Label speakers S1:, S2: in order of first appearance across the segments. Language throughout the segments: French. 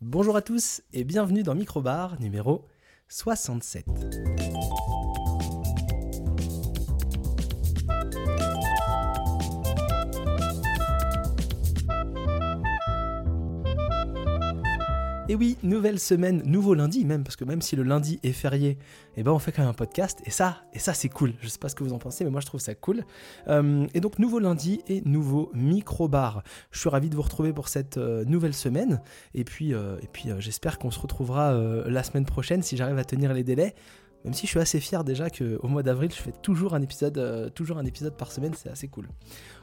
S1: Bonjour à tous et bienvenue dans Microbar numéro 67. Et oui, nouvelle semaine, nouveau lundi même, parce que même si le lundi est férié, eh ben on fait quand même un podcast, et ça, et ça c'est cool. Je sais pas ce que vous en pensez, mais moi je trouve ça cool. Euh, et donc nouveau lundi et nouveau micro-bar. Je suis ravi de vous retrouver pour cette euh, nouvelle semaine, et puis, euh, et puis euh, j'espère qu'on se retrouvera euh, la semaine prochaine si j'arrive à tenir les délais. Même si je suis assez fier déjà qu'au mois d'avril, je fais toujours un épisode, euh, toujours un épisode par semaine, c'est assez cool.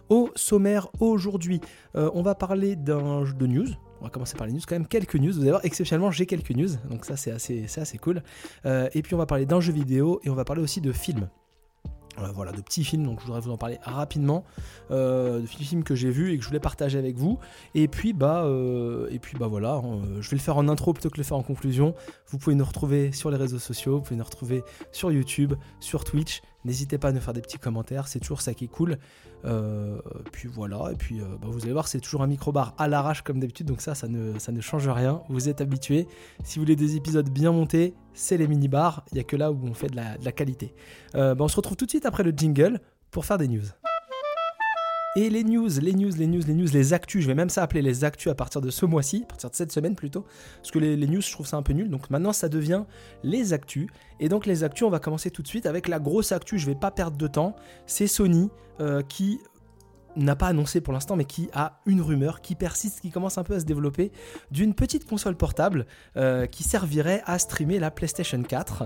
S1: Au sommaire aujourd'hui, euh, on va parler d'un- de news. On va commencer par les news, quand même quelques news. Vous allez voir, exceptionnellement, j'ai quelques news, donc ça c'est assez, c'est assez cool. Euh, et puis on va parler d'un jeu vidéo et on va parler aussi de films. Euh, voilà, de petits films, donc je voudrais vous en parler rapidement, euh, de petits films que j'ai vus et que je voulais partager avec vous. Et puis bah, euh, et puis bah voilà, hein, euh, je vais le faire en intro plutôt que le faire en conclusion. Vous pouvez nous retrouver sur les réseaux sociaux, vous pouvez nous retrouver sur YouTube, sur Twitch. N'hésitez pas à nous faire des petits commentaires, c'est toujours ça qui est cool. Euh, puis voilà, et puis euh, bah, vous allez voir, c'est toujours un micro-bar à l'arrache comme d'habitude, donc ça, ça ne, ça ne change rien, vous êtes habitués. Si vous voulez des épisodes bien montés, c'est les mini-bars, il n'y a que là où on fait de la, de la qualité. Euh, bah, on se retrouve tout de suite après le jingle pour faire des news. Et les news, les news, les news, les news, les actus, je vais même ça appeler les actus à partir de ce mois-ci, à partir de cette semaine plutôt, parce que les, les news, je trouve ça un peu nul, donc maintenant ça devient les actus. Et donc les actus, on va commencer tout de suite avec la grosse actu, je vais pas perdre de temps, c'est Sony euh, qui n'a pas annoncé pour l'instant, mais qui a une rumeur qui persiste, qui commence un peu à se développer, d'une petite console portable euh, qui servirait à streamer la PlayStation 4.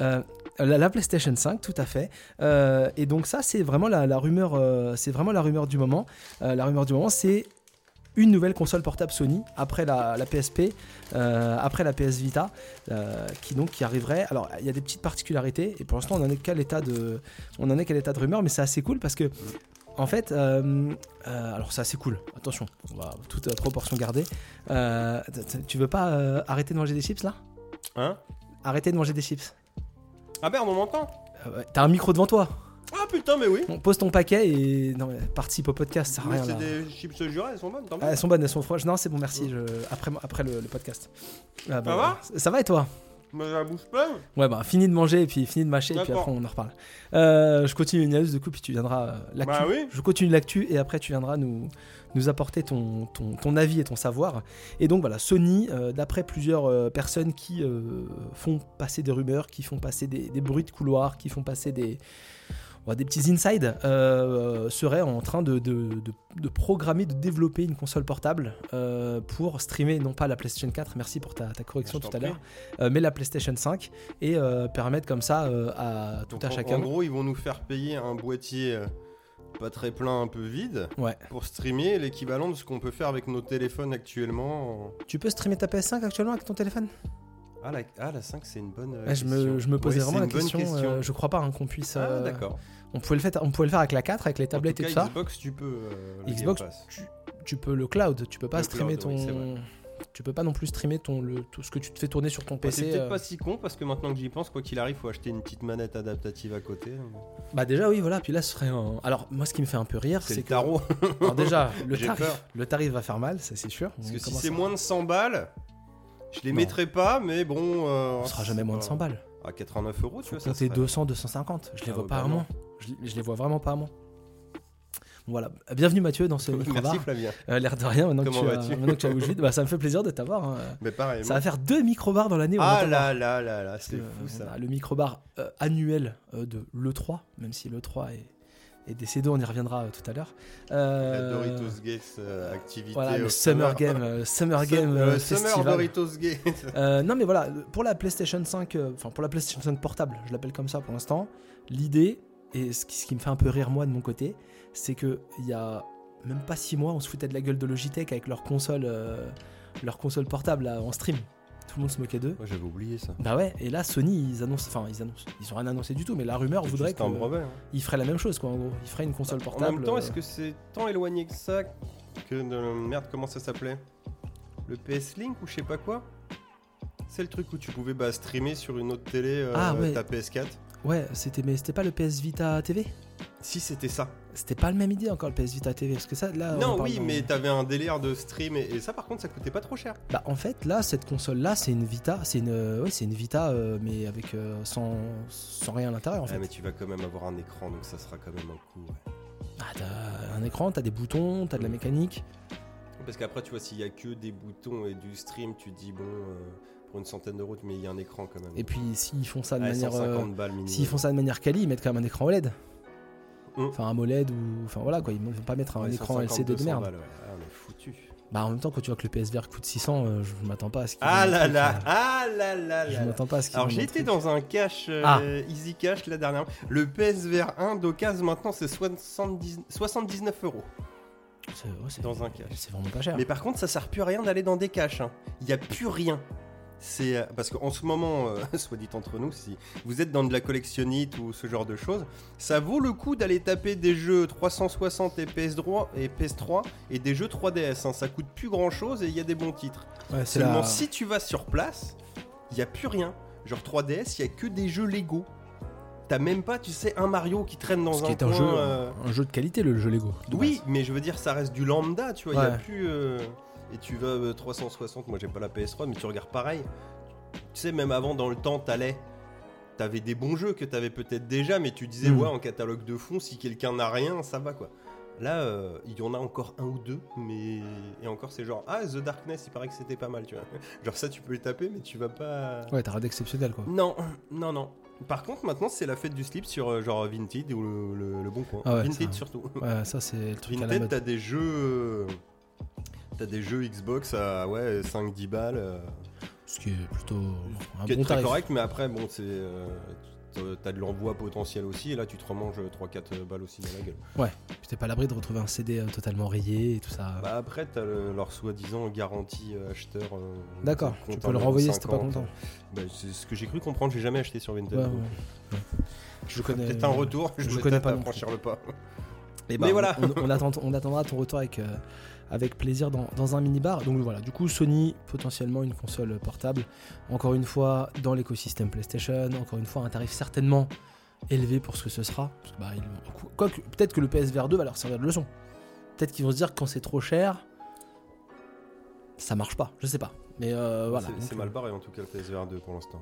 S1: euh, la, la PlayStation 5, tout à fait. Euh, et donc ça, c'est vraiment la, la rumeur, euh, c'est vraiment la rumeur du moment. Euh, la rumeur du moment, c'est une nouvelle console portable Sony après la, la PSP, euh, après la PS Vita, euh, qui donc qui arriverait. Alors il y a des petites particularités et pour l'instant on en est qu'à l'état de, on en est qu'à l'état de rumeur, mais c'est assez cool parce que en fait, euh, euh, alors c'est assez cool. Attention, on va toute euh, proportion gardée. Euh, t- t- tu veux pas euh, arrêter de manger des chips là
S2: Hein
S1: Arrêter de manger des chips.
S2: Ah merde, on m'entend
S1: Euh, ouais, T'as un micro devant toi.
S2: Ah putain, mais oui
S1: On pose ton paquet et non, mais participe au podcast, ça sert à
S2: Mais
S1: rien.
S2: c'est
S1: là.
S2: des chips jurées, elles sont bonnes, tant mieux.
S1: Ah, elles sont bonnes, elles sont fraîches. Non, c'est bon, merci. je- Après, après le, le podcast. Ah, bah,
S2: va
S1: Ça va et toi
S2: Mais la bouche pleine
S1: Ouais, bah fini de manger et puis fini de mâcher et puis
S2: D'accord.
S1: après on en reparle. Euh, je continue une news du coup, puis tu viendras. euh, l'actu.
S2: Bah oui.
S1: Je continue l'actu et après tu viendras nous, nous apporter ton, ton, ton avis et ton savoir. Et donc voilà, Sony, euh, d'après plusieurs euh, personnes qui euh, font passer des rumeurs, qui font passer des, des bruits de couloir, qui font passer des. ouais, des petits insides euh, serait en train de, de- de- de programmer, de développer une console portable euh, pour streamer non pas la PlayStation 4, merci pour ta, ta correction
S2: Je t'en
S1: tout à
S2: prie.
S1: l'heure, euh, mais la PlayStation 5 et euh, permettre comme ça euh, à tout
S2: Donc,
S1: à
S2: en-
S1: chacun.
S2: En gros, ils vont nous faire payer un boîtier euh, pas très plein, un peu vide,
S1: Ouais.
S2: pour streamer l'équivalent de ce qu'on peut faire avec nos téléphones actuellement. en-
S1: Tu peux streamer ta PS5 actuellement avec ton téléphone
S2: Ah la, ah, la 5, c'est une bonne euh,
S1: Ouais, je,
S2: question.
S1: me, je me posais
S2: Ouais,
S1: vraiment
S2: c'est
S1: la
S2: une bonne
S1: question. euh, je crois pas hein, qu'on puisse.
S2: Ah
S1: euh,
S2: d'accord.
S1: on, pouvait le faire, on pouvait le faire avec la 4, avec les
S2: En
S1: tablettes
S2: tout
S1: et tout
S2: cas,
S1: ça.
S2: Xbox, tu peux... euh, le Game
S1: Xbox,
S2: Pass.
S1: tu, tu peux le cloud, tu peux pas
S2: Le
S1: streamer
S2: cloud, oui, c'est
S1: ton. tu peux pas non plus streamer ton, le, tout ce que tu te fais tourner sur ton
S2: Bah,
S1: PC.
S2: C'est peut-être
S1: euh.
S2: pas si con parce que maintenant que j'y pense, quoi qu'il arrive, faut acheter une petite manette adaptative à côté.
S1: Bah déjà, oui, voilà. Puis là, ce serait un. Alors, moi, ce qui me fait un peu rire,
S2: C'est le
S1: c'est que.
S2: tarot.
S1: Alors, déjà, le
S2: J'ai peur.
S1: tarif, le tarif va faire mal, ça c'est sûr.
S2: Parce
S1: On
S2: que si
S1: commence
S2: c'est
S1: à-
S2: moins de 100 balles, je les
S1: Non.
S2: mettrai pas, mais bon. euh,
S1: On sera jamais moins de
S2: c'est
S1: 100
S2: pas-
S1: balles.
S2: À 89 euros, tu
S1: Faut
S2: vois, ça
S1: compter
S2: serait...
S1: 200, 250. Je les
S2: Ah
S1: vois
S2: ouais,
S1: pas
S2: bah
S1: à
S2: non.
S1: moins. Je, les- je les vois vraiment pas à moins. Voilà. Bienvenue Mathieu dans ce micro-bar.
S2: Merci Flavien.
S1: Euh, L'air de rien, maintenant que,
S2: Comment
S1: tu as,
S2: vas-tu
S1: maintenant que tu as Auschwitz, bah, ça me fait plaisir de t'avoir. hein.
S2: Mais pareil.
S1: Ça
S2: moi-
S1: va faire deux micro-bars dans l'année. on va
S2: Ah
S1: t'avoir.
S2: là là là là, c'est
S1: Euh,
S2: fou
S1: on
S2: ça.
S1: a le micro-bar euh, annuel euh, de l'E3, même si l'E3 est, est décédé, on y reviendra euh, tout à l'heure.
S2: La
S1: Euh,
S2: Doritos Gates euh, activité.
S1: Voilà,
S2: au
S1: le Summer Game, euh, Summer
S2: Sum-
S1: Game
S2: le
S1: euh,
S2: Summer
S1: Festival.
S2: Doritos Gates.
S1: Euh, non mais voilà, pour la PlayStation 5, euh, enfin pour la PlayStation 5 portable, je l'appelle comme ça pour l'instant, l'idée, et ce qui, ce qui me fait un peu rire moi de mon côté, c'est que il y a même pas 6 mois, on se foutait de la gueule de Logitech avec leur console, euh, leur console portable là, en stream. Tout le monde se moquait d'eux.
S2: Moi j'avais oublié ça.
S1: Bah ouais, et là Sony, ils annoncent, enfin ils annoncent, ils ont rien annoncé du tout, mais la rumeur voudrait
S2: Juste un
S1: qu'ils
S2: brevet. hein.
S1: feraient la même chose quoi en gros. Ils feraient une console portable.
S2: En même temps,
S1: euh,
S2: est-ce que c'est tant éloigné que ça que de merde comment ça s'appelait Le PS Link ou je sais pas quoi C'est le truc où tu pouvais bah, streamer sur une autre télé euh,
S1: Ah ouais.
S2: ta PS4.
S1: Ouais, c'était mais c'était pas le PS Vita TV
S2: Si c'était ça.
S1: C'était pas le même idée encore le PS Vita TV parce que ça là. Ah, on
S2: non,
S1: parle
S2: oui,
S1: dans-
S2: mais t'avais un délire de stream et, et ça, par contre, ça coûtait pas trop cher.
S1: Bah, en fait, là, cette console-là, c'est une Vita, c'est une, euh, ouais, c'est une Vita, euh, mais avec euh, sans, sans rien à l'intérieur, en
S2: Ah,
S1: fait.
S2: mais tu vas quand même avoir un écran, donc ça sera quand même un coup. ouais.
S1: Ah, t'as un écran, t'as des boutons, t'as de la
S2: Mm.
S1: mécanique.
S2: Parce qu'après, tu vois, s'il y a que des boutons et du stream, tu te dis bon, euh, pour une centaine d'euros, mais il y a un écran quand même.
S1: Et puis, s'ils font ça de
S2: Ouais,
S1: manière, euh,
S2: 150 balles minimum.
S1: s'ils font ça de manière quali, ils mettent quand même un écran OLED.
S2: Mm.
S1: Enfin, un OLED ou, enfin voilà quoi, ils vont pas mettre un
S2: Ouais,
S1: écran
S2: 150,
S1: LCD de
S2: 200
S1: merde.
S2: balles, ouais. Ah, on est foutu.
S1: Bah, en même temps, quand tu vois que le PSVR coûte 600, euh, je m'attends pas à ce qu'il.
S2: Ah
S1: vende un
S2: là
S1: truc,
S2: là,
S1: euh,
S2: ah là là là.
S1: Je m'attends pas à ce qu'il.
S2: Alors
S1: vende un
S2: j'étais
S1: truc.
S2: dans un cash euh,
S1: Ah.
S2: Easy Cash la dernière. Le PSVR 1 d'occasion maintenant c'est 70 79 euros
S1: C'est- ouais, c'est-
S2: dans un cash.
S1: C'est vraiment pas cher.
S2: Mais par contre ça sert plus à rien d'aller dans des caches. hein. Il n'y a plus rien. C'est euh, parce qu'en ce moment, euh, soit dit entre nous, si vous êtes dans de la collectionnite ou ce genre de choses, ça vaut le coup d'aller taper des jeux 360 et PS3 et PS3 et des jeux 3DS. hein. Ça coûte plus grand chose et il y a des bons titres.
S1: Ouais, c'est
S2: Seulement
S1: la-
S2: si tu vas sur place, il n'y a plus rien. Genre 3DS, il n'y a que des jeux Lego. T'as même pas, tu sais, un Mario qui traîne dans
S1: Ce
S2: un
S1: qui est un
S2: coin,
S1: jeu, hein.
S2: euh,
S1: un jeu de qualité, le jeu Lego. de
S2: Oui,
S1: base.
S2: mais je veux dire, ça reste du lambda, tu vois. Il y a
S1: Ouais.
S2: plus. euh, Et tu vas euh, 360, moi j'ai pas la PS3, mais tu regardes pareil. Tu sais, même avant, dans le temps, t'allais. T'avais des bons jeux que t'avais peut-être déjà, mais tu disais,
S1: Mm.
S2: ouais, en catalogue de fond, si quelqu'un n'a rien, ça va quoi. Là, euh, il y en a encore un ou deux, mais. Et encore, c'est genre, ah, The Darkness, il paraît que c'était pas mal, tu vois. Genre, ça, tu peux le taper, mais tu vas pas.
S1: Ouais, t'as rien d'exceptionnel quoi.
S2: Non, non, non. Par contre, maintenant, c'est la fête du slip sur euh, genre Vinted ou le, le- le bon coin.
S1: Ah ouais,
S2: Vinted
S1: ça-
S2: surtout.
S1: Ouais, ça c'est le truc à la
S2: Vinted,
S1: mode.
S2: t'as des jeux. euh, T'as des jeux Xbox à ouais, 5-10 balles. euh,
S1: Ce qui est plutôt un
S2: qui est
S1: bon
S2: très
S1: tarif.
S2: correct, mais après, bon, c'est. euh, t'as- T'as de l'envoi potentiel aussi, et là tu te remanges 3-4 balles aussi dans la gueule.
S1: Puis t'es pas à l'abri de retrouver un CD euh, totalement rayé et tout ça.
S2: Bah après, t'as le- leur soi-disant garantie euh, acheteur. euh,
S1: D'accord,
S2: compte
S1: tu
S2: en
S1: peux le renvoyer si t'es pas
S2: 50.
S1: content.
S2: Bah, c'est ce que j'ai cru comprendre, j'ai jamais acheté sur Vinted.
S1: Ouais,
S2: donc,
S1: ouais.
S2: Je
S1: connais- euh,
S2: connais. Peut-être un retour, je,
S1: je
S2: vais
S1: connais
S2: peut-être
S1: pas non plus.
S2: franchir le pas.
S1: Et
S2: Mais voilà.
S1: bah, on, on attend, on attendra ton retour avec, euh, avec plaisir dans, dans un minibar. Donc voilà, du coup, Sony, potentiellement une console portable. Encore une fois, dans l'écosystème PlayStation, encore une fois, un tarif certainement élevé pour ce que ce sera. Parce que, bah, ils- quoique, peut-être que le PSVR 2 va leur servir de leçon. Peut-être qu'ils vont se dire que quand c'est trop cher, ça marche pas. Je sais pas. Mais euh, voilà.
S2: C'est-
S1: Donc,
S2: C'est mal barré en tout cas le PSVR 2 pour l'instant.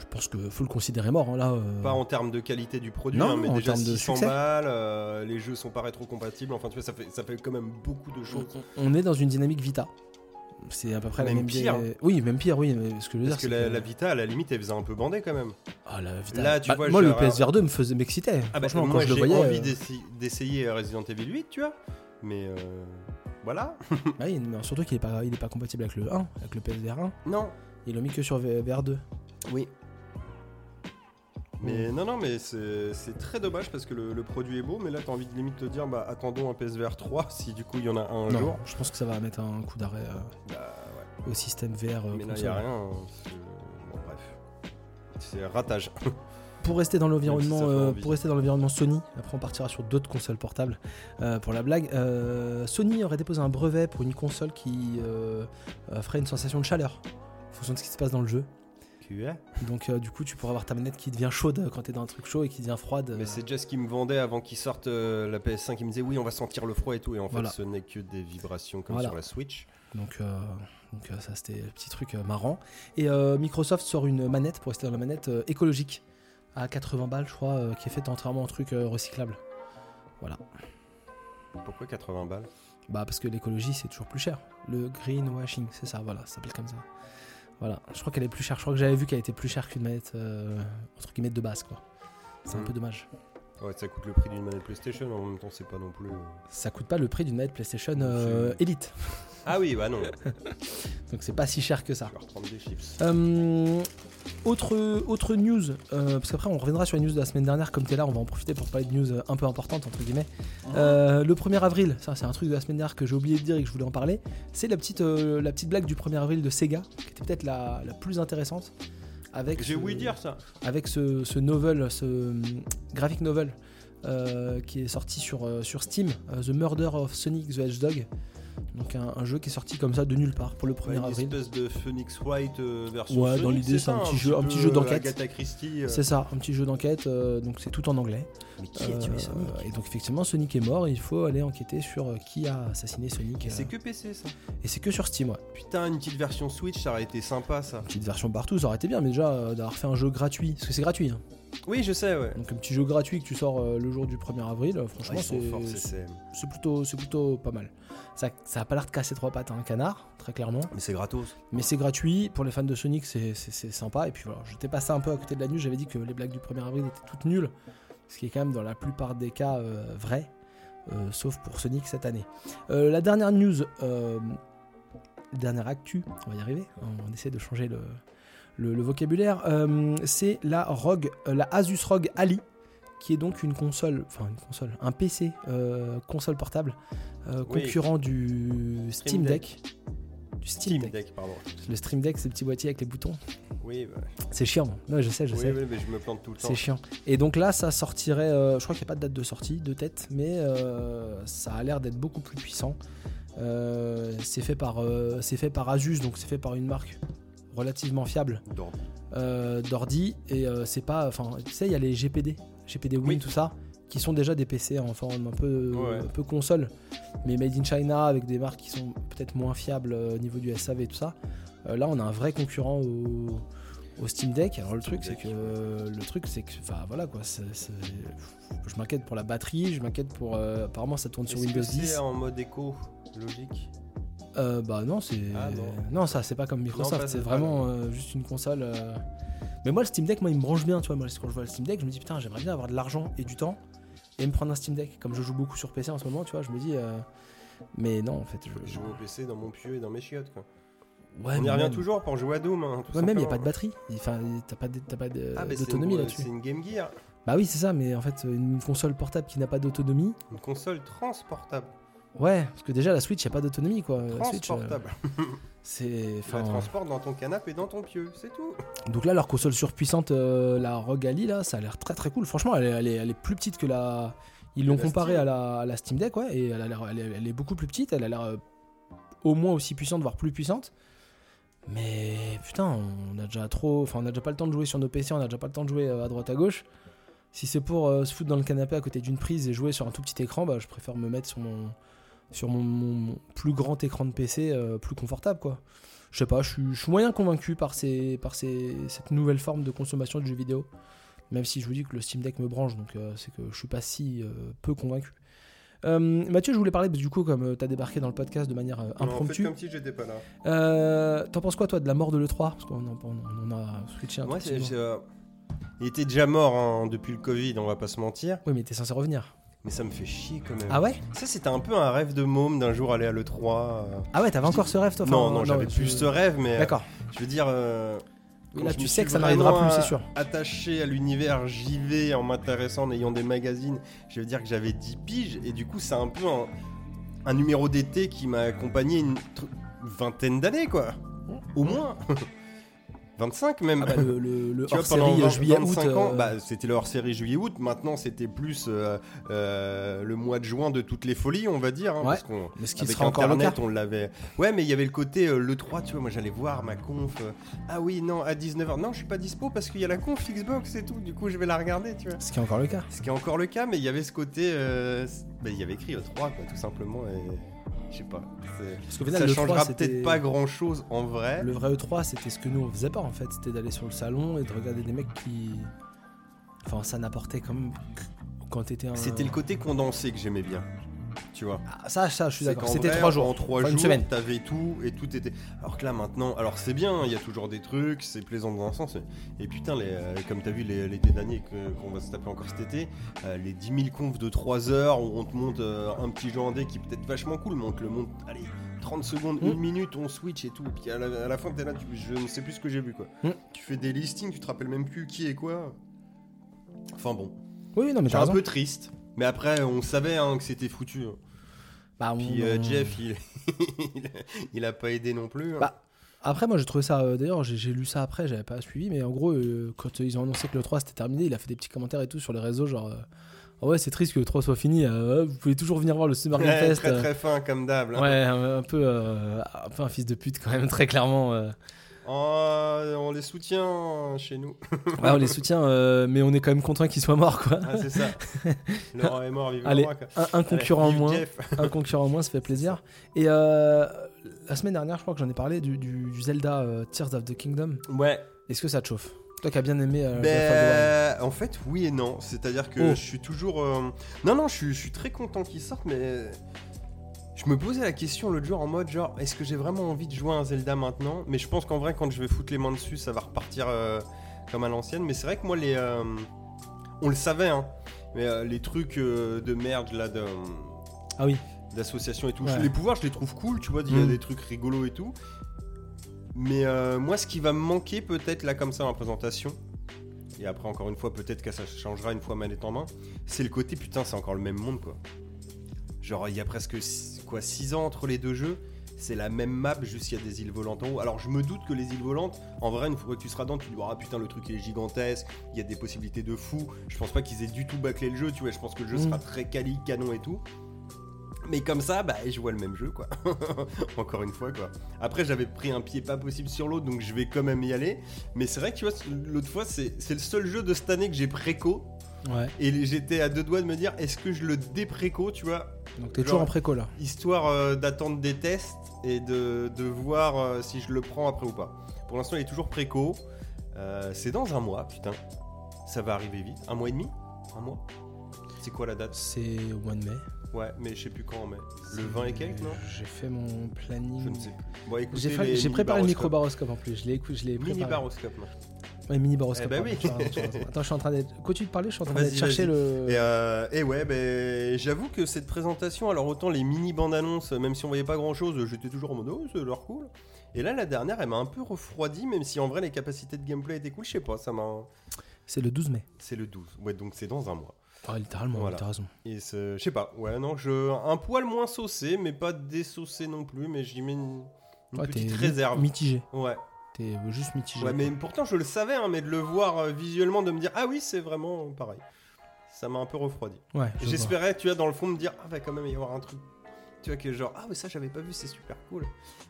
S1: Je pense que faut le considérer mort. hein, là, euh,
S2: Pas en termes de qualité du produit,
S1: Non,
S2: hein, mais
S1: en
S2: déjà
S1: termes de
S2: 600
S1: succès.
S2: balles, euh, les jeux sont pas rétro-compatibles, enfin tu vois, ça fait, ça fait quand même beaucoup de
S1: on,
S2: choses.
S1: on est dans une dynamique Vita. C'est à peu près la
S2: Ah, Même
S1: même
S2: pire.
S1: Oui, même pire, oui. Mais ce que je veux dire,
S2: Parce que
S1: c'est
S2: la,
S1: que-
S2: la Vita, à la limite, elle faisait un peu bander quand même.
S1: Ah, la Vita.
S2: Là, tu
S1: Bah,
S2: vois,
S1: moi, le
S2: genre, euh,
S1: PSVR 2 me faisait m'excitait.
S2: Ah bah,
S1: Franchement,
S2: moi
S1: quand je le
S2: j'ai
S1: voyais,
S2: envie
S1: euh,
S2: d'essa- d'essayer Resident Evil 8, tu vois, mais euh, voilà.
S1: bah oui, mais surtout qu'il est pas, il est pas compatible avec le 1, avec le PSVR 1.
S2: Non,
S1: Ils l'ont mis que sur VR 2.
S2: oui. Mais
S1: Mm.
S2: non, non, mais c'est c'est très dommage parce que le, le produit est beau, mais là t'as envie de limite te dire, bah attendons un PSVR 3 si du coup il y en a un
S1: non,
S2: jour.
S1: je pense que ça va mettre un coup d'arrêt euh,
S2: Bah, ouais.
S1: au système VR. euh,
S2: Mais là, il
S1: console.
S2: a rien. hein. C'est- Bon, bref. C'est un ratage.
S1: Pour rester dans
S2: Même
S1: l'environnement,
S2: si ça fait
S1: euh,
S2: envie.
S1: pour rester dans l'environnement Sony, après on partira sur d'autres consoles portables euh, pour la blague. euh, Sony aurait déposé un brevet pour une console qui euh, euh, ferait une sensation de chaleur en fonction de ce qui se passe dans le jeu. Donc euh, du coup, tu pourras avoir ta manette qui devient chaude quand t'es dans un truc chaud et qui devient froide. euh,
S2: Mais c'est déjà ce qu'ils me vendaient avant qu'ils sortent euh, la PS5. Ils me disaient oui, on va sentir le froid et tout. Et en fait,
S1: Voilà.
S2: ce n'est que des vibrations comme
S1: Voilà.
S2: sur la Switch.
S1: Donc, euh, donc euh, ça c'était le petit truc euh, marrant. Et euh, Microsoft sort une manette, pour rester dans la manette, euh, écologique à 80 balles je crois, euh, qui est faite entièrement en truc euh, recyclable.
S2: Pourquoi 80 balles
S1: Bah parce que l'écologie c'est toujours plus cher. Le greenwashing, c'est ça, voilà, ça s'appelle comme ça. Voilà, je crois qu'elle est plus chère, je crois que j'avais vu qu'elle était plus chère qu'une manette, euh, entre guillemets, de base quoi. C'est un
S2: Mm.
S1: peu dommage.
S2: Ouais, ça coûte le prix d'une manette PlayStation. En même temps, c'est pas non plus. euh.
S1: Ça coûte pas le prix d'une manette PlayStation euh, Elite,
S2: Ah oui, bah non. Je
S1: donc c'est pas si cher que ça.
S2: vais reprendre des chips.
S1: Euh, autre, autre news, euh, parce qu'après on reviendra sur les news de la semaine dernière, comme t'es là, on va en profiter pour parler de news euh, un peu importantes, entre guillemets.
S2: Ah.
S1: Euh, le 1er avril, ça c'est un truc de la semaine dernière que j'ai oublié de dire et que je voulais en parler, c'est la, petite euh, la petite blague du 1er avril de Sega, qui était peut-être la, la plus intéressante. Avec
S2: J'ai
S1: ce-
S2: ouï dire ça.
S1: Avec ce, ce novel, ce hum, graphic novel euh, qui est sorti sur, euh, sur Steam, euh, The Murder of Sonic the Hedgehog. Donc un, un jeu qui est sorti comme ça de nulle part pour le 1er
S2: Ouais, une
S1: avril.
S2: espèce de Phoenix Wright euh, version.
S1: Ouais, dans
S2: Sonic,
S1: l'idée, c'est
S2: ça,
S1: un petit jeu- un petit jeu
S2: peu
S1: d'enquête.
S2: Agatha Christie. euh,
S1: C'est ça, un petit jeu d'enquête, euh, donc c'est tout en anglais.
S2: Mais qui a
S1: Euh,
S2: tué Sonic
S1: Et donc effectivement, Sonic est mort, et il faut aller enquêter sur euh, qui a assassiné Sonic.
S2: Et
S1: euh,
S2: c'est que PC ça.
S1: et c'est que sur Steam, ouais.
S2: Putain, une petite version Switch, ça aurait été sympa ça.
S1: Une petite version partout, ça aurait été bien, mais déjà euh, d'avoir fait un jeu gratuit, parce que c'est gratuit. hein.
S2: Oui, je sais, ouais.
S1: Donc un petit jeu gratuit que tu sors euh, le jour du 1er avril, euh,
S2: Ouais,
S1: franchement,
S2: Ah, ils sont
S1: c'est-
S2: forts, CCM.
S1: c'est plutôt, c'est plutôt pas mal. Ça, ça a pas l'air de casser trois pattes à un canard, très clairement.
S2: Mais c'est gratos.
S1: Mais c'est gratuit, pour les fans de Sonic c'est- c'est c'est sympa. Et puis voilà, j'étais passé un peu à côté de la news, j'avais dit que les blagues du 1er avril étaient toutes nulles, ce qui est quand même dans la plupart des cas euh, vrai, euh, sauf pour Sonic cette année. Euh, la dernière news, euh, dernière actu, on va y arriver, on, on essaie de changer le, le- le vocabulaire, euh, c'est la ROG, euh, la Asus ROG Ali, qui est donc une console, enfin une console, un PC, euh, console portable, euh,
S2: Oui.
S1: concurrent du Steam Deck. Du Steam,
S2: Steam
S1: Deck.
S2: Deck, pardon.
S1: Le Stream Deck, c'est le petit boîtier avec les boutons.
S2: Oui, bah,
S1: C'est chiant. Non, je sais, je
S2: oui,
S1: sais.
S2: oui, mais je me plante tout le temps.
S1: C'est chiant. Et donc là, ça sortirait. euh, je crois qu'il n'y a pas de date de sortie de tête, mais euh, ça a l'air d'être beaucoup plus puissant. Euh, c'est fait par, euh, c'est fait par Asus, donc c'est fait par une marque relativement fiable
S2: Dans-
S1: euh, d'ordi. Et euh, c'est pas, enfin, tu sais, il y a les GPD, GPD Win,
S2: Oui.
S1: tout ça, qui sont déjà des PC en forme un peu,
S2: Ouais.
S1: un peu console, mais made in China avec des marques qui sont peut-être moins fiables euh, au niveau du SAV et tout ça. Euh, là, on a un vrai concurrent au, au Steam Deck. Alors le
S2: Steam
S1: truc, c'est
S2: Deck.
S1: que euh, le truc, c'est que, enfin, voilà quoi. c'est- c'est- je m'inquiète pour la batterie, je m'inquiète pour. euh, apparemment, ça tourne sur
S2: Est-ce que
S1: Windows
S2: c'est
S1: 10.
S2: en mode écho, logique.
S1: Euh, bah non, c'est.
S2: Ah, non.
S1: non, ça, c'est pas comme
S2: Non,
S1: Microsoft,
S2: pas-
S1: c'est
S2: pas-
S1: vraiment euh, juste une console. euh. Mais moi, le Steam Deck, moi, il me branche bien, tu vois. Moi, quand je vois le Steam Deck, je me dis putain, j'aimerais bien avoir de l'argent et du temps et me prendre un Steam Deck. Comme je joue beaucoup sur PC en ce moment, tu vois, je me dis. euh, Mais non, en fait, je.
S2: Je joue au PC dans mon pieu et dans mes chiottes. Quoi.
S1: Ouais,
S2: On
S1: mais
S2: y revient
S1: même-
S2: toujours pour jouer à Doom. hein, tout
S1: Ouais, même, il n'y a
S2: simplement.
S1: pas de batterie. Enfin, t'as pas de- t'as pas de-
S2: Ah, bah, c'est
S1: d'autonomie
S2: une-
S1: là-dessus.
S2: C'est une Game Gear,
S1: Bah oui, c'est ça, mais en fait, une console portable qui n'a pas d'autonomie.
S2: une console transportable.
S1: Ouais, parce que déjà, la Switch, il n'y a pas d'autonomie, quoi. La Switch, euh,
S2: Transportable.
S1: c'est.
S2: Tu la
S1: enfin,
S2: transportes dans ton canapé et dans ton pieu, c'est tout.
S1: Donc là, leur console surpuissante, euh, la ROG Ali, là, ça a l'air très très cool. Franchement, elle, est- elle est, elle est plus petite que la. Ils l'ont
S2: la
S1: comparée
S2: Steam.
S1: à la, à la Steam Deck, ouais, et elle, a l'air- elle est- elle est beaucoup plus petite. Elle a l'air euh, au moins aussi puissante, voire plus puissante. Mais putain, on a déjà trop. Enfin, on a déjà pas le temps de jouer sur nos PC, on a déjà pas le temps de jouer euh, à droite à gauche. Si c'est pour euh, se foutre dans le canapé à côté d'une prise et jouer sur un tout petit écran, bah, je préfère me mettre sur mon, sur mon, mon- mon plus grand écran de PC, euh, plus confortable, quoi je sais pas, je suis, je suis moyen convaincu par, ces, par ces, cette nouvelle forme de consommation de jeux vidéo. Même si je vous dis que le Steam Deck me branche, donc euh, c'est que je suis pas si euh, peu convaincu. Euh, Mathieu, je voulais parler, parce que du coup, comme tu as débarqué dans le podcast de manière euh, impromptue,
S2: Non, en fait, comme si j'étais pas là.
S1: euh, t'en penses quoi, toi, de la mort de l'E3 Parce qu'on en, on- on a switché un
S2: Moi,
S1: petit
S2: c'est-
S1: peu.
S2: c'est, euh, il était déjà mort hein, depuis le Covid, on va pas se mentir.
S1: Oui, mais t'es censé revenir.
S2: Mais ça me fait chier quand même.
S1: Ah ouais
S2: Ça, c'était un peu un rêve de môme d'un jour aller à l'E3. euh.
S1: Ah ouais, t'avais encore ce rêve, toi
S2: non,
S1: enfin,
S2: non, j'avais
S1: tu-
S2: plus ce rêve, mais euh,
S1: D'accord.
S2: je veux dire. euh,
S1: Mais
S2: quand
S1: là,
S2: je
S1: tu
S2: me
S1: sais
S2: suis
S1: que ça n'arrivera
S2: vraiment,
S1: plus, c'est
S2: euh,
S1: sûr.
S2: Attaché à l'univers JV en m'intéressant, en ayant des magazines, je veux dire que j'avais 10 piges, et du coup, c'est un peu un, un numéro d'été qui m'a accompagné une tr- vingtaine d'années, quoi. Au moins. 25 même.
S1: Ah bah, le, le, le
S2: Tu vois, pendant
S1: hors-série
S2: 20,
S1: juillet-août.
S2: 25 ans,
S1: euh,
S2: bah, c'était le hors-série juillet-août. Maintenant, c'était plus euh, euh, le mois de juin de toutes les folies, on va dire. hein,
S1: Ouais.
S2: Parce qu'on,
S1: mais ce qui
S2: avec
S1: sera encore le cas.
S2: Internet, on l'avait. Ouais, mais il y avait le côté euh, le 3, tu vois. Moi, j'allais voir ma conf. euh, ah oui, non, à 19h. Non, je suis pas dispo parce qu'il y a la conf Xbox et tout. Du coup, je vais la regarder, tu vois.
S1: Ce qui est encore le cas.
S2: Ce qui est encore le cas, mais il y avait ce côté. euh, c- bah, il y avait écrit le 3, quoi, tout simplement. Et je sais pas. c'est-
S1: Parce qu'au final,
S2: ça
S1: le
S2: changera
S1: 3, c'était-
S2: peut-être pas grand-chose en vrai.
S1: Le vrai E3, c'était ce que nous on faisait pas en fait, c'était d'aller sur le salon et de regarder des mecs qui. Enfin, ça n'apportait comme. Quand t'étais un.
S2: C'était le côté condensé que j'aimais bien. Tu vois.
S1: Ah, ça, ça, je suis
S2: C'est
S1: d'accord.
S2: qu'en
S1: C'était
S2: vrai,
S1: trois jours.
S2: En trois
S1: Enfin, une
S2: jours,
S1: semaine.
S2: t'avais tout et tout était. Alors que là maintenant, alors c'est bien, il y a toujours des trucs, c'est plaisant dans un sens. mais- Et putain, les, euh, comme t'as vu les- l'été dernier que- qu'on va se taper encore cet été, euh, les 10 000 confs de 3 heures où on te monte euh, un petit jeu indé qui est peut-être vachement cool, mais on te le monte, allez, 30 secondes,
S1: Mm.
S2: une minute, on switch et tout. Puis à la, à la fin, t'es là, tu- je ne sais plus ce que j'ai vu quoi.
S1: Mm.
S2: Tu fais des listings, tu te rappelles même plus qui est quoi. Enfin bon,
S1: Oui, oui, non, mais
S2: c'est
S1: t'as
S2: un
S1: raison.
S2: peu triste. Mais après, on savait hein, que c'était foutu. hein.
S1: Bah, on-
S2: Puis euh,
S1: on-
S2: Jeff, il, il, il a pas aidé non plus. hein.
S1: Bah, Après, moi, j'ai trouvé ça. euh, D'ailleurs, j'ai- j'ai lu ça après, j'avais pas suivi, mais en gros, euh, quand euh, ils ont annoncé que le 3 c'était terminé, il a fait des petits commentaires et tout sur les réseaux, genre. euh, Ah ouais, c'est triste que le 3 soit fini. euh, vous pouvez toujours venir voir le Summer Game
S2: Ouais,
S1: Fest.
S2: très
S1: euh,
S2: très fin comme d'hab. là.
S1: ouais, un, un peu, euh, un peu un fils de pute quand même, très clairement. euh.
S2: Oh, on les soutient chez nous.
S1: Ouais, on les soutient, euh, mais on est quand même content qu'ils soient morts, quoi.
S2: Ah, c'est ça. Laurent est mort, vive
S1: Allez,
S2: le roi. quoi.
S1: Un, un concurrent en
S2: Vive
S1: moins.
S2: Jeff.
S1: un concurrent en moins, ça fait plaisir. Et euh, la semaine dernière, je crois que j'en ai parlé du, du- du Zelda euh, Tears of the Kingdom.
S2: Ouais.
S1: Est-ce que ça te chauffe Toi qui as bien aimé euh, Breath of the Wild.
S2: Ben, en fait, oui et non. C'est-à-dire que
S1: Oh.
S2: je suis toujours. euh, Non, non, je suis, je suis très content qu'il sorte, mais. Je me posais la question l'autre jour en mode genre, est-ce que j'ai vraiment envie de jouer à un Zelda maintenant Mais je pense qu'en vrai, quand je vais foutre les mains dessus, ça va repartir euh, comme à l'ancienne. Mais c'est vrai que moi, les. euh, On le savait, hein. Mais euh, les trucs euh, de merde, là, de.
S1: Ah oui.
S2: D'association et tout.
S1: Ouais.
S2: Les pouvoirs, je les trouve cool, tu vois, il y a
S1: Mm.
S2: des trucs rigolos et tout. Mais euh, moi, ce qui va me manquer, peut-être là, comme ça, en présentation, et après, encore une fois, peut-être que ça changera une fois manette en main, c'est le côté putain, c'est encore le même monde quoi. Genre, il y a presque six- quoi 6 ans entre les deux jeux, c'est la même map jusqu'à des îles volantes en haut. Alors, je me doute que les îles volantes, en vrai, une fois que tu seras dedans, tu te diras ah, putain, le truc il est gigantesque, il y a des possibilités de fou. Je pense pas qu'ils aient du tout bâclé le jeu, tu vois. Je pense que le jeu
S1: Mm.
S2: sera très quali, canon et tout. Mais comme ça, bah, je vois le même jeu, quoi. Encore une fois, quoi. Après, j'avais pris un pied pas possible sur l'autre, donc je vais quand même y aller. Mais c'est vrai que, tu vois, l'autre fois, c'est c'est le seul jeu de cette année que j'ai préco.
S1: Ouais.
S2: Et j'étais à deux doigts de me dire, est-ce que je le dépréco, tu vois,
S1: Donc t'es
S2: Genre-
S1: toujours en préco là.
S2: histoire euh, d'attendre des tests et de, de voir euh, si je le prends après ou pas. Pour l'instant, il est toujours préco. Euh, c'est dans un mois, putain. Ça va arriver vite. Un mois et demi Un mois C'est quoi la date
S1: C'est au mois de mai.
S2: Ouais, mais je sais plus quand, mais le 20 et quelques, non
S1: J'ai fait mon planning.
S2: Je ne sais plus. Bon, écoutez,
S1: J'ai fait-
S2: les
S1: j'ai préparé le
S2: mini-baroscopes.
S1: micro-baroscope en plus. Je l'ai écou- je l'ai préparé.
S2: Mini baroscope. non.
S1: Ouais, mini baroscope.
S2: Eh ben
S1: pardon,
S2: oui.
S1: tu as raison, tu as raison. Attends, je suis en train d'être. Continue de parler, je suis en train
S2: Vas-y,
S1: d'aller chercher le.
S2: Et, euh, et ouais, ben, j'avoue que cette présentation, alors autant les mini bandes annonces, même si on voyait pas grand chose, j'étais toujours en mode oh, c'est leur cool. Et là, la dernière, elle m'a un peu refroidi, même si en vrai les capacités de gameplay étaient cool, je sais pas, ça m'a.
S1: C'est le 12 mai.
S2: C'est le 12, ouais, donc c'est dans un mois.
S1: Ah, littéralement,
S2: Voilà.
S1: t'as raison.
S2: Et ce- je sais pas, ouais, non, je. Un poil moins saucé, mais pas désaucé non plus, mais j'y mets une, une
S1: Ouais,
S2: petite
S1: mi-
S2: réserve.
S1: Mitigé.
S2: Ouais.
S1: T'es euh, juste mitigé.
S2: Ouais, mais pourtant je le savais, hein, mais de le voir euh, visuellement, de me dire ah oui, c'est vraiment pareil. Ça m'a un peu refroidi.
S1: Ouais,
S2: Et
S1: je vois.
S2: J'espérais, tu vois, dans le fond, me dire ah va quand même y avoir un truc. Tu vois que genre ah mais ça j'avais pas vu, c'est super cool.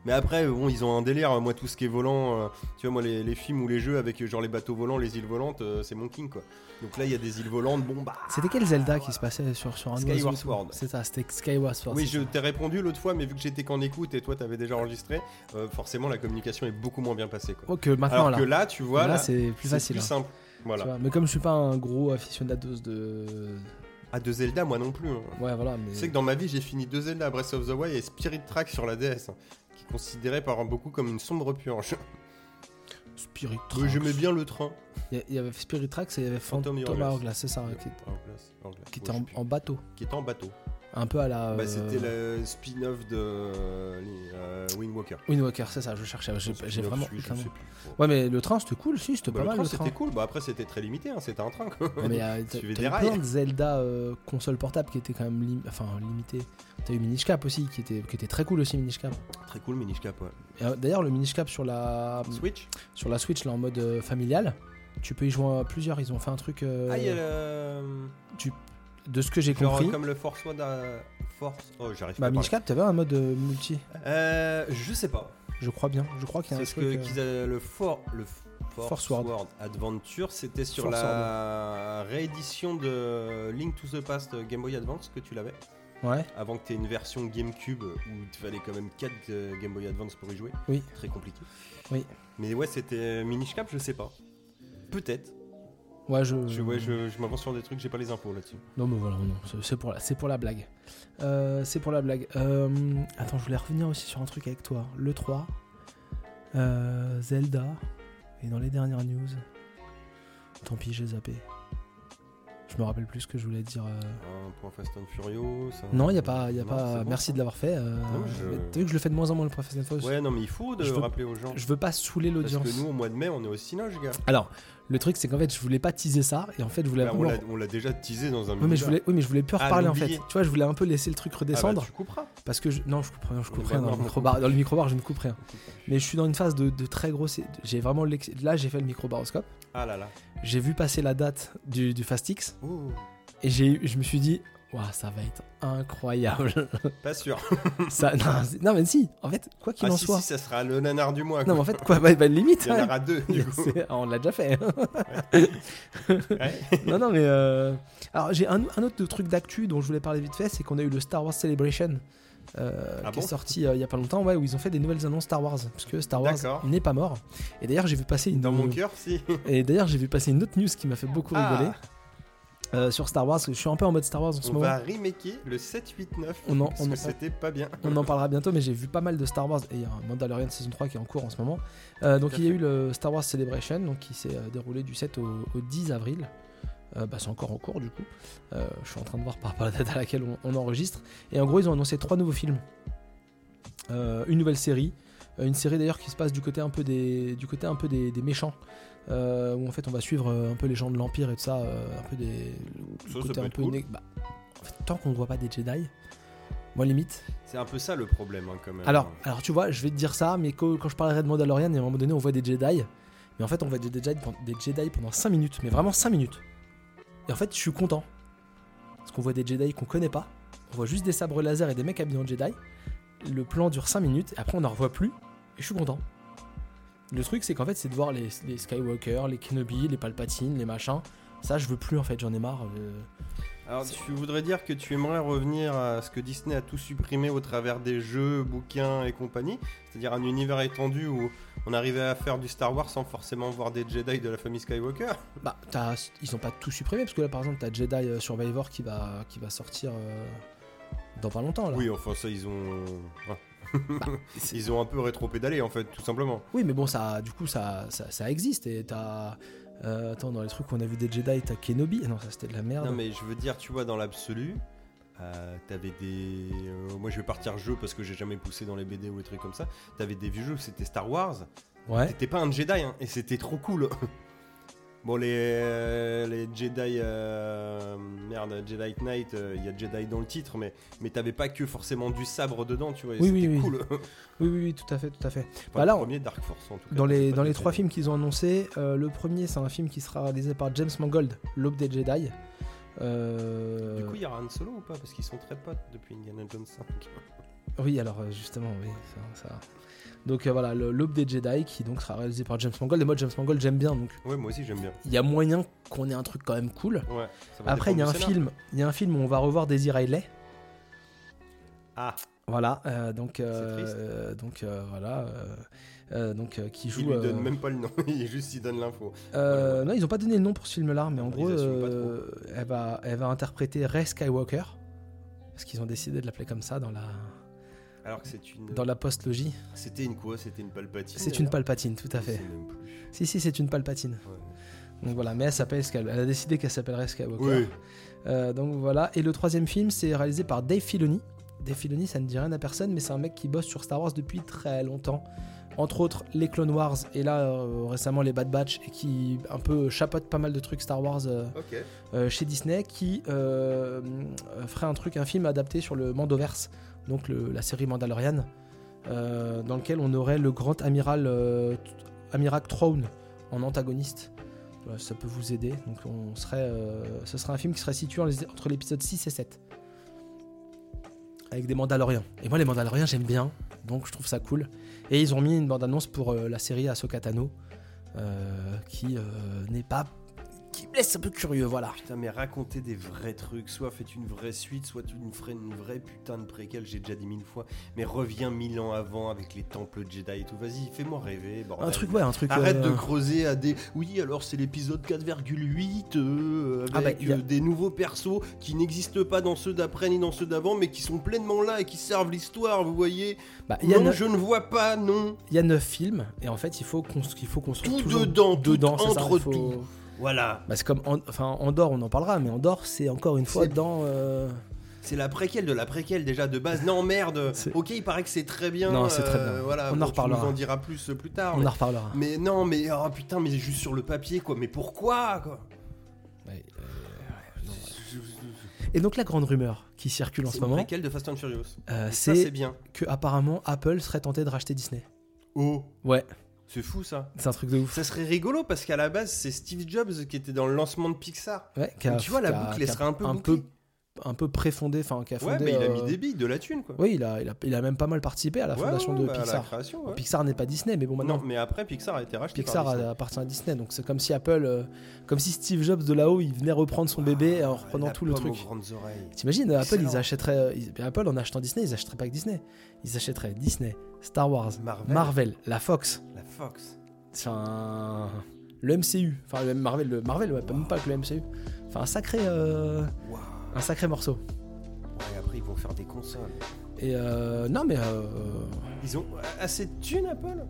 S2: Mais après euh, bon, ils ont un délire. Moi tout ce qui est volant, euh, tu vois moi les, les films ou les jeux avec euh, genre les bateaux volants, les îles volantes, euh, c'est mon king quoi. Donc là il y a des îles volantes, bon bah.
S1: C'était quel Zelda qui se passait sur, sur un
S2: Skyward
S1: oiseau
S2: Sword.
S1: C'est ça, c'était Skyward Sword.
S2: Oui,
S1: c'est
S2: je
S1: ça.
S2: t'ai répondu l'autre fois, mais vu que j'étais qu'en écoute et toi t'avais déjà enregistré, euh, forcément la communication est beaucoup moins bien passée quoi.
S1: Oh, que maintenant,
S2: Alors
S1: là,
S2: que là, tu vois,
S1: là,
S2: là,
S1: c'est plus facile. hein,
S2: simple.
S1: tu
S2: Voilà.
S1: vois. Mais comme je suis pas un gros aficionados de.
S2: Ah, de Zelda, moi non plus. hein.
S1: Ouais, voilà. Mais...
S2: Tu sais que dans ma vie, j'ai fini deux Zelda, Breath of the Wild et Spirit Track sur la DS, hein, qui est considéré par beaucoup comme une sombre purge.
S1: Spirit
S2: Mais j'aimais
S1: Tracks.
S2: bien le train.
S1: Il y a- il y avait Spirit Tracks et il y avait
S2: Phantom
S1: Phantom
S2: Hourglass.
S1: Hourglass, c'est
S2: Euh,
S1: ça, Ah, qui,
S2: Hourglass, Hourglass,
S1: qui
S2: ouais,
S1: était
S2: je
S1: en,
S2: sais plus.
S1: en bateau.
S2: Qui était en bateau.
S1: Un peu à la.
S2: Bah,
S1: euh,
S2: c'était le spin-off de euh, Wind Walker.
S1: Wind Walker, c'est ça, je cherchais. J'ai
S2: Son
S1: j'ai
S2: spin-off
S1: vraiment.
S2: suite, je
S1: aucun nom.
S2: sais plus. Bon.
S1: Ouais, mais le train, c'était cool, si, c'était
S2: Bah,
S1: pas
S2: le
S1: mal
S2: train,
S1: le train.
S2: c'était cool. Bah, après, c'était très limité, hein, c'était un train quoi.
S1: Mais euh, t'as-
S2: Suivez
S1: t'as
S2: des
S1: eu
S2: rails.
S1: plein de Zelda euh, console portable qui était quand même lim- enfin, limité. T'as eu Minish Cap aussi, qui était, qui était très cool aussi, Minish Cap.
S2: Très cool, Minish Cap. ouais.
S1: Et, euh, D'ailleurs, le Minish Cap sur la,
S2: Mm. Switch
S1: sur la Switch, là, en mode euh, familial, tu peux y jouer à plusieurs. Ils ont fait un truc. euh,
S2: Ah, il y a le.
S1: De ce que j'ai
S2: Genre,
S1: compris,
S2: comme le Force One à- Force. Oh, j'arrive pas
S1: bah,
S2: à
S1: Minish
S2: parler.
S1: Cap, t'avais un mode euh, multi,
S2: Euh, je sais pas.
S1: je crois bien. Je crois qu'il y a un
S2: C'est ce
S1: truc.
S2: que
S1: euh,
S2: qu'ils a- le for, le Force,
S1: Force Word.
S2: Word Adventure, c'était sur
S1: Force
S2: la réédition de Link to the Past euh, Game Boy Advance que tu l'avais
S1: Ouais.
S2: avant que tu aies une version GameCube où il fallait quand même 4 Game Boy Advance pour y jouer.
S1: Oui.
S2: Très compliqué.
S1: Oui.
S2: Mais ouais, c'était Minish Cap, je sais pas. Peut-être.
S1: Ouais, je.
S2: Je, ouais, je, je m'avance sur des trucs, j'ai pas les infos là-dessus.
S1: Non, mais voilà, non, c'est- c'est pour la, c'est pour la blague. Euh, c'est pour la blague. Euh, attends, je voulais revenir aussi sur un truc avec toi. Le 3, euh, Zelda, et dans les dernières news. Tant pis, j'ai zappé. Je me rappelle plus ce que je voulais dire. euh.
S2: Un point Fast and Furious. un-
S1: Non, il y a pas, y a
S2: Non,
S1: pas.
S2: c'est bon,
S1: merci
S2: ça
S1: de l'avoir fait. euh,
S2: Non, je-
S1: mais T'as vu que je le fais de moins en moins le professionnel
S2: Ouais, non, mais il faut de
S1: Je veux-
S2: rappeler aux gens.
S1: Je veux pas saouler
S2: Parce
S1: l'audience.
S2: que nous, au mois de mai, on est au Cinoche, gars.
S1: Alors, le truc, c'est qu'en fait, je voulais pas teaser ça, et en fait, je voulais.
S2: Bah, on
S1: vraiment-
S2: l'a- on l'a déjà teasé dans un
S1: Oui, mais je
S2: minibus.
S1: voulais, oui, mais je voulais plus
S2: Ah,
S1: reparler en fait.
S2: l'oublier.
S1: Tu vois, je voulais un peu laisser le truc
S2: Ah bah,
S1: redescendre.
S2: tu couperas.
S1: Parce que je... non, je coupe rien, je coupe
S2: Bah
S1: rien dans
S2: non,
S1: le
S2: non.
S1: micro bar. Dans le micro bar, je ne coupe rien. Mais je suis dans une phase de, de très grosse. J'ai vraiment l'ex- là, j'ai fait le micro baroscope.
S2: Ah là là.
S1: J'ai vu passer la date du, du Fastix Et j'ai, je me suis dit, waouh, ça va être incroyable.
S2: Pas sûr.
S1: ça, non, c'est- non, mais si, en fait, quoi qu'il
S2: ah,
S1: en
S2: si,
S1: soit.
S2: si, ça sera le nanar du mois.
S1: Non, mais
S2: quoi.
S1: en fait, quoi, bah, bah, limite.
S2: Il y en
S1: ouais.
S2: aura deux, du coup.
S1: C'est- On l'a déjà fait.
S2: Ouais.
S1: non, non, mais. euh, Alors, j'ai un, un autre truc d'actu dont je voulais parler vite fait, c'est qu'on a eu le Star Wars Celebration. euh,
S2: Ah
S1: qui
S2: bon
S1: est sorti euh, il y a pas longtemps, ouais, où ils ont fait des nouvelles annonces Star Wars, parce que Star Wars
S2: D'accord.
S1: n'est pas mort. Et d'ailleurs, j'ai vu passer une
S2: Dans mon cœur, si.
S1: Et d'ailleurs, j'ai vu passer une autre news qui m'a fait beaucoup
S2: Ah,
S1: rigoler euh, sur Star Wars. Je suis un peu en mode Star Wars en ce
S2: on
S1: moment.
S2: va remaker le 7-8-9.
S1: On en-
S2: parce
S1: on en-
S2: que c'était pas bien.
S1: On en parlera bientôt, mais j'ai vu pas mal de Star Wars et il y a un Mandalorian saison 3 qui est en cours en ce moment. Euh, donc
S2: Tout à
S1: il y a
S2: fait.
S1: eu le Star Wars Celebration donc, qui s'est euh, déroulé du 7 au, au 10 avril. Euh, bah, c'est encore en cours du coup. Euh, je suis en train de voir par rapport à la date à laquelle on, on enregistre. Et en gros, ils ont annoncé trois nouveaux films, Euh, une nouvelle série, Euh, une série d'ailleurs qui se passe du côté un peu des, du côté un peu des, des méchants. euh, où en fait on va suivre euh, un peu les gens de l'Empire et tout ça, euh, un peu des. le
S2: Ça, ça
S1: côté
S2: peut
S1: un
S2: être cool.
S1: né- bah, en fait, tant qu'on ne voit pas des Jedi, moi limite,
S2: C'est un peu ça le problème, hein, quand même.
S1: alors, alors tu vois, je vais te dire ça, mais quand, quand je parlerai de Mandalorian, il y a un moment donné, on voit des Jedi. Mais en fait, on voit des Jedi, pen- des Jedi pendant 5 minutes, mais vraiment 5 minutes. Et en fait, je suis content. Parce qu'on voit des Jedi qu'on connaît pas. On voit juste des sabres laser et des mecs habillés en Jedi. Le plan dure 5 minutes, après on n'en revoit plus, et je suis content. Le truc, c'est qu'en fait, c'est de voir les, les Skywalker, les Kenobi, les Palpatine, les machins. Ça, je veux plus en fait, j'en ai marre. euh.
S2: Alors,
S1: C'est-
S2: tu voudrais dire que tu aimerais revenir à ce que Disney a tout supprimé au travers des jeux, bouquins et compagnie, c'est-à-dire un univers étendu où on arrivait à faire du Star Wars sans forcément voir des Jedi de la famille Skywalker.
S1: Bah, t'as- ils ont pas tout supprimé, parce que là, par exemple, t'as Jedi euh, Survivor qui va, qui va sortir euh, dans pas longtemps. Là.
S2: Oui, enfin ça ils ont, ouais.
S1: Bah, c'est-
S2: ils ont un peu rétropédalé en fait, tout simplement.
S1: Oui, mais bon, ça, du coup, ça, ça, ça existe. Et t'as. euh, attends, dans les trucs où on a vu des Jedi, t'as Kenobi. Ah non, ça c'était de la merde.
S2: Non mais je veux dire, tu vois, dans l'absolu, euh, t'avais des, euh, moi je vais partir jeu parce que j'ai jamais poussé dans les BD ou des trucs comme ça. T'avais des vieux jeux, c'était Star Wars.
S1: Ouais.
S2: C'était pas un Jedi, hein, et c'était trop cool. Bon, les, euh, les Jedi. euh, merde, Jedi Knight, euh, il y a Jedi dans le titre, mais, mais t'avais pas que forcément du sabre dedans, tu vois. et
S1: Oui, oui,
S2: c'était
S1: oui.
S2: cool. Enfin,
S1: Oui, oui, oui, tout à fait, tout à fait.
S2: le
S1: Bah là, on-
S2: premier Dark Force, en tout cas.
S1: Dans
S2: c'est
S1: les,
S2: pas
S1: dans
S2: de
S1: les
S2: Jedi.
S1: trois films qu'ils ont annoncés, euh, le premier, c'est un film qui sera réalisé par James Mangold, L'aube des Jedi. Euh,
S2: Du coup, il y aura Han Solo ou pas Parce qu'ils sont très potes depuis Indiana Jones 5.
S1: Oui, alors euh, justement, oui, ça. ça. Donc euh, voilà, le- L'aube des Jedi qui donc sera réalisé par James Mangold. Et moi, James Mangold, j'aime bien, donc
S2: Ouais, moi aussi, j'aime bien.
S1: il y a moyen qu'on ait un truc quand même cool.
S2: Ouais, ça va
S1: Après, il y a un
S2: dépendre du scénar.
S1: film, il y a un film où on va revoir Daisy Ridley.
S2: Ah,
S1: Voilà, euh, donc,
S2: triste.
S1: euh, donc euh, voilà, euh, euh, donc euh, qui joue.
S2: il lui
S1: euh,
S2: donne même pas le nom, il juste il donne l'info.
S1: euh, non, ils ont pas donné le nom pour ce film-là, mais en
S2: Ils
S1: gros,
S2: assument pas
S1: euh, elle va, elle va interpréter Rey Skywalker, parce qu'ils ont décidé de l'appeler comme ça dans la,
S2: Alors que c'est une.
S1: dans la post-logie.
S2: C'était une quoi C'était une Palpatine
S1: C'est une
S2: alors
S1: Palpatine, tout à
S2: Je sais
S1: fait.
S2: même plus.
S1: Si, si, c'est une Palpatine.
S2: Ouais.
S1: Donc voilà, mais elle s'appelle, Sky- elle a décidé qu'elle s'appellerait Skywalker.
S2: Oui.
S1: Euh, donc voilà, et le troisième film, c'est réalisé par Dave Filoni. Dave Filoni, ça ne dit rien à personne, mais c'est un mec qui bosse sur Star Wars depuis très longtemps. Entre autres, les Clone Wars, et là, euh, récemment, les Bad Batch, et qui un peu chapote pas mal de trucs Star Wars euh,
S2: Ok.
S1: euh, chez Disney, qui euh, euh, ferait un truc, un film adapté sur le Mandoverse, donc le- la série Mandalorian, euh, dans lequel on aurait le grand amiral euh, t- Amiral Throne en antagoniste. Voilà, ça peut vous aider. Donc on serait, euh, ce serait un film qui serait situé en les- entre l'épisode 6 et 7. Avec des Mandaloriens. Et moi, les Mandaloriens, j'aime bien. Donc, je trouve ça cool. Et ils ont mis une bande-annonce pour euh, la série Ahsoka Tano. euh, qui euh, n'est pas. qui me laisse un peu curieux, voilà.
S2: Putain, mais racontez des vrais trucs. Soit faites une vraie suite, soit tu nous ferais une vraie putain de préquelle, j'ai déjà dit mille fois. Mais reviens mille ans avant avec les temples Jedi et tout. Vas-y, fais-moi rêver, bordel.
S1: Un truc, ouais, un truc.
S2: Arrête
S1: euh,
S2: de creuser à des. Oui, alors c'est l'épisode 4,8 euh,
S1: Ah
S2: avec
S1: bah, y a-
S2: euh, des nouveaux persos qui n'existent pas dans ceux d'après ni dans ceux d'avant, mais qui sont pleinement là et qui servent l'histoire, vous voyez.
S1: bah, Il y, a
S2: Non,
S1: neuf-
S2: je ne vois pas, non.
S1: il y a neuf films, et en fait, il faut qu'on il faut construire
S2: Tout
S1: toujours
S2: dedans, tout
S1: dedans, c'est ça,
S2: entre
S1: il faut-
S2: tout. Voilà.
S1: Bah, c'est comme. En- Enfin, Andorre, on en parlera, mais Andorre, c'est encore une fois
S2: C'est-
S1: dans. euh,
S2: C'est la préquelle de la préquelle déjà de base. Non, merde.
S1: C'est-
S2: Ok, il paraît que c'est très bien.
S1: Non, c'est très
S2: euh,
S1: bien.
S2: Voilà,
S1: On en
S2: bon, tu
S1: reparlera.
S2: nous en dira plus euh, plus tard.
S1: On
S2: mais...
S1: en reparlera.
S2: mais non, mais oh putain, mais juste sur le papier quoi. Mais pourquoi quoi
S1: Ouais, euh, ouais, non, voilà. Et donc la grande rumeur qui circule en ce
S2: C'est une
S1: moment,
S2: préquelle de Fast and Furious.
S1: euh,
S2: Et ça,
S1: c'est
S2: c'est bien.
S1: que apparemment Apple serait tenté de racheter Disney.
S2: Oh,
S1: Ouais.
S2: C'est fou ça.
S1: C'est un truc de ouf.
S2: Ça serait rigolo parce qu'à la base, c'est Steve Jobs qui était dans le lancement de Pixar.
S1: Ouais,
S2: Donc,
S1: qu'a-
S2: tu vois, la
S1: qu'a-
S2: boucle,
S1: qu'a
S2: elle serait un peu
S1: un
S2: bouclée.
S1: peu, un peu préfondé, enfin, qui a
S2: Ouais,
S1: fondé.
S2: mais il a mis
S1: euh,
S2: des billes, de la thune quoi.
S1: Oui, il a, il, a, il a même pas mal participé à la
S2: Ouais,
S1: fondation
S2: ouais,
S1: de
S2: bah, à la
S1: Pixar.
S2: création, ouais.
S1: Pixar n'est pas Disney, mais bon, maintenant,
S2: Non, mais après, Pixar a été racheté
S1: Pixar
S2: par Disney.
S1: appartient à Disney, donc c'est comme si Apple, euh, comme si Steve Jobs de là-haut, il venait reprendre son bébé en reprenant
S2: La
S1: tout le
S2: pomme
S1: truc.
S2: aux grandes oreilles.
S1: T'imagines, Apple,
S2: Excellent.
S1: ils achèteraient, euh, ils- Apple en achetant Disney, ils achèteraient pas que Disney, ils achèteraient Disney, Star Wars,
S2: Marvel,
S1: Marvel, la Fox,
S2: la Fox.
S1: enfin, le MCU, enfin le Marvel, le Marvel, ouais, pas- même pas que le MCU, enfin un sacré, euh,
S2: Waouh.
S1: un sacré morceau.
S2: Ouais, après, ils vont faire des consoles.
S1: Et euh, non mais euh,
S2: Ils ont assez de thunes, Apple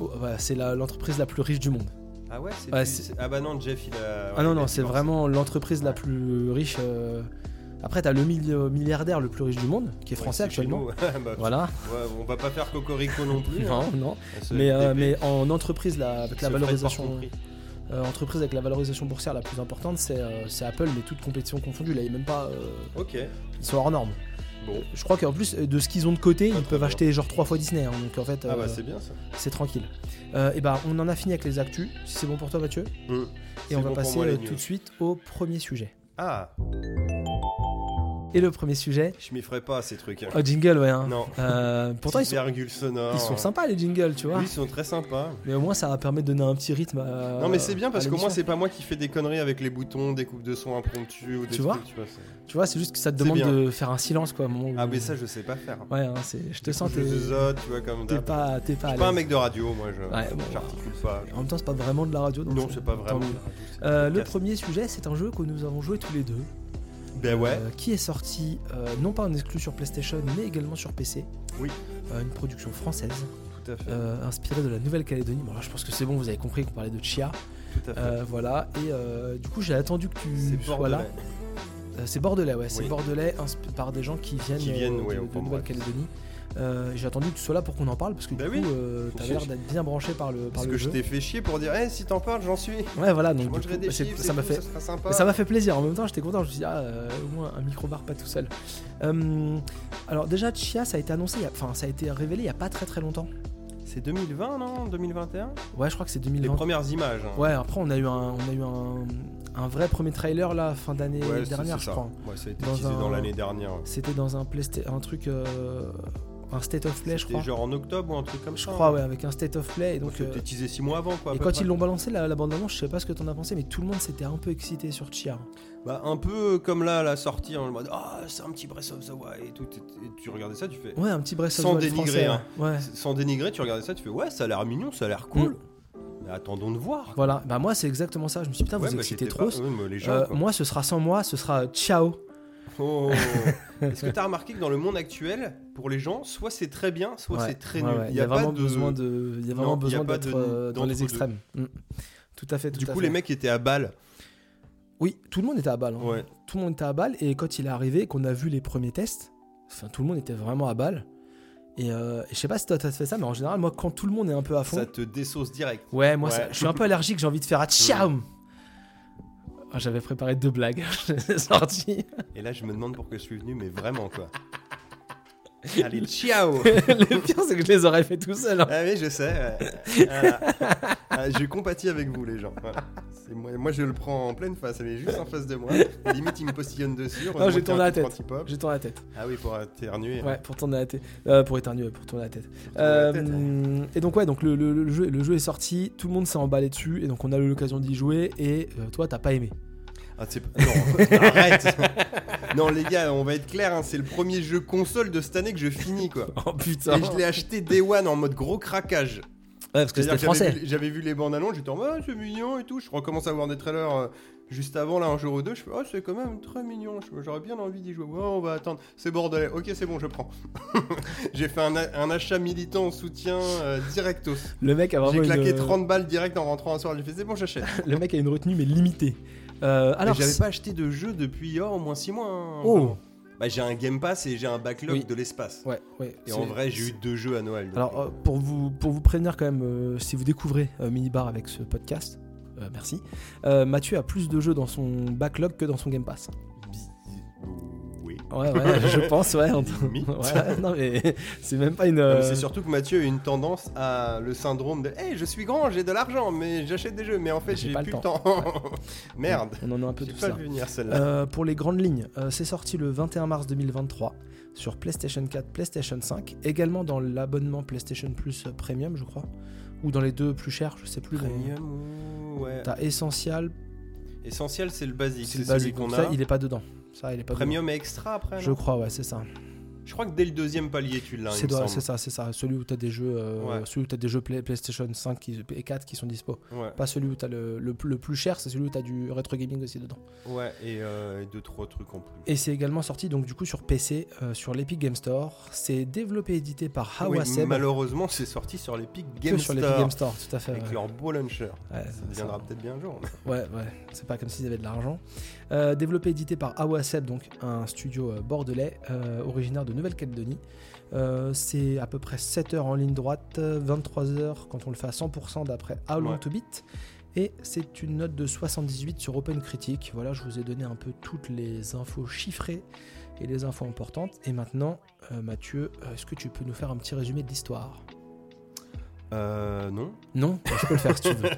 S1: oh, bah, c'est la- l'entreprise la plus riche du monde.
S2: Ah ouais, c'est
S1: Ouais,
S2: plus-
S1: c'est-
S2: Ah bah non, Jeff, il a...
S1: Ah
S2: il
S1: non,
S2: a
S1: non,
S2: été
S1: c'est
S2: lancé.
S1: vraiment l'entreprise la plus riche. euh. Après, t'as le mille- euh, milliardaire le plus riche du monde, qui est
S2: Ouais,
S1: français
S2: c'est chez
S1: actuellement.
S2: nous. Ah bah,
S1: Voilà,
S2: ouais, on va pas faire Cocorico non plus.
S1: non, non.
S2: hein, ce
S1: Mais, euh,
S2: FTP,
S1: mais en entreprise, là, avec
S2: ce
S1: la
S2: Fred par
S1: valorisation,
S2: compris.
S1: euh, entreprise avec la valorisation boursière la plus importante, c'est euh, c'est Apple, mais toutes compétitions confondues. Là, il y a même pas, euh,
S2: Ok, Ah
S1: ils sont hors normes.
S2: bon.
S1: Je crois qu'en plus euh, de ce qu'ils ont de côté,
S2: Pas
S1: ils
S2: très
S1: peuvent
S2: bien.
S1: acheter genre trois fois Disney. hein, donc en fait,
S2: Ah
S1: euh,
S2: bah c'est bien ça.
S1: c'est tranquille. et bah, on en a fini avec les actus. Si c'est bon pour toi, Mathieu,
S2: Mm. C'est
S1: et on
S2: bon
S1: va
S2: pour
S1: passer
S2: moi, les
S1: euh,
S2: news.
S1: tout de suite au premier sujet.
S2: Ah,
S1: Et le premier sujet,
S2: je m'y ferai pas à ces trucs. hein.
S1: oh, jingle, ouais. hein.
S2: Non.
S1: Euh, pourtant, ils
S2: Petite
S1: sont,
S2: virgule sonore.
S1: ils sont sympas les jingles, tu vois.
S2: Oui, ils sont très sympas.
S1: Mais au moins, ça va permettre de donner un petit rythme. à-
S2: non mais c'est bien parce
S1: Euh, à
S2: qu'au moins
S1: l'émission.
S2: c'est pas moi qui fais des conneries avec les boutons, des coupes de son impromptues ou des
S1: Tu vois
S2: trucs, tu vois, c'est-
S1: Tu vois, c'est juste que ça te
S2: C'est
S1: demande
S2: bien.
S1: de faire un silence, quoi. au moment où-
S2: Ah mais ça je sais pas faire.
S1: Ouais, hein, c'est- je te sens,
S2: je
S1: t'es
S2: zozote, tu vois comme
S1: t'es
S2: d'hab.
S1: pas, t'es pas.
S2: Je
S1: à
S2: suis pas un
S1: l'aise.
S2: mec de radio, moi je
S1: Ouais, bon.
S2: j'articule pas.
S1: En même temps, c'est pas vraiment de la radio. donc
S2: Non, c'est pas
S1: tant
S2: vraiment.
S1: mieux.
S2: de la radio, c'est un
S1: Euh, le
S2: podcast.
S1: premier sujet, c'est un jeu que nous avons joué tous les deux,
S2: Ben ouais.
S1: euh, qui est sorti euh, non pas en exclu sur PlayStation, mais également sur PC.
S2: Oui.
S1: Euh, une production française,
S2: Tout à fait.
S1: euh, inspirée de la Nouvelle-Calédonie. Bon, là, je pense que c'est bon, vous avez compris qu'on parlait de Chia.
S2: Tout à fait.
S1: Euh, voilà, et euh, du coup, j'ai attendu que tu
S2: c'est
S1: sois
S2: bordelais.
S1: là. Euh, c'est bordelais, ouais, c'est
S2: Oui.
S1: bordelais inspi- par des gens qui viennent,
S2: Qui
S1: euh,
S2: viennent,
S1: de-
S2: ouais,
S1: de,
S2: enfin, bref.
S1: Nouvelle-Calédonie. Euh, J'ai attendu que tu sois là pour qu'on en parle parce que
S2: Bah
S1: du
S2: oui.
S1: coup, euh,
S2: Je
S1: t'as
S2: sais,
S1: l'air
S2: je-
S1: d'être bien branché par le, par
S2: Parce
S1: le
S2: que je
S1: jeu.
S2: t'ai fait chier pour dire, eh si t'en parles, j'en suis.
S1: ouais, voilà, donc
S2: Je
S1: du
S2: mangerai
S1: coup, bah,
S2: des
S1: c'est-
S2: chips,
S1: ça
S2: et
S1: m'a
S2: tout,
S1: fait.
S2: ça sera sympa.
S1: mais ça m'a fait plaisir en même temps, j'étais content, je me suis dit, ah, euh, au moins un micro-bar pas tout seul. Euh, alors, déjà, Chia, ça a été annoncé, il y a- enfin, ça a été révélé il y a pas très très longtemps.
S2: C'est 2020, non 2021
S1: Ouais, je crois que c'est
S2: Les
S1: 2020.
S2: premières images. hein.
S1: Ouais, après, on a eu un, on a eu un, un vrai premier trailer là, fin d'année
S2: Ouais, c'est-
S1: dernière,
S2: c'est
S1: je
S2: ça.
S1: crois.
S2: Ouais, ça a été
S1: Dans
S2: teasé
S1: un-
S2: dans l'année dernière.
S1: C'était dans un, playsta- un truc. euh, un state of play, je
S2: C'était
S1: crois.
S2: genre en octobre ou un truc comme
S1: Je
S2: ça.
S1: crois, ouais, avec un state of play. Et,
S2: Donc
S1: donc, euh,
S2: c'était teasé 6 mois avant quoi. à
S1: et
S2: peu
S1: quand
S2: près.
S1: ils l'ont balancé la, la bande annonce, je sais pas ce que t'en as pensé, mais tout le monde s'était un peu excité sur Chia.
S2: Bah, un peu comme là à la sortie, en mode ah c'est un petit Breath of the Wild et tout. Et tu regardais ça, tu fais.
S1: Ouais, un petit Breath of
S2: Sans
S1: the Wild français,
S2: dénigrer, hein.
S1: Ouais. Ouais.
S2: Sans dénigrer, tu regardais ça, tu fais ouais, ça a l'air mignon, ça a l'air cool.
S1: Mm.
S2: Mais attendons de voir.
S1: Voilà, bah moi c'est exactement ça. Je me suis dit, putain,
S2: Ouais,
S1: vous
S2: bah,
S1: excitez
S2: j'étais
S1: trop.
S2: pas- ouais, mais les gens,
S1: Euh,
S2: quoi.
S1: moi, ce sera sans moi, ce sera euh, ciao.
S2: Oh. Est-ce que t'as remarqué que dans le monde actuel, pour les gens, soit c'est très bien, soit
S1: Ouais,
S2: c'est très
S1: ouais,
S2: nul.
S1: ouais.
S2: Il
S1: Il
S2: n'y a, pas
S1: vraiment
S2: de...
S1: besoin de. Il y a
S2: Non, il y
S1: vraiment
S2: a
S1: besoin
S2: pas
S1: d'être
S2: de-
S1: euh, dans les
S2: d'entre-deux.
S1: extrêmes. Mm. Tout à fait. tout
S2: Du
S1: à
S2: coup,
S1: fait.
S2: les mecs étaient à balle.
S1: Oui, tout le monde était à balle. hein.
S2: Ouais.
S1: Tout le monde était à balle. Et quand il est arrivé, et qu'on a vu les premiers tests, enfin, tout le monde était vraiment à balle. Et, euh, et je sais pas si toi t'as fait ça, mais en général, moi, quand tout le monde est un peu à fond.
S2: Ça te dessauce direct.
S1: Ouais, Mm. moi,
S2: Ouais.
S1: ça- je suis un peu allergique, j'ai envie de faire à tchaoum. Ah, J'avais préparé deux blagues, je les ai sorties.
S2: Et là, je me demande pour que je suis venu, mais vraiment quoi. Allez, ciao
S1: le pire, c'est que je les aurais fait tout seul. hein.
S2: Ah oui, je sais. ouais. Voilà. Ah, je compatis avec vous, les gens. Voilà. C'est Moi, moi, je le prends en pleine face. Elle est juste en face de moi. Limite, il me postillonne dessus. Heureusement
S1: j'ai
S2: qu'il y a
S1: tourné
S2: un
S1: la
S2: petit
S1: tête.
S2: anti-pop.
S1: J'ai tourné la tête.
S2: Ah oui, pour éternuer.
S1: Ouais, pour tourner la tête. Euh, pour éternuer, pour tourner la tête.
S2: tourner la tête, hein.
S1: Euh, Et donc, ouais, donc le, le- le jeu, le jeu est sorti, tout le monde s'est emballé dessus, et donc on a eu l'occasion d'y jouer, et euh, toi, t'as pas aimé.
S2: Ah, c'est pas- Non, arrête Non, les gars, on va être clair, hein, c'est le premier jeu console de cette année que je finis, quoi.
S1: Oh putain.
S2: Et je l'ai acheté Day One en mode gros craquage.
S1: Ouais, parce que
S2: C'est-à-dire
S1: c'était
S2: que j'avais
S1: français.
S2: vu- J'avais vu les bandes annonces, j'étais en mode ah, c'est mignon et tout. Je recommence à voir des trailers euh, juste avant, là, un jour ou deux. Je fais, oh, c'est quand même très mignon. Je- J'aurais bien envie d'y jouer. Ouais, on va attendre. C'est bordelais. Ok, c'est bon, je prends. J'ai fait un, a- un achat militant en soutien euh, directos.
S1: Le mec a
S2: J'ai
S1: vraiment
S2: claqué
S1: une, euh,
S2: 30 balles direct en rentrant un soir. J'ai fait, c'est bon, j'achète.
S1: Le mec a une retenue, mais limitée. Euh,
S2: Alors,
S1: alors,
S2: j'avais pas acheté de jeu depuis oh, au moins 6 mois. hein,
S1: Oh.
S2: vraiment. Bah, j'ai un Game Pass et j'ai un backlog
S1: Oui.
S2: de l'espace.
S1: Ouais, ouais.
S2: Et en
S1: c'est-
S2: vrai, j'ai eu deux jeux à Noël. donc,
S1: Alors, euh, pour vous, pour vous prévenir quand même, euh, si vous découvrez euh, Minibar avec ce podcast, euh, merci. oh. euh, Mathieu a plus de jeux dans son backlog que dans son Game Pass.
S2: euh, Oui.
S1: Ouais, ouais, je pense, ouais. on-
S2: Limite.
S1: Ouais, non, mais c'est même pas une.
S2: Non, mais
S1: euh,
S2: C'est surtout que Mathieu a une tendance à le syndrome de Hey, je suis grand, j'ai de l'argent, mais j'achète des jeux, mais en fait,
S1: J'ai
S2: j'ai
S1: pas
S2: plus
S1: le
S2: le temps. Merde,
S1: On en a un peu
S2: j'ai
S1: tout
S2: pas
S1: ça.
S2: vu venir celle-là.
S1: Euh, pour les grandes lignes, euh, c'est sorti le 21 mars 2023 sur PlayStation 4, PlayStation 5, également dans l'abonnement PlayStation Plus euh, Premium, je crois, ou dans les deux plus chers, je sais plus. mais
S2: Premium, ouais.
S1: Euh, T'as Essential,
S2: Essentiel, c'est le basique,
S1: c'est le
S2: c'est
S1: basique,
S2: celui
S1: donc
S2: qu'on
S1: ça,
S2: a.
S1: il est pas dedans. Ça, il est pas
S2: Premium et extra
S1: dedans.
S2: après. non
S1: Je crois, ouais, c'est ça.
S2: Je crois que dès le deuxième palier, tu l'as. il
S1: C'est
S2: me
S1: doit-
S2: semble.
S1: c'est ça, c'est ça. Celui où t'as des jeux, euh,
S2: Ouais.
S1: celui où t'as des jeux Play- PlayStation 5 qui- et 4 qui sont dispo.
S2: Ouais.
S1: Pas celui où t'as le, le, le plus cher, c'est celui où t'as du rétro gaming aussi dedans.
S2: Ouais, et euh, et deux, trois trucs en plus.
S1: Et c'est également sorti donc du coup sur PC, euh, sur l'Epic Game Store. C'est développé et édité par
S2: Oui,
S1: Hawa ah Seb.
S2: malheureusement, c'est sorti sur l'Epic Game
S1: que sur l'Epic Game
S2: Store.
S1: Store, tout à fait.
S2: Avec
S1: ouais.
S2: leur beau launcher.
S1: Ouais,
S2: Ça
S1: c'est
S2: deviendra peut-être bien un jour. mais-
S1: Ouais, ouais, c'est pas comme s'ils avaient de l'argent. Euh, développé et édité par Awasep, donc un studio euh, bordelais euh, originaire de Nouvelle-Calédonie. Euh, c'est à peu près 7 heures en ligne droite, euh, 23 heures quand on le fait à 100% d'après How Long
S2: Ouais.
S1: to Beat. Et c'est une note de 78 sur Open Critique. Voilà, je vous ai donné un peu toutes les infos chiffrées et les infos importantes. Et maintenant, euh, Mathieu, euh, est-ce que tu peux nous faire un petit résumé de l'histoire
S2: Euh, non.
S1: Non Je peux le faire si tu veux.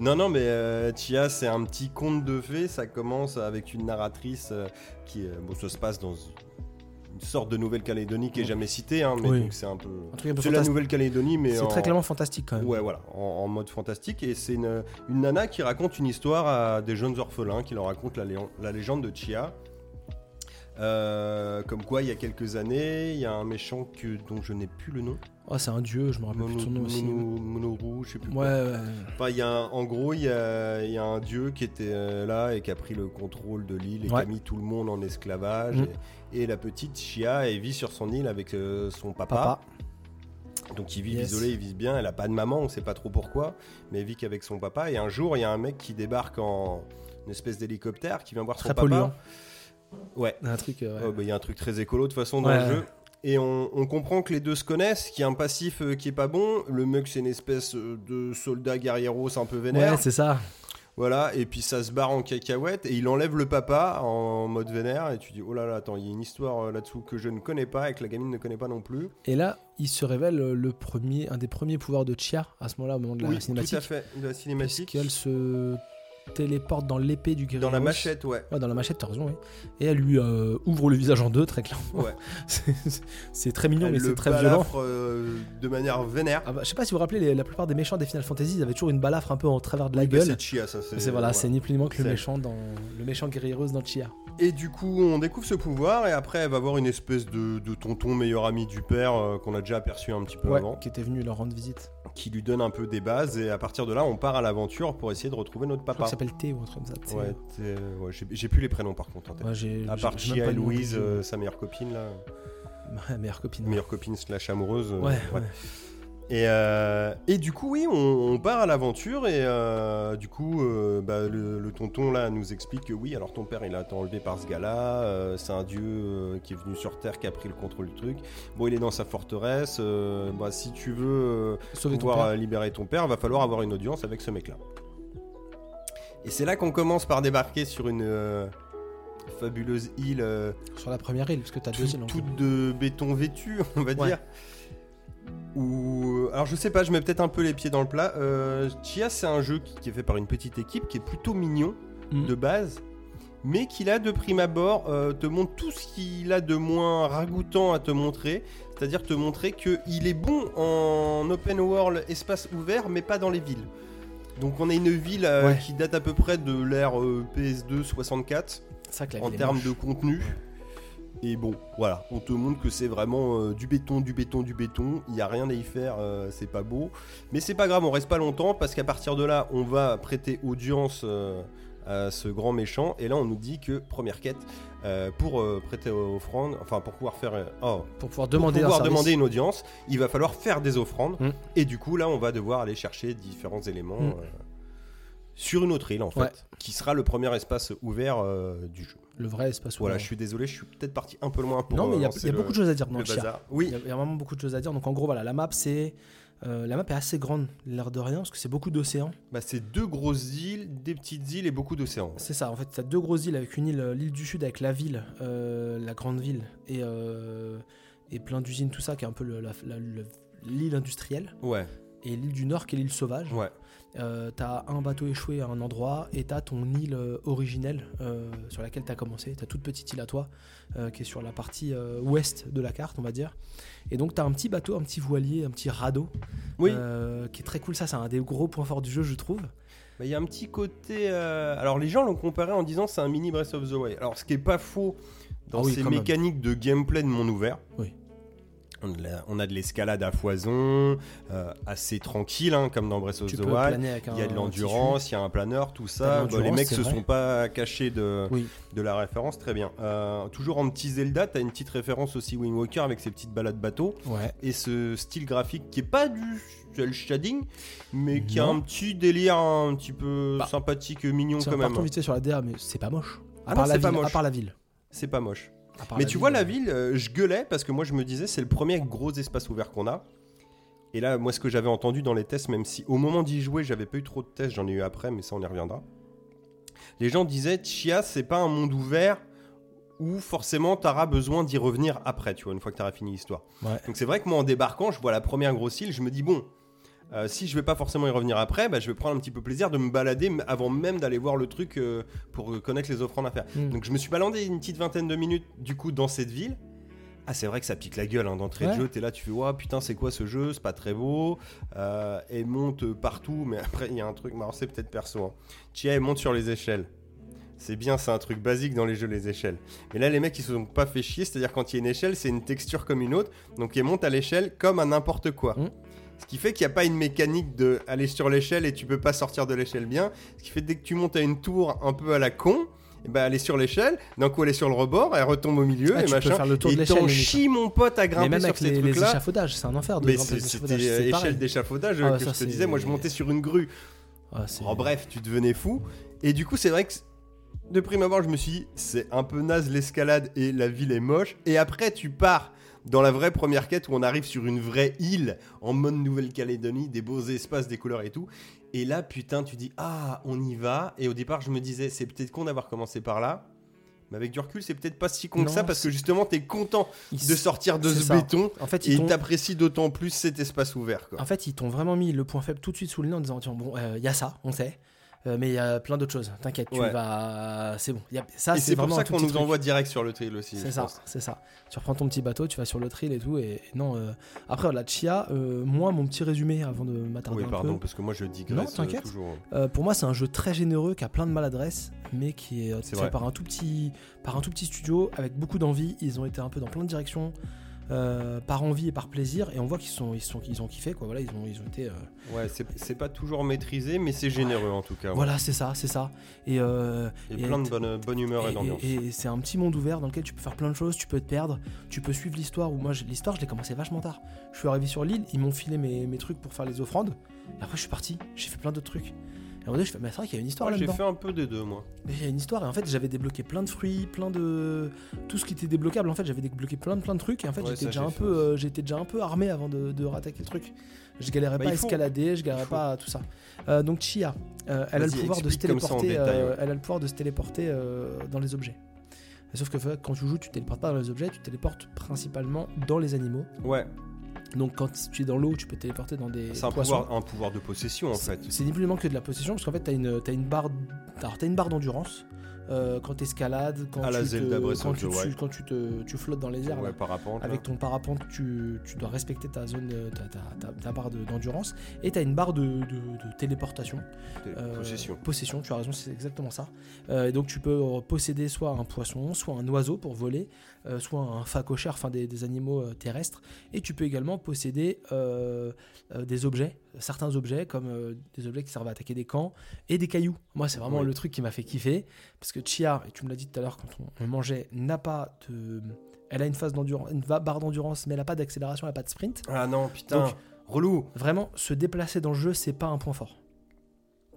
S2: Non, non, mais euh, Chia, c'est un petit conte de fées. Ça commence avec une narratrice euh, qui. euh, bon, ça se passe dans une sorte de Nouvelle-Calédonie qui est jamais citée, hein, mais
S1: Oui.
S2: donc c'est un peu.
S1: Un truc un peu
S2: C'est la
S1: fantastique.
S2: Nouvelle-Calédonie, mais.
S1: C'est
S2: en-
S1: très clairement fantastique quand même.
S2: Ouais, voilà, en, en mode fantastique. Et c'est une, une nana qui raconte une histoire à des jeunes orphelins, qui leur raconte la, léon- la légende de Chia. Euh, comme quoi, il y a quelques années, il y a un méchant que, dont je n'ai plus le nom.
S1: Oh, c'est un dieu, je me rappelle plus de
S2: Mono,
S1: son nom aussi.
S2: Mono- Monoru, je sais plus.
S1: Ouais,
S2: quoi.
S1: ouais.
S2: Enfin, il y a un- en gros, il y, a il y a un dieu qui était euh, là et qui a pris le contrôle de l'île et qui
S1: Ouais.
S2: a mis tout le monde en esclavage.
S1: Mhm.
S2: Et, et la petite Chia, elle vit sur son île avec euh, son
S1: Papa.
S2: donc ils vivent
S1: Yes.
S2: isolés, ils vivent bien. Elle a pas de maman, on sait pas trop pourquoi, mais elle vit qu'avec son papa. Et un jour, il y a un mec qui débarque en une espèce d'hélicoptère qui vient voir
S1: Très
S2: son
S1: polluant.
S2: papa. Ouais.
S1: Un truc. euh,
S2: Oh,
S1: ouais.
S2: bah, Il y a un truc très écolo de toute façon dans
S1: Ouais.
S2: le jeu. Et on, on comprend que les deux se connaissent, qu'il y a un passif euh, qui est pas bon. Le mec, c'est une espèce euh, de soldat guerrieros un peu vénère.
S1: Ouais, c'est ça.
S2: Voilà, et puis ça se barre en cacahuète et il enlève le papa en mode vénère et tu dis oh là là attends il y a une histoire euh, là-dessous que je ne connais pas et que la gamine ne connaît pas non plus.
S1: Et là, il se révèle euh, le premier, un des premiers pouvoirs de Chia à ce moment-là, au moment de la
S2: oui, tout à
S1: cinématique.
S2: fait, de la cinématique.
S1: Puisqu'elle se téléporte dans l'épée du guerrier.
S2: Dans la
S1: russe.
S2: machette, ouais.
S1: Ouais, dans la machette, t'as raison, oui. Et elle lui euh, ouvre le visage en deux, très clairement.
S2: Ouais.
S1: C'est- c'est très mignon,
S2: Elle
S1: Ah mais
S2: le
S1: c'est très violent.
S2: balafre, euh, de manière vénère.
S1: Ah bah, je sais pas si vous vous rappelez, les- la plupart des méchants des Final Fantasy, ils avaient toujours une balafre un peu en travers de la
S2: Oui, bah,
S1: gueule. Ah,
S2: c'est Chia, ça. C'est
S1: C'est voilà, c'est ni plus ni moins que le
S2: C'est-
S1: méchant, dans, le méchant guerriereuse dans Chia.
S2: Et du coup, on découvre ce pouvoir et après, elle va voir une espèce de, de tonton meilleur ami du père euh, qu'on a déjà aperçu un petit peu
S1: Ouais,
S2: avant,
S1: qui était venu leur rendre visite.
S2: qui lui donne un peu des bases et à partir de là, on part à l'aventure pour essayer de retrouver notre
S1: Je crois
S2: papa.
S1: que ça s'appelle T ou un truc comme ça. T.
S2: Ouais, t'es- ouais, j'ai j'ai plus les prénoms par contre. en tête.
S1: Ouais, j'ai-
S2: à
S1: j'ai-
S2: part
S1: j'ai même
S2: Chia
S1: pas
S2: et
S1: le nom du
S2: Louise,
S1: jeu.
S2: euh, sa meilleure copine là,
S1: Ma meilleure copine.
S2: meilleure copine slash amoureuse. euh,
S1: Ouais, ouais.
S2: ouais. Et, euh, et du coup, oui, on, on part à l'aventure et euh, du coup, euh, bah, le, le tonton là nous explique que oui, alors ton père il a été enlevé par ce gars-là, euh, c'est un dieu euh, qui est venu sur Terre, qui a pris le contrôle du truc. Bon, il est dans sa forteresse, euh, bah, si tu veux euh,
S1: Sauver ton
S2: pouvoir
S1: père.
S2: euh, libérer ton père, va falloir avoir une audience avec ce mec-là. Et c'est là qu'on commence par débarquer sur une euh, fabuleuse île. euh,
S1: Sur la première île, parce que t'as
S2: tout,
S1: deux îles. en
S2: tout
S1: gros.
S2: de béton vêtu, on va
S1: Ouais.
S2: dire. Ou euh, alors je sais pas, je mets peut-être un peu les pieds dans le plat. Euh, Chia, c'est un jeu qui, qui est fait par une petite équipe qui est plutôt mignon
S1: Mm.
S2: de base, mais qui là de prime abord euh, te montre tout ce qu'il a de moins ragoûtant à te montrer, c'est-à-dire te montrer que il est bon en open world, espace ouvert, mais pas dans les villes. Donc on a une ville euh,
S1: Ouais.
S2: qui date à peu près de l'ère euh, PS2 64
S1: C'est vrai que la
S2: en
S1: ville est
S2: termes
S1: moche.
S2: de contenu. Et bon, voilà, on te montre que c'est vraiment euh, du béton, du béton, du béton. Il n'y a rien à y faire, euh, c'est pas beau. Mais c'est pas grave, on reste pas longtemps parce qu'à partir de là, on va prêter audience euh, à ce grand méchant. Et là, on nous dit que première quête euh, pour euh, prêter offrande, enfin pour pouvoir faire, euh, oh,
S1: Pour pouvoir
S2: pour
S1: demander
S2: pouvoir
S1: un service.
S2: demander une audience, il va falloir faire des offrandes.
S1: Mm.
S2: Et du coup, là, on va devoir aller chercher différents éléments
S1: Mm.
S2: euh, sur une autre île, en fait,
S1: Ouais.
S2: qui sera le premier espace ouvert euh, du jeu.
S1: Le vrai espace
S2: Voilà,
S1: ouvert.
S2: je suis désolé, je suis peut-être parti un peu loin pour.
S1: Non, mais il y a, il y a
S2: euh, lancer le-
S1: beaucoup de choses à dire dans
S2: le
S1: le Chia.
S2: bazar.
S1: Il
S2: Oui,
S1: y, a- il y a vraiment beaucoup de choses à dire. Donc en gros, voilà, la map, c'est Euh, la map est assez grande, l'air de rien, parce que c'est beaucoup d'océans.
S2: Bah, c'est deux grosses îles, des petites îles et beaucoup d'océans.
S1: C'est ça, en fait, tu as deux grosses îles avec une île, euh, l'île du Sud avec la ville, euh, la grande ville, et, euh, et plein d'usines, tout ça, qui est un peu le- la- la- le- l'île industrielle,
S2: Ouais,
S1: et l'île du Nord qui est l'île sauvage.
S2: ouais.
S1: Euh, t'as un bateau échoué à un endroit et t'as ton île euh, originelle euh, sur laquelle t'as commencé, ta toute petite île à toi euh, qui est sur la partie euh, ouest de la carte, on va dire. Et donc t'as un petit bateau, un petit voilier, un petit radeau
S2: Oui, bah,
S1: euh, qui est très cool. Ça, c'est un des gros points forts du jeu, je trouve.
S2: bah, il y a un petit côté. euh, Alors, les gens l'ont comparé en disant c'est un mini Breath of the Wild. Alors, ce qui est pas faux dans
S1: Ah oui,
S2: ces
S1: quand même.
S2: mécaniques de gameplay de monde ouvert.
S1: Oui.
S2: On a de la- on a de l'escalade à foison, euh, assez tranquille, hein, comme dans Breath of
S1: Tu
S2: the
S1: peux
S2: Wild.
S1: planer avec un.
S2: Il y a de
S1: tissu.
S2: l'endurance, il y a un planeur, tout
S1: T'as
S2: ça.
S1: de
S2: Bah, les
S1: l'endurance,
S2: mecs
S1: c'est
S2: se
S1: vrai.
S2: sont pas cachés de,
S1: Oui.
S2: de la référence, très bien. Euh, toujours en petit Zelda, t'as une petite référence aussi Wind Walker avec ses petites balades bateau
S1: Ouais.
S2: et ce style graphique qui est pas du cel shading, mais qui a
S1: Non.
S2: un petit délire un petit peu
S1: Bah,
S2: sympathique, et mignon
S1: Tiens,
S2: quand même.
S1: partons vite fait sur la DA, mais c'est pas moche.
S2: Ah
S1: à part
S2: non,
S1: la
S2: c'est
S1: ville,
S2: pas
S1: à
S2: moche.
S1: part la ville.
S2: C'est pas moche.
S1: À part
S2: mais
S1: la
S2: tu vois,
S1: ville,
S2: la
S1: euh,
S2: ville, euh, je gueulais parce que moi je me disais c'est le premier gros espace ouvert qu'on a. Et là, moi, ce que j'avais entendu dans les tests, même si au moment d'y jouer, j'avais pas eu trop de tests, j'en ai eu après, mais ça, on y reviendra. Les gens disaient, Chia, c'est pas un monde ouvert où forcément t'auras besoin d'y revenir après, tu vois, une fois que t'auras fini l'histoire.
S1: Ouais.
S2: Donc c'est vrai que moi, en débarquant, je vois la première grosse île, je me dis, bon, euh, si je vais pas forcément y revenir après, bah, je vais prendre un petit peu plaisir de me balader m- avant même d'aller voir le truc euh, pour euh, connaître les offrandes à faire.
S1: Mm.
S2: Donc je me suis baladé une petite vingtaine de minutes du coup dans cette ville. Ah c'est vrai que ça pique la gueule hein, d'entrée
S1: Ouais.
S2: de jeu, t'es là, tu fais ouah putain c'est quoi ce jeu, c'est pas très beau, Euh, elle monte partout, mais après il y a un truc marrant, c'est peut-être perso. hein. Chia elle monte sur les échelles. C'est bien, c'est un truc basique dans les jeux les échelles. Mais là les mecs ils se sont pas fait chier, c'est-à-dire quand il y a une échelle c'est une texture comme une autre, donc elle monte à l'échelle comme à n'importe quoi.
S1: Mm.
S2: Ce qui fait qu'il n'y a pas une mécanique de aller sur l'échelle et tu peux pas sortir de l'échelle bien. Ce qui fait que dès que tu montes à une tour un peu à la con, eh ben, elle est sur l'échelle, d'un coup elle est sur le rebord, elle retombe au milieu
S1: Ah,
S2: et
S1: tu peux
S2: machin.
S1: faire le tour de
S2: et
S1: l'échelle,
S2: t'en
S1: limite.
S2: chie mon pote à
S1: Mais
S2: grimper
S1: même
S2: sur
S1: avec
S2: ces
S1: les, les
S2: trucs-là.
S1: échafaudages, c'est un enfer de
S2: Mais
S1: grimper
S2: c'est-
S1: les
S2: c'était
S1: échafaudages.
S2: euh,
S1: C'est pareil.
S2: échelle d'échafaudage
S1: Ah
S2: euh,
S1: ouais, ça,
S2: que je te
S1: c'est-
S2: disais, moi je montais sur une grue.
S1: Ah, c'est-
S2: En bref, tu devenais fou. Et du coup, c'est vrai que c- de prime abord, je me suis dit, c'est un peu naze l'escalade et la ville est moche. Et après, tu pars dans la vraie première quête où on arrive sur une vraie île en mode Nouvelle-Calédonie, des beaux espaces, des couleurs et tout. Et là, putain, tu dis, ah, on y va. Et au départ, je me disais, c'est peut-être con d'avoir commencé par là. Mais avec du recul, c'est peut-être pas si con que
S1: Non,
S2: ça parce que justement, t'es content
S1: Ils-
S2: de sortir de
S1: c'est
S2: ce
S1: ça.
S2: béton.
S1: En fait, ils
S2: Et
S1: t'ont-
S2: t'apprécies d'autant plus cet espace ouvert. Quoi.
S1: En fait, ils t'ont vraiment mis le point faible tout de suite sous le nez en disant tiens, bon, il y a ça, on sait, euh, mais il y a plein d'autres choses. T'inquiète, tu
S2: Ouais.
S1: vas, c'est bon. Y a- Ça,
S2: et
S1: Ah, c'est
S2: c'est pour
S1: vraiment
S2: ça
S1: un tout
S2: qu'on
S1: petit
S2: nous
S1: truc.
S2: envoie direct sur le trail aussi.
S1: C'est
S2: je
S1: ça,
S2: pense.
S1: c'est ça. Tu reprends ton petit bateau, tu vas sur le trail et tout. Et non, euh, après la Chia, euh, moi, mon petit résumé avant de m'attarder
S2: Oui,
S1: un
S2: pardon,
S1: peu.
S2: parce que moi je digresse
S1: Non,
S2: euh,
S1: t'inquiète.
S2: toujours.
S1: Euh, pour moi, c'est un jeu très généreux qui a plein de maladresses, mais qui est euh,
S2: C'est
S1: fait
S2: vrai.
S1: par un tout petit, par un tout petit studio avec beaucoup d'envie. Ils ont été un peu dans plein de directions, euh, par envie et par plaisir, et on voit qu'ils sont, ils sont, ils ont kiffé quoi. Voilà, ils ont, ils ont été. euh,
S2: Ouais, c'est c'est pas toujours maîtrisé, mais c'est généreux en tout cas. ouais.
S1: Voilà, c'est ça, c'est ça. Et, euh,
S2: Et
S1: et-
S2: plein de bonne, bonne humeur et,
S1: et-
S2: d'ambiance.
S1: et- et c'est un petit monde ouvert dans lequel tu peux faire plein de choses, tu peux te perdre, tu peux suivre l'histoire. Ou moi, j'ai- l'histoire, je l'ai commencé vachement tard. Je suis arrivé sur l'île, ils m'ont filé mes, mes trucs pour faire les offrandes. Et après, je suis parti, j'ai fait plein d'autres trucs. Et à un moment donné, je fais, mais c'est vrai qu'il y a une histoire
S2: Ouais, J'ai
S1: là-dedans.
S2: fait un peu des deux, moi.
S1: Mais il y a une histoire. Et en fait, j'avais débloqué plein de fruits, plein de tout ce qui était débloquable. En fait, j'avais débloqué plein de plein de trucs. Et en fait,
S2: Ouais,
S1: j'étais
S2: ça,
S1: déjà
S2: j'ai
S1: un
S2: fait
S1: peu, euh, j'étais déjà un peu armé avant de, de rattaquer le truc. Je galérais
S2: Bah,
S1: pas à
S2: il faut.
S1: escalader, je galérais
S2: faut.
S1: pas à tout ça. Euh, donc Chia, euh, elle a le
S2: Vas-y,
S1: pouvoir de se
S2: explique comme ça en
S1: téléporter.
S2: détail,
S1: euh,
S2: ouais.
S1: Elle a le pouvoir de se téléporter euh, dans les objets. Sauf que quand tu joues, tu téléportes pas dans les objets, tu téléportes principalement dans les animaux.
S2: Ouais,
S1: Donc quand tu es dans l'eau, tu peux téléporter dans des
S2: c'est un
S1: poissons.
S2: pouvoir, un pouvoir de possession en
S1: C'est-
S2: fait.
S1: C'est ni plus ni moins que de la possession, parce qu'en fait, t'as une, t'as une barre, alors, t'as une barre d'endurance euh, quand t'escalades, quand
S2: À la
S1: tu,
S2: Zelda
S1: te,
S2: Breath
S1: quand
S2: of
S1: tu,
S2: the
S1: te-
S2: Wild.
S1: quand tu te, tu flottes dans les airs.
S2: Ouais,
S1: là.
S2: parapente. là.
S1: Avec ton parapente, tu, tu dois respecter ta zone, euh, ta, ta- ta- ta barre de- d'endurance, et t'as une barre de, de- de téléportation.
S2: T'es-
S1: euh,
S2: Possession.
S1: Possession, tu as raison, c'est exactement ça. Euh, et donc tu peux euh, posséder soit un poisson, soit un oiseau pour voler, euh, soit un phacochère, enfin des, des animaux euh, terrestres. Et tu peux également posséder euh, euh, des objets, certains objets, comme euh, des objets qui servent à attaquer des camps, et des cailloux. Moi, c'est vraiment
S2: Oui.
S1: le truc qui m'a fait kiffer, parce que Chia, et tu me l'as dit tout à l'heure quand on, on mangeait, n'a pas de... Elle a une, phase d'endurance, une va- barre d'endurance, mais elle n'a pas d'accélération, elle n'a pas de sprint.
S2: Ah non, putain,
S1: Donc-
S2: relou.
S1: Vraiment, se déplacer dans le jeu, c'est pas un point fort.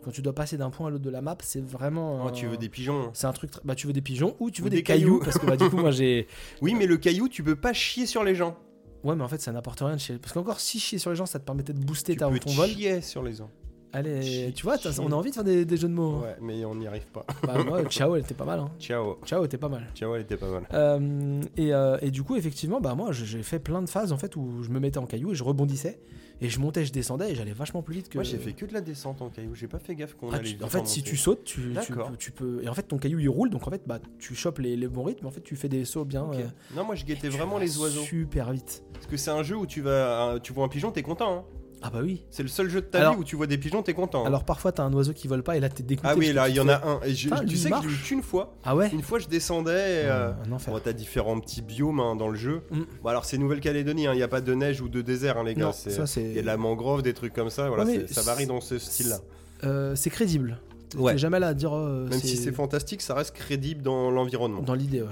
S1: Quand tu dois passer d'un point à l'autre de la map, c'est vraiment.
S2: Oh,
S1: un-
S2: tu veux des pigeons.
S1: C'est un truc. tr- Bah, tu veux des pigeons ou tu veux
S2: Ou
S1: des,
S2: des
S1: cailloux,
S2: cailloux.
S1: Parce que bah, du coup, moi j'ai.
S2: Oui, mais le caillou, tu peux pas chier sur les gens.
S1: Ouais, mais en fait, ça n'apporte rien de chier. Parce qu'encore, si chier sur les gens, ça te permettait de booster
S2: Tu
S1: ta,
S2: peux
S1: ton vol.
S2: chier sur les gens.
S1: Allez,
S2: Chier,
S1: tu vois, t'as-
S2: chier.
S1: on a envie de faire des, des jeux de mots. hein.
S2: Ouais, mais on n'y arrive pas.
S1: Bah, moi, ciao, elle était pas mal. Hein.
S2: Ciao.
S1: Ciao, t'es pas mal.
S2: Ciao, elle était pas mal.
S1: Euh, et, euh, et du coup, effectivement, bah moi, j'ai- j'ai fait plein de phases en fait où je me mettais en caillou et je rebondissais et je montais, je descendais et j'allais vachement plus vite que.
S2: Moi, j'ai fait que de la descente en caillou. J'ai pas fait gaffe qu'on
S1: Ah,
S2: allait.
S1: tu-
S2: vite
S1: en fait, si
S2: monter.
S1: tu sautes, tu, tu
S2: D'accord.
S1: peux- tu peux. Et en fait, ton caillou il roule, donc en fait, bah tu chopes les, les bons rythmes. En fait, tu fais des sauts bien.
S2: Ok.
S1: euh,
S2: Non, moi, je
S1: et
S2: guettais
S1: tu
S2: vraiment
S1: vas
S2: les oiseaux.
S1: Super vite.
S2: Parce que c'est un jeu où tu vas, euh, tu vois un pigeon, t'es content. hein.
S1: Ah bah oui.
S2: C'est le seul jeu de ta
S1: Alors-
S2: vie où tu vois des pigeons, t'es content. hein.
S1: Alors parfois, t'as un oiseau qui vole pas et là, t'es dégoûté.
S2: ah
S1: parce
S2: oui,
S1: que
S2: là,
S1: tu
S2: il y en
S1: fais-
S2: a un. Et j'ai-
S1: Putain,
S2: tu
S1: lui,
S2: sais que je l'ai
S1: marche.
S2: eu qu'une fois.
S1: Ah ouais.
S2: Une fois, je descendais. et, euh,
S1: Un enfer.
S2: Bon, t'as différents petits biomes hein, dans le jeu.
S1: Mm.
S2: Bon, alors, c'est Nouvelle-Calédonie, hein, il n'y a pas de neige ou de désert, hein, les gars.
S1: Non,
S2: c'est-
S1: ça c'est.
S2: Il y a de la mangrove, des trucs comme ça. Voilà,
S1: Ouais, mais
S2: c'est- ça varie dans ce style-là.
S1: Euh, c'est crédible.
S2: Ouais.
S1: T'es jamais là à dire. euh,
S2: Même si c'est fantastique, ça reste crédible dans l'environnement.
S1: Dans l'idée, ouais.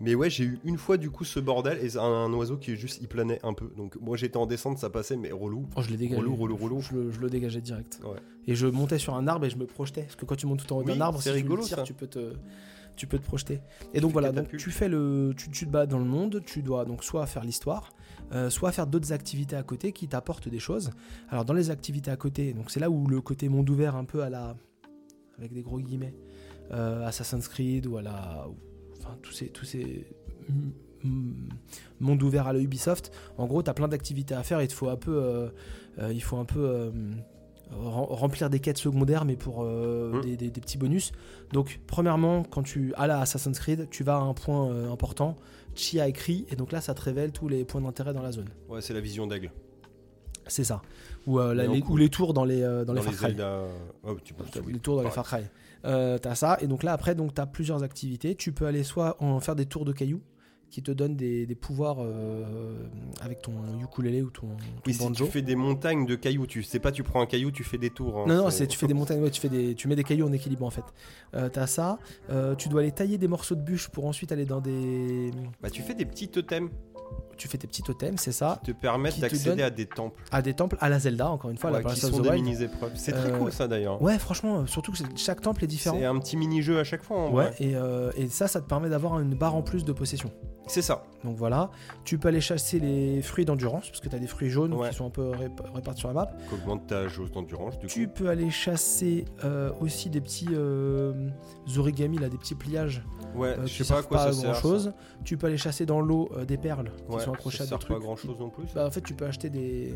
S2: Mais ouais, j'ai eu une fois du coup ce bordel et un, un oiseau qui juste il planait un peu. Donc moi j'étais en descente, ça passait, mais relou.
S1: Oh, je l'ai dégagé.
S2: Relou, relou,
S1: Je-
S2: relou.
S1: Je, le- je le dégageais direct.
S2: Ouais.
S1: Et je montais sur un arbre et je me projetais. Parce que quand tu montes tout en haut
S2: Oui,
S1: d'un arbre,
S2: c'est
S1: si tu
S2: rigolo,
S1: le tires,
S2: ça.
S1: tu peux te, tu peux te projeter. Et donc
S2: te
S1: voilà, donc,
S2: catapultes.
S1: tu fais le, tu, tu te bats dans le monde. Tu dois donc soit faire l'histoire, euh, soit faire d'autres activités à côté qui t'apportent des choses. Alors dans les activités à côté, donc c'est là où le côté monde ouvert un peu à la, avec des gros guillemets, euh, Assassin's Creed ou à la, ou- enfin tous ces, tous ces m- m- mondes ouverts à la Ubisoft. En gros, t'as plein d'activités à faire et il te faut un peu, euh, euh, il faut un peu euh, rem- remplir des quêtes secondaires, mais pour euh,
S2: Mm.
S1: des, des- des petits bonus. Donc, premièrement, quand tu as la Assassin's Creed, tu vas à un point euh, important. Chi a écrit, et donc là, ça te révèle tous les points d'intérêt dans la zone.
S2: Ouais, c'est la vision d'aigle.
S1: C'est ça. Ou, euh, la-
S2: Mais en
S1: les,
S2: cool.
S1: ou les tours dans les, euh, dans
S2: Dans,
S1: les
S2: les
S1: Far Cry.
S2: Zelda. Oh, tu peux-
S1: T'as
S2: oui,
S1: les tours dans les
S2: pareil.
S1: Far Cry. Euh, t'as ça, et donc là après, donc t'as plusieurs activités. Tu peux aller soit en faire des tours de cailloux, qui te donnent des, des pouvoirs euh, avec ton ukulélé ou ton, ton
S2: Oui, si
S1: banjo.
S2: tu fais des montagnes de cailloux, tu sais pas, tu prends un caillou, tu fais des tours. hein,
S1: Non, non, c'est tu fais des montagnes, ouais, tu fais des, tu mets des cailloux en équilibre en fait. Euh, t'as ça, euh, tu dois aller tailler des morceaux de bûche pour ensuite aller dans des,
S2: Bah, tu fais des petits totems
S1: tu fais tes petits totems, c'est ça,
S2: qui te permettent
S1: Qui te
S2: d'accéder
S1: donne-
S2: à des temples.
S1: à des temples, à la Zelda encore une fois, à
S2: ouais,
S1: la
S2: qui
S1: Breath of
S2: sont
S1: the
S2: des
S1: Wild.
S2: mini-épreuves. C'est très
S1: Euh,
S2: cool ça d'ailleurs.
S1: Ouais, franchement, euh, surtout que c'est- chaque temple est différent.
S2: C'est un petit mini-jeu à chaque fois en
S1: Ouais,
S2: vrai.
S1: et, euh, et ça, ça te permet d'avoir une barre en plus de possession.
S2: C'est ça.
S1: Donc voilà, tu peux aller chasser les fruits d'endurance, parce que tu as des fruits jaunes
S2: Ouais.
S1: qui sont un peu rép- répartis sur la map.
S2: Augmente ta jauge d'endurance du
S1: Tu
S2: coup.
S1: peux aller chasser euh, aussi des petits euh, origamis, là, des petits pliages
S2: Ouais,
S1: euh,
S2: je
S1: qui
S2: sais pas à
S1: servent
S2: quoi
S1: pas à
S2: ça sert.
S1: grand chose. Tu peux aller chasser dans l'eau euh, des perles
S2: Ouais,
S1: qui sont accrochées
S2: ça
S1: à des
S2: sert pas
S1: trucs.
S2: à grand chose non plus. ça.
S1: Bah, en fait, tu peux acheter des,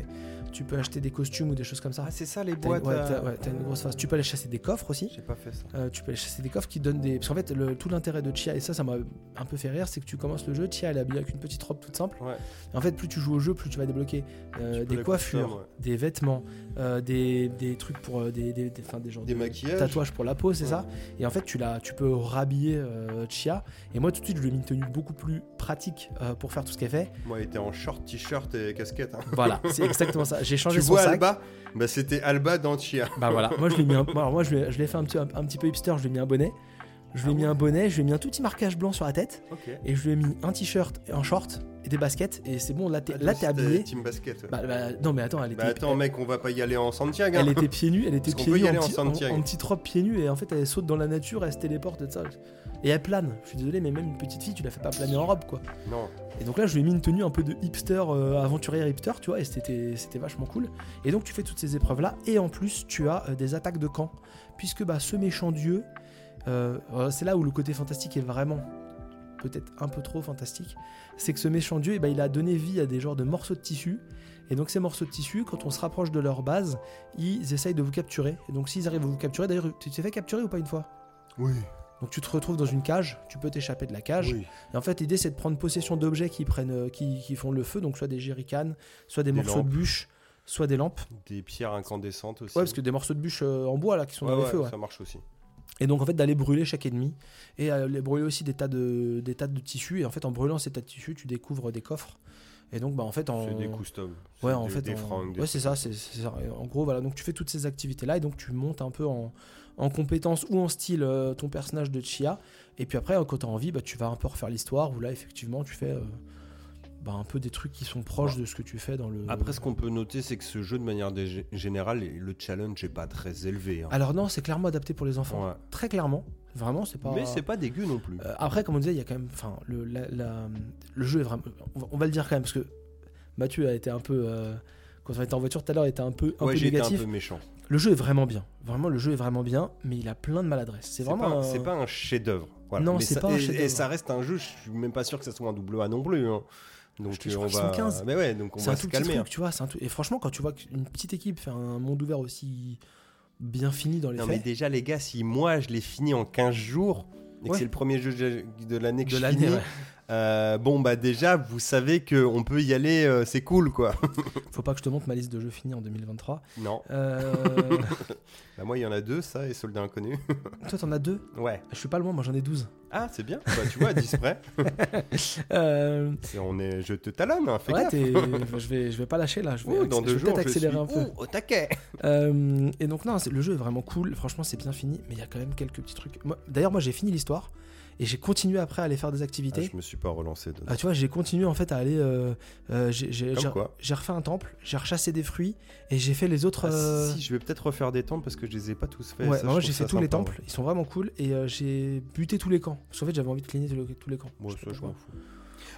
S1: tu peux acheter des costumes ou des choses comme ça.
S2: Ah, c'est ça les
S1: T'as une-
S2: boîtes.
S1: ouais,
S2: à-
S1: t'as- ouais, t'as une grosse phase. Tu peux aller chasser des coffres aussi.
S2: J'ai pas fait ça.
S1: Euh, tu peux aller chasser des coffres qui donnent des. Parce qu'en fait, le- tout l'intérêt de Chia, et ça, ça m'a un peu fait rire, c'est que tu commences le jeu, Chia, elle est habillée avec une petite robe toute simple.
S2: Ouais.
S1: Et en fait, plus tu joues au jeu, plus tu vas débloquer euh,
S2: Tu peux
S1: des
S2: la
S1: coiffures,
S2: custom, ouais.
S1: des vêtements, euh, des, des trucs pour. euh, des, des, des, enfin, des genres
S2: Des
S1: de
S2: maquillages.
S1: tatouages pour la peau, c'est
S2: Ouais.
S1: ça. Et en fait, tu, l'as- tu peux rhabiller euh, Chia. Et moi, tout de suite, je lui ai mis une tenue beaucoup plus pratique euh, pour faire tout ce qu'elle fait.
S2: Moi, il était en short, t-shirt et casquette. hein.
S1: Voilà, c'est exactement ça. J'ai changé
S2: Tu
S1: son
S2: vois
S1: sac.
S2: Alba Bah, c'était Alba dans Chia.
S1: Bah voilà, moi je lui ai mis un... alors, moi je lui ai- je l'ai fait un petit, un, un petit peu hipster, je lui ai mis un bonnet. Je lui ai
S2: Ah
S1: mis
S2: ouais.
S1: un bonnet, je lui ai mis un tout petit marquage blanc sur la tête
S2: Ok.
S1: et je lui ai mis un t-shirt et un short et des baskets et c'est bon là
S2: Ah,
S1: t'es là, t'es habillé.
S2: Team basket. ouais. Bah,
S1: Bah, bah, non mais attends, elle était
S2: attends, mec, on va pas y aller en Santiago. hein.
S1: elle était pieds nus, elle était
S2: Parce qu'on
S1: pieds
S2: peut y
S1: nus en,
S2: aller en
S1: petit- en,
S2: Santiago.
S1: en petite robe pieds nus et en fait elle saute dans la nature, elle se téléporte et tout ça. Et elle plane. Je suis désolé mais même une petite fille, tu la fais pas planer en robe quoi.
S2: Non.
S1: Et donc là, je lui ai mis une tenue un peu de hipster, euh, aventurière hipster, tu vois, et c'était c'était vachement cool. Et donc tu fais toutes ces épreuves-là, et en plus, tu as euh, des attaques de camp, puisque bah, ce méchant dieu, euh, euh, c'est là où le côté fantastique est vraiment peut-être un peu trop fantastique, c'est que ce méchant dieu, eh ben, il a donné vie à des genres de morceaux de tissu, et donc ces morceaux de tissu, quand on se rapproche de leur base, ils essayent de vous capturer. Et donc s'ils arrivent à vous capturer, d'ailleurs, tu t'es fait capturer ou pas une fois
S2: Oui.
S1: donc tu te retrouves dans une cage, tu peux t'échapper de la cage,
S2: oui.
S1: et en fait, l'idée, c'est de prendre possession d'objets qui, prennent, euh, qui, qui font le feu, donc soit des jerrycans, soit des,
S2: Des
S1: morceaux
S2: lampes.
S1: de bûche, soit des lampes.
S2: Des pierres incandescentes aussi.
S1: Ouais, parce que des morceaux de bûche euh, en bois, là, qui sont
S2: Ouais,
S1: dans
S2: ouais,
S1: les feux. ouais.
S2: ça marche aussi.
S1: Et donc, en fait, d'aller brûler chaque ennemi, et euh, aller brûler aussi des tas, de, des tas de tissus. Et en fait, en brûlant ces tas de tissus, tu découvres des coffres. Et donc, bah, en fait, en.
S2: C'est des customs.
S1: Ouais,
S2: C'est
S1: en
S2: des-
S1: fait,
S2: Des
S1: en-
S2: fringues. des-
S1: ouais, c'est ça, c'est c'est ça. Et En gros, voilà. Donc, tu fais toutes ces activités-là et donc tu montes un peu en, en compétence ou en style euh, ton personnage de Chia. Et puis après, euh, quand t'as envie, bah, tu vas un peu refaire l'histoire où là, effectivement, tu fais euh, bah, un peu des trucs qui sont proches de ce que tu fais dans le.
S2: Après, ce qu'on peut noter, c'est que ce jeu, de manière dég- générale, le challenge est pas très élevé. hein.
S1: Alors non, c'est clairement adapté pour les enfants.
S2: Ouais.
S1: Très clairement, vraiment, c'est pas.
S2: Mais c'est pas dégueu non plus.
S1: Euh, après, comme on disait, il y a quand même. Enfin, le, la- la- le jeu est vraiment. On va, on va le dire quand même parce que Mathieu a été un peu. euh, quand on était en voiture tout à l'heure, était un peu, un
S2: Ouais,
S1: peu
S2: j'étais un
S1: négatif.
S2: peu méchant.
S1: Le jeu est vraiment bien. Vraiment, le jeu est vraiment bien, mais il a plein de maladresse. C'est
S2: C'est pas,
S1: vraiment.
S2: un-
S1: un-
S2: c'est pas un chef-d'œuvre. Voilà.
S1: Non,
S2: Mais
S1: c'est
S2: ça-
S1: pas un
S2: et- Et
S1: chef-d'œuvre.
S2: ça reste un jeu. Je suis même pas sûr que ça soit un double A non plus. hein. Donc
S1: Je te-
S2: euh,
S1: je
S2: on
S1: crois qu'ils
S2: va.
S1: sont 15.
S2: Mais ouais, donc on
S1: C'est un
S2: va se
S1: tout petit
S2: calmer. hein.
S1: truc, tu vois. c'est Un tout... Et franchement, quand tu vois une petite équipe faire un monde ouvert aussi bien fini dans les
S2: Non mais
S1: faits,
S2: déjà les gars, si moi je l'ai fini en 15 jours et que
S1: Ouais.
S2: c'est le premier jeu de- de l'année que
S1: de
S2: je
S1: l'année,
S2: finis,
S1: ouais.
S2: euh, bon bah déjà vous savez que on peut y aller, euh, c'est cool quoi.
S1: faut pas que je te montre ma liste de jeux finis en 2023.
S2: non,
S1: Euh,
S2: bah moi il y en a deux ça et Soldat Inconnu.
S1: toi, t'en as deux.
S2: ouais.
S1: Je suis pas loin, moi j'en ai 12.
S2: Ah c'est bien. Bah, tu vois à 10 près.
S1: Euh,
S2: C'est- on est, je te talonne. Hein, fais
S1: ouais,
S2: gaffe.
S1: t'es- enfin, je vais, je vais pas lâcher là. Je vais,
S2: Ouh,
S1: acc-
S2: Oh, dans
S1: je
S2: deux
S1: vais
S2: jours
S1: peut-être
S2: je suis
S1: accélérer un peu.
S2: ouh, au taquet.
S1: Euh, et donc non, c'est- le jeu est vraiment cool. Franchement, c'est bien fini, mais il y a quand même quelques petits trucs. Moi- D'ailleurs, moi j'ai fini l'histoire et j'ai continué après à aller faire des
S2: Ah,
S1: activités.
S2: je me suis pas relancé. dedans.
S1: Ah, tu vois, j'ai continué en fait à aller. euh, euh, j'ai- j'ai
S2: Comme
S1: j'ai-
S2: quoi.
S1: j'ai refait un temple, j'ai rechassé des fruits et j'ai fait les autres.
S2: Ah,
S1: euh,
S2: Si je vais peut-être refaire des temples parce que je les ai pas tous faits.
S1: Ouais,
S2: ça,
S1: bah, moi
S2: je
S1: j'ai
S2: trouve
S1: fait
S2: ça
S1: tous les
S2: sympa,
S1: temples, ils sont vraiment cool et euh, j'ai buté tous les camps. Parce qu'en fait j'avais envie de cligner tous les, tous les camps.
S2: ouais. hein. Moi,
S1: sais
S2: ça,
S1: pas
S2: je
S1: pourquoi.
S2: m'en fous.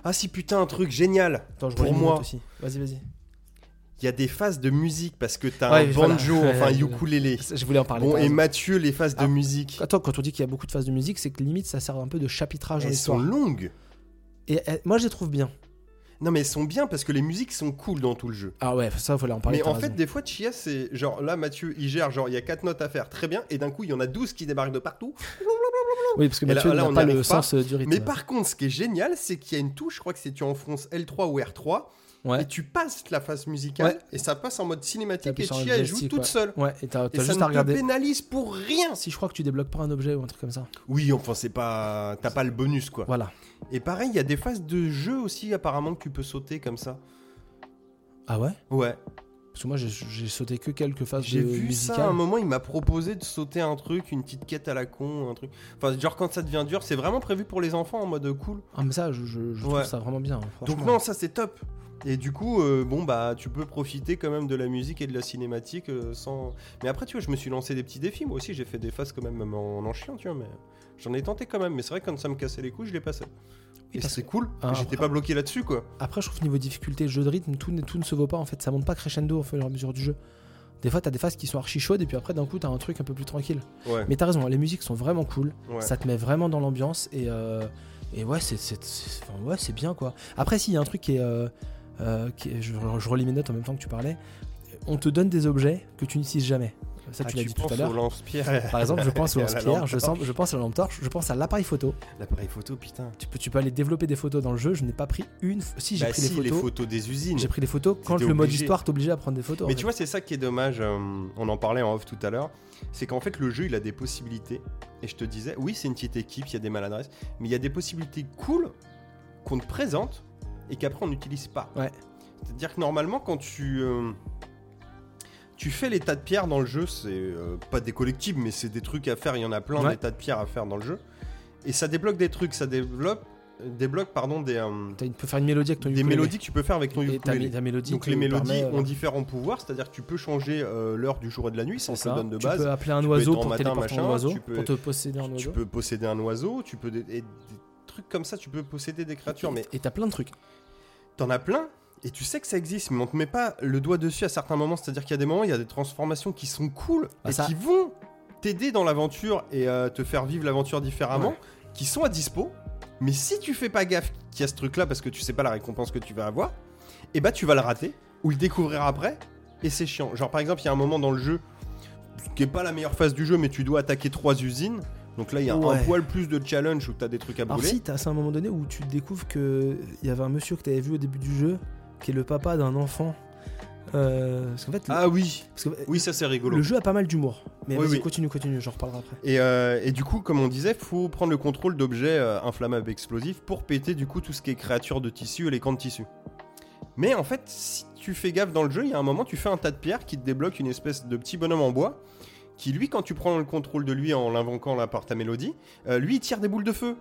S2: Ah si putain un truc génial.
S1: Attends, je
S2: Pour
S1: relis mes
S2: moi.
S1: notes aussi. Vas-y, vas-y.
S2: Il y a des phases de musique parce que t'as
S1: Ouais,
S2: un
S1: voilà.
S2: banjo,
S1: Ouais,
S2: enfin
S1: ouais, ouais.
S2: ukulélé.
S1: Je voulais en parler.
S2: Bon,
S1: t'as
S2: et
S1: raison.
S2: Mathieu, les phases
S1: Ah.
S2: de musique,
S1: Attends, quand on dit qu'il y a beaucoup de phases de musique, c'est que limite ça sert un peu de chapitrage dans
S2: elles sont
S1: l'histoire.
S2: longues.
S1: Et euh, moi je les trouve bien.
S2: Non, mais elles sont bien parce que les musiques sont cool dans tout le jeu.
S1: Ah ouais, ça, il fallait en parler.
S2: mais
S1: t'as
S2: en fait,
S1: raison.
S2: des fois, Chia, c'est genre là, Mathieu, il gère, genre il y a 4 notes à faire, très bien, et d'un coup, il y en a 12 qui débarquent de partout.
S1: oui, parce que
S2: et là-
S1: Mathieu
S2: là,
S1: n'a
S2: on
S1: pas
S2: n'y
S1: le
S2: arrive pas.
S1: sens euh, du rythme.
S2: Mais par contre, ce qui est génial, c'est qu'il y a une touche, je crois que c'est tu enfonces L3 ou R3,
S1: Ouais.
S2: et tu passes la phase musicale,
S1: Ouais.
S2: et ça passe en mode cinématique,
S1: T'appuies
S2: et
S1: sur un
S2: Chia, elle joue
S1: joystick,
S2: toute
S1: ouais.
S2: seule.
S1: Ouais, et t'as
S2: Et
S1: t'as
S2: ça
S1: juste à
S2: ne te
S1: regarder.
S2: pénalise pour rien.
S1: Si je crois que tu débloques pas un objet ou un truc comme ça.
S2: Oui, enfin, c'est pas. T'as pas le bonus, quoi.
S1: Voilà.
S2: Et pareil, il y a des phases de jeu aussi, apparemment, que tu peux sauter comme ça.
S1: Ah ouais
S2: Ouais.
S1: Parce que moi j'ai- j'ai sauté que quelques phases
S2: J'ai
S1: de
S2: vu ça à un
S1: musicales.
S2: moment, il m'a proposé de sauter un truc, une petite quête à la con, un truc. Enfin, genre quand ça devient dur, c'est vraiment prévu pour les enfants en mode cool.
S1: Ah, mais ça, je, je- je trouve
S2: Ouais.
S1: ça vraiment bien. hein,
S2: Donc
S1: franchement.
S2: non, ça c'est top. Et du coup, euh, bon bah, tu peux profiter quand même de la musique et de la cinématique euh, sans. Mais après, tu vois, je me suis lancé des petits défis. Moi aussi, j'ai fait des phases quand même, même en, en chiant, tu vois. Mais j'en ai tenté quand même. Mais c'est vrai que quand ça me cassait les couilles, je les passais. et
S1: parce
S2: c'est cool.
S1: Ah,
S2: J'étais
S1: après-
S2: pas bloqué là-dessus, quoi.
S1: Après, je trouve niveau difficulté, jeu de rythme, tout, ne- tout ne se vaut pas en fait. Ça monte pas crescendo au fur et à mesure du jeu. Des fois, t'as des phases qui sont archi chaudes et puis après, d'un coup, t'as un truc un peu plus tranquille.
S2: Ouais.
S1: Mais t'as raison, les musiques sont vraiment cool.
S2: ouais.
S1: Ça te met vraiment dans l'ambiance et, euh, et ouais, c'est, c'est, c'est- enfin, ouais, c'est bien quoi. Après, s'il y a un truc qui est. euh, euh, qui est- je, je relis mes notes en même temps que tu parlais. On te donne des objets que tu n'utilises jamais. Ça,
S2: Ah,
S1: tu l'as dit tout
S2: penses
S1: à
S2: au
S1: l'heure.
S2: lance-pierre. eh.
S1: Par exemple, je pense au
S2: Et à la
S1: lance-pierre,
S2: lampe
S1: je, sens- je pense à la lampe torche, je pense à l'appareil photo.
S2: L'appareil photo, putain.
S1: Tu peux, tu peux aller développer des photos dans le jeu. Je n'ai pas pris une. f- Si, j'ai
S2: Bah
S1: pris
S2: si,
S1: des
S2: les
S1: photos.
S2: photos des usines.
S1: J'ai pris des photos quand
S2: T'étais
S1: le mode
S2: obligé.
S1: histoire t'oblige à prendre des photos.
S2: Mais
S1: en
S2: tu
S1: fait.
S2: vois, c'est ça qui est dommage. euh, on en parlait en off tout à l'heure. C'est qu'en fait, le jeu, il a des possibilités. Et je te disais, oui, c'est une petite équipe, il y a des maladresses. Mais il y a des possibilités cool qu'on te présente et qu'après, on n'utilise pas.
S1: Ouais.
S2: C'est-à-dire que normalement, quand tu. euh, tu fais les tas de pierres dans le jeu, c'est euh, pas des collectifs, mais c'est des trucs à faire. Il y en a plein
S1: Ouais.
S2: des tas de pierres à faire dans le jeu, et ça débloque des trucs, ça développe, débloque pardon des, euh,
S1: T'as une- tu peux faire une mélodie avec ton
S2: des
S1: ukulélé.
S2: mélodies que tu peux faire avec ton
S1: Et ta,
S2: ukulélé.
S1: mé- ta mélodie.
S2: Donc
S1: te
S2: les mélodies
S1: permet, euh,
S2: ont différents pouvoirs, c'est-à-dire que tu peux changer euh, l'heure du jour et de la nuit, ça on
S1: c'est
S2: te
S1: ça.
S2: le donne de
S1: tu
S2: base.
S1: peux appeler un
S2: Tu peux
S1: oiseau
S2: être en
S1: pour
S2: matin,
S1: téléporter un
S2: machin,
S1: oiseau,
S2: tu peux-
S1: pour te posséder un
S2: Tu
S1: oiseau.
S2: peux posséder un oiseau, tu peux des, et des trucs comme ça, tu peux posséder des créatures, mais
S1: Et t'as plein de trucs.
S2: t'en as plein. Et tu sais que ça existe, mais on te met pas le doigt dessus à certains moments. C'est-à-dire qu'il y a des moments, il y a des transformations qui sont cool
S1: Ah,
S2: et
S1: ça-
S2: qui vont t'aider dans l'aventure et euh, te faire vivre l'aventure différemment,
S1: Ouais.
S2: qui sont à dispo. Mais si tu fais pas gaffe qu'il y a ce truc-là parce que tu sais pas la récompense que tu vas avoir, et bah tu vas le rater ou le découvrir après et c'est chiant. Genre par exemple, il y a un moment dans le jeu qui est pas la meilleure phase du jeu, mais tu dois attaquer trois usines. Donc là, il y a
S1: Ouais.
S2: un poil plus de challenge où t'as des trucs à
S1: Alors
S2: brûler.
S1: si, t'as- c'est un moment donné où tu découvres que il y avait un monsieur que t'avais vu au début du jeu, qui est le papa d'un enfant. Euh, parce qu'en fait, le-
S2: Ah oui,
S1: parce que-
S2: oui, ça c'est rigolo.
S1: le jeu a pas mal d'humour. Mais
S2: Oui,
S1: vas-y,
S2: oui.
S1: continue, continue, j'en reparlerai après.
S2: Et, euh, et du coup, comme on disait, faut prendre le contrôle d'objets euh, inflammables explosifs pour péter du coup tout ce qui est créature de tissu et les camps de tissu. Mais en fait, si tu fais gaffe dans le jeu, il y a un moment, tu fais un tas de pierres qui te débloque une espèce de petit bonhomme en bois qui, lui, quand tu prends le contrôle de lui en l'invoquant là par ta mélodie, euh, lui, il tire des boules de feu.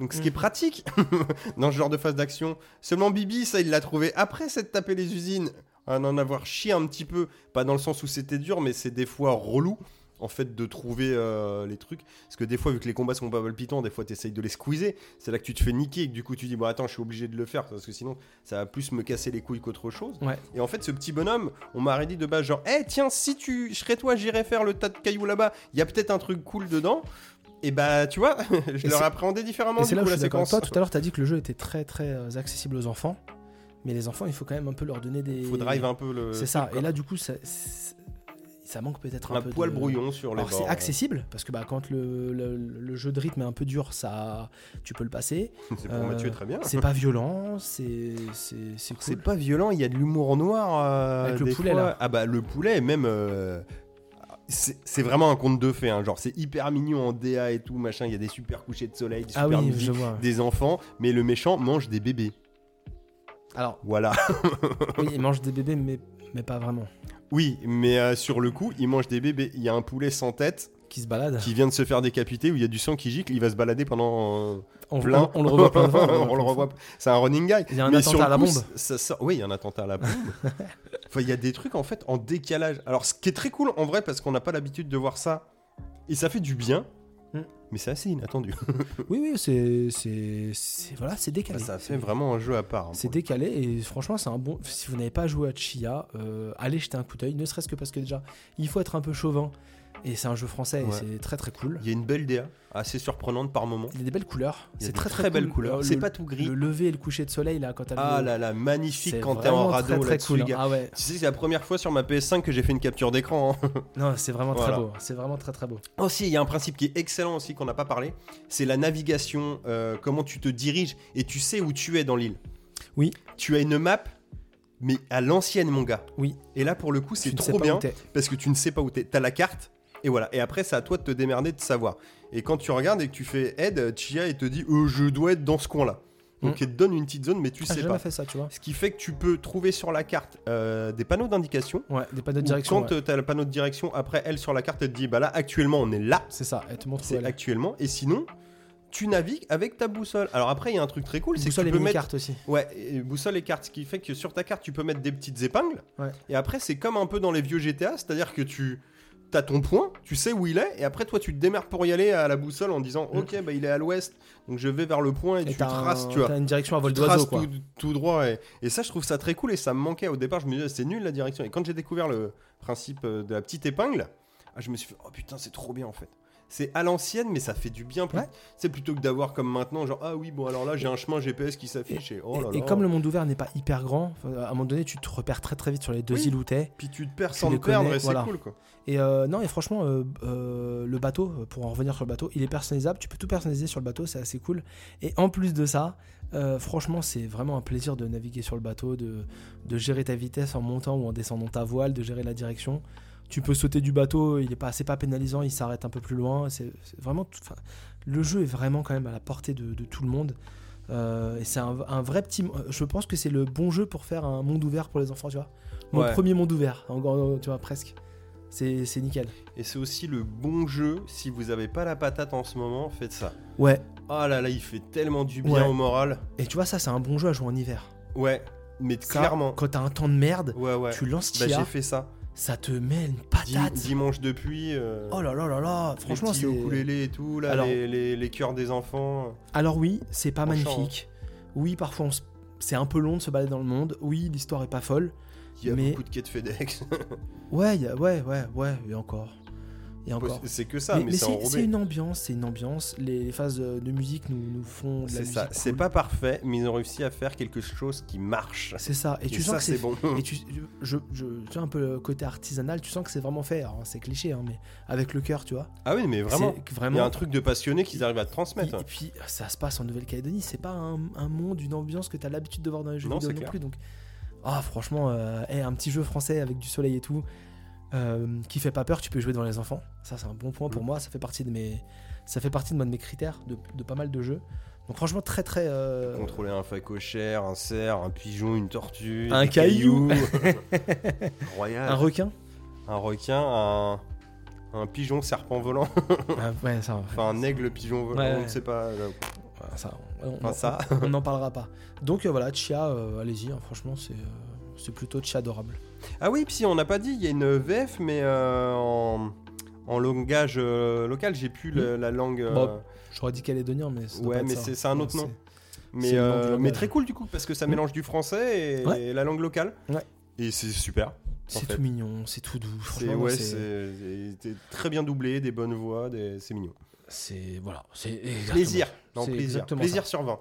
S2: Donc, ce qui est
S1: Mhm.
S2: pratique dans ce genre de phase d'action. Seulement, Bibi, ça, il l'a trouvé après s'être tapé les usines, en en avoir chié un petit peu. Pas dans le sens où c'était dur, mais c'est des fois relou en fait de trouver euh, les trucs. Parce que des fois, vu que les combats sont pas palpitants, des fois t'essayes de les squeezer. C'est là que tu te fais niquer et que du coup tu dis bon attends, je suis obligé de le faire parce que sinon ça va plus me casser les couilles qu'autre chose.
S1: Ouais.
S2: Et en fait, ce petit bonhomme, on m'a dit de base genre, eh tiens, si tu, je serais toi, j'irais faire le tas de cailloux là-bas. Il y a peut-être un truc cool dedans. Et bah tu vois, je
S1: Et
S2: leur
S1: c'est-
S2: appréhendais différemment.
S1: Et
S2: du
S1: c'est là où
S2: coup,
S1: je
S2: la
S1: suis d'accord avec
S2: séquence.
S1: toi. Tout à l'heure, t'as dit que le jeu était très très euh, accessible aux enfants. Mais les enfants, il faut quand même un peu leur donner des.
S2: Faut drive un peu le.
S1: C'est ça.
S2: truc,
S1: Et
S2: quoi.
S1: là, du coup, ça, c'est- ça manque peut-être un,
S2: un
S1: peu
S2: poil
S1: de-
S2: brouillon sur les
S1: Alors c'est
S2: bords. hein.
S1: accessible parce que bah, quand le, le- le jeu de rythme est un peu dur, ça, tu peux le passer.
S2: C'est pour
S1: Euh,
S2: Mathieu, très bien.
S1: C'est pas violent, c'est c'est c'est
S2: Ah, C'est
S1: cool.
S2: pas violent, il y a de l'humour noir. euh,
S1: Avec le
S2: des
S1: poulet,
S2: fois.
S1: là.
S2: Ah bah le poulet, même. euh, C'est c'est vraiment un conte de fées. hein. Genre, c'est hyper mignon en DA et tout, machin. Il y a des super couchers de soleil, des
S1: Ah
S2: super
S1: oui,
S2: musiques,
S1: je vois.
S2: des enfants. Mais le méchant mange des bébés.
S1: Alors
S2: Voilà.
S1: oui, il mange des bébés, mais mais pas vraiment.
S2: Oui, mais euh, sur le coup, il mange des bébés. Il y a un poulet sans tête
S1: Qui se balade.
S2: qui vient de se faire décapiter où il y a du sang qui gicle. Il va se balader pendant. euh,
S1: On,
S2: plein.
S1: on- on le revoit plein de fois.
S2: on le revoit. C'est un running guy.
S1: Il y a un
S2: Mais
S1: attentat
S2: sur le
S1: à la
S2: coup,
S1: bombe.
S2: ça sort- Oui, il y a un attentat à la bombe. Enfin, il y a des trucs en fait en décalage. Alors, ce qui est très cool en vrai, parce qu'on n'a pas l'habitude de voir ça, et ça fait du bien.
S1: Mm.
S2: Mais c'est assez inattendu.
S1: Oui oui, c'est c'est c'est- voilà, c'est décalé.
S2: ça fait vraiment un jeu à part. hein,
S1: C'est
S2: pour
S1: décalé et franchement c'est un bon. Si vous n'avez pas joué à Chia, euh, allez jeter un coup d'œil. Ne serait-ce que parce que déjà, il faut être un peu chauvin et c'est un jeu français et
S2: Ouais.
S1: c'est très très
S2: le
S1: cool.
S2: coup. Il y a une belle DA, assez surprenante par moment.
S1: Il y a des belles couleurs.
S2: Il y
S1: C'est
S2: a des
S1: très
S2: très, belle
S1: cool.
S2: couleur.
S1: Le-
S2: C'est
S1: le-
S2: pas tout gris.
S1: Le lever et le coucher de soleil là quand t'as
S2: Ah
S1: le...
S2: là là, magnifique
S1: c'est
S2: quand t'es
S1: vraiment
S2: en radeau
S1: très, très
S2: là-dessus,
S1: cool.
S2: les gars.
S1: Ah ouais.
S2: Tu sais que c'est la première fois sur ma PS5 que j'ai fait une capture d'écran. hein.
S1: Non, c'est vraiment
S2: Voilà.
S1: très beau. C'est vraiment très très beau.
S2: Oh si, il y a un principe qui est excellent aussi qu'on n'a pas parlé, c'est la navigation, euh, comment tu te diriges et tu sais où tu es dans l'île.
S1: Oui.
S2: Tu as une map, mais à l'ancienne mon gars.
S1: Oui.
S2: Et là pour le coup
S1: Tu
S2: c'est
S1: ne sais
S2: trop
S1: pas
S2: bien
S1: où t'es.
S2: parce que tu ne sais pas où t'es. T'as la carte et voilà. Et après c'est à toi de te démerder de savoir. Et quand tu regardes et que tu fais aide, Chia il te dit euh, je dois être dans ce coin là. Donc
S1: Mm.
S2: il te donne une petite zone mais tu
S1: Ah, J'ai
S2: sais
S1: jamais
S2: pas.
S1: fait ça, tu vois.
S2: Ce qui fait que tu peux trouver sur la carte euh, des panneaux d'indication.
S1: Ouais, des panneaux de
S2: ou
S1: direction.
S2: Quand
S1: ouais.
S2: euh, t'as le panneau de direction, après elle sur la carte, elle te dit bah là actuellement on est là.
S1: C'est ça, elle te montre où
S2: C'est
S1: elle est.
S2: actuellement. Et sinon, tu navigues avec ta boussole. Alors après, il y a un truc très cool, c'est que
S1: Boussole
S2: tu
S1: et
S2: peux mettre.
S1: mini-carte aussi.
S2: Ouais, et boussole et carte, ce qui fait que sur ta carte, tu peux mettre des petites épingles.
S1: Ouais.
S2: Et après, c'est comme un peu dans les vieux GTA, c'est-à-dire que tu as ton point, tu sais où il est, et après, toi, tu te démerdes pour y aller à la boussole en disant,
S1: Mm.
S2: ok, bah il est à l'ouest, donc je vais vers le point et,
S1: Et
S2: tu
S1: t'as un-
S2: traces, tu vois.
S1: t'as une direction à vol
S2: Tu
S1: d'oiseau,
S2: traces
S1: quoi.
S2: tout, tout droit et, et ça je trouve ça très cool et ça me manquait au départ je me disais c'est nul la direction et quand j'ai découvert le principe euh, de la petite épingle ah, je me suis fait oh putain c'est trop bien en fait c'est à l'ancienne mais ça fait du bien plus
S1: Ouais.
S2: c'est plutôt que d'avoir comme maintenant genre ah oui bon alors là j'ai un chemin GPS qui s'affiche et, oh là
S1: Et, et
S2: là.
S1: comme le monde ouvert n'est pas hyper grand, enfin, à un moment donné, tu te repères très très vite sur les deux
S2: Oui.
S1: îles où t'es.
S2: puis tu te perds
S1: tu
S2: sans
S1: les
S2: te perdre
S1: connais,
S2: et c'est
S1: voilà.
S2: cool quoi
S1: Et euh, non, et franchement, euh, euh, le bateau, euh, pour en revenir sur le bateau, il est personnalisable. Tu peux tout personnaliser sur le bateau, c'est assez cool. Et en plus de ça, euh, franchement, c'est vraiment un plaisir de naviguer sur le bateau, de, de gérer ta vitesse en montant ou en descendant ta voile, de gérer la direction. Tu peux sauter du bateau, il est pas, c'est pas pénalisant, il s'arrête un peu plus loin. C'est c'est vraiment, tout- enfin, le jeu est vraiment quand même à la portée de, de tout le monde. Euh, et c'est un, un vrai petit. mo- Je pense que c'est le bon jeu pour faire un monde ouvert pour les enfants, tu vois. Mon
S2: Ouais.
S1: premier monde ouvert, en gros, tu vois, presque. C'est c'est nickel.
S2: et c'est aussi le bon jeu si vous avez pas la patate en ce moment faites ça
S1: Ouais.
S2: ah là là il fait tellement du bien
S1: Ouais.
S2: au moral
S1: Et tu vois, ça, c'est un bon jeu à jouer en hiver.
S2: ouais mais
S1: Ça,
S2: clairement
S1: Quand t'as un temps de merde,
S2: ouais ouais
S1: tu lances
S2: bah,
S1: Tia,
S2: j'ai fait ça
S1: ça te met une
S2: Dim-
S1: patate.
S2: dimanche depuis euh,
S1: Oh là là là là, franchement,
S2: les petits
S1: c'est.
S2: ukulélés et tout, là,
S1: Alors-
S2: les, les, les chœurs des enfants.
S1: Alors oui, c'est pas
S2: Franchement, hein.
S1: magnifique. Oui, parfois, on se- c'est un peu long de se balader dans le monde. Oui, l'histoire est pas folle.
S2: Il y a
S1: Mais-
S2: beaucoup de quêtes FedEx.
S1: Ouais, y a- ouais, ouais, ouais, et encore. Et encore.
S2: c'est que ça,
S1: mais
S2: mais,
S1: mais
S2: c'est
S1: c'est c'est
S2: enrobé.
S1: une ambiance, c'est une ambiance. Les phases de de musique nous, nous font de la
S2: C'est
S1: musique
S2: ça. C'est
S1: cool.
S2: pas parfait, mais ils ont réussi à faire quelque chose qui marche.
S1: C'est ça. Et tu sens
S2: ça,
S1: que c'est
S2: c'est bon.
S1: Et tu, tu- je, je- tu vois, un peu le côté artisanal, tu sens que c'est vraiment fait. Alors, C'est cliché, hein, mais avec le cœur, tu vois.
S2: Ah oui, mais vraiment.
S1: C'est que
S2: Il y
S1: vraiment.
S2: a un truc de passionné qu'ils arrivent à te transmettre.
S1: et, et puis, euh, ça se passe en Nouvelle-Calédonie. C'est pas un, un monde, une ambiance que t'as l'habitude de voir dans les jeux
S2: Non,
S1: vidéo
S2: c'est
S1: non
S2: clair.
S1: plus. Donc, ah, franchement, euh, eh, un petit jeu français avec du soleil et tout, euh, qui fait pas peur, tu peux jouer devant les enfants. Ça, c'est un bon point pour
S2: Mm.
S1: moi. Ça fait partie de mes, ça fait partie de moi de mes critères de, de pas mal de jeux. Donc, franchement, très très. euh,
S2: Contrôler un facochère, un cerf, un pigeon, une tortue,
S1: Un
S2: des
S1: caillou.
S2: cailloux. Royal.
S1: un requin.
S2: Un requin, un, un pigeon serpent volant.
S1: Ah, ouais, ça.
S2: Enfin, un aigle pigeon volant,
S1: Ouais,
S2: on
S1: ouais.
S2: ne sait pas. là.
S1: Voilà, ça, on-
S2: Enfin,
S1: on-
S2: ça.
S1: on n'en parlera pas. Donc euh, voilà, Chia, euh, allez-y, hein, franchement, c'est euh, c'est plutôt Chia adorable.
S2: Ah oui, puis on n'a pas dit, il y a une VF, mais euh, en, en langage euh, local. J'ai plus le- la langue. euh,
S1: Bon, J'aurais dit calédonien, mais ça doit
S2: Ouais,
S1: pas être
S2: mais
S1: ça. hein.
S2: c'est- c'est un autre
S1: Ouais,
S2: nom.
S1: c'est
S2: mais,
S1: une langue
S2: euh,
S1: locale.
S2: mais très cool du coup, parce que ça
S1: Mm.
S2: mélange du français et,
S1: Ouais.
S2: et la langue locale.
S1: Ouais.
S2: Et c'est super.
S1: C'est
S2: en fait.
S1: tout mignon, c'est tout doux.
S2: C'est
S1: Franchement, moi,
S2: ouais,
S1: c'est-
S2: c'est- c'est- c'est très bien doublé, des bonnes voix, des- c'est mignon.
S1: c'est voilà, c'est exactement-
S2: Plaisir, non,
S1: C'est
S2: plaisir,
S1: exactement
S2: plaisir sur 20.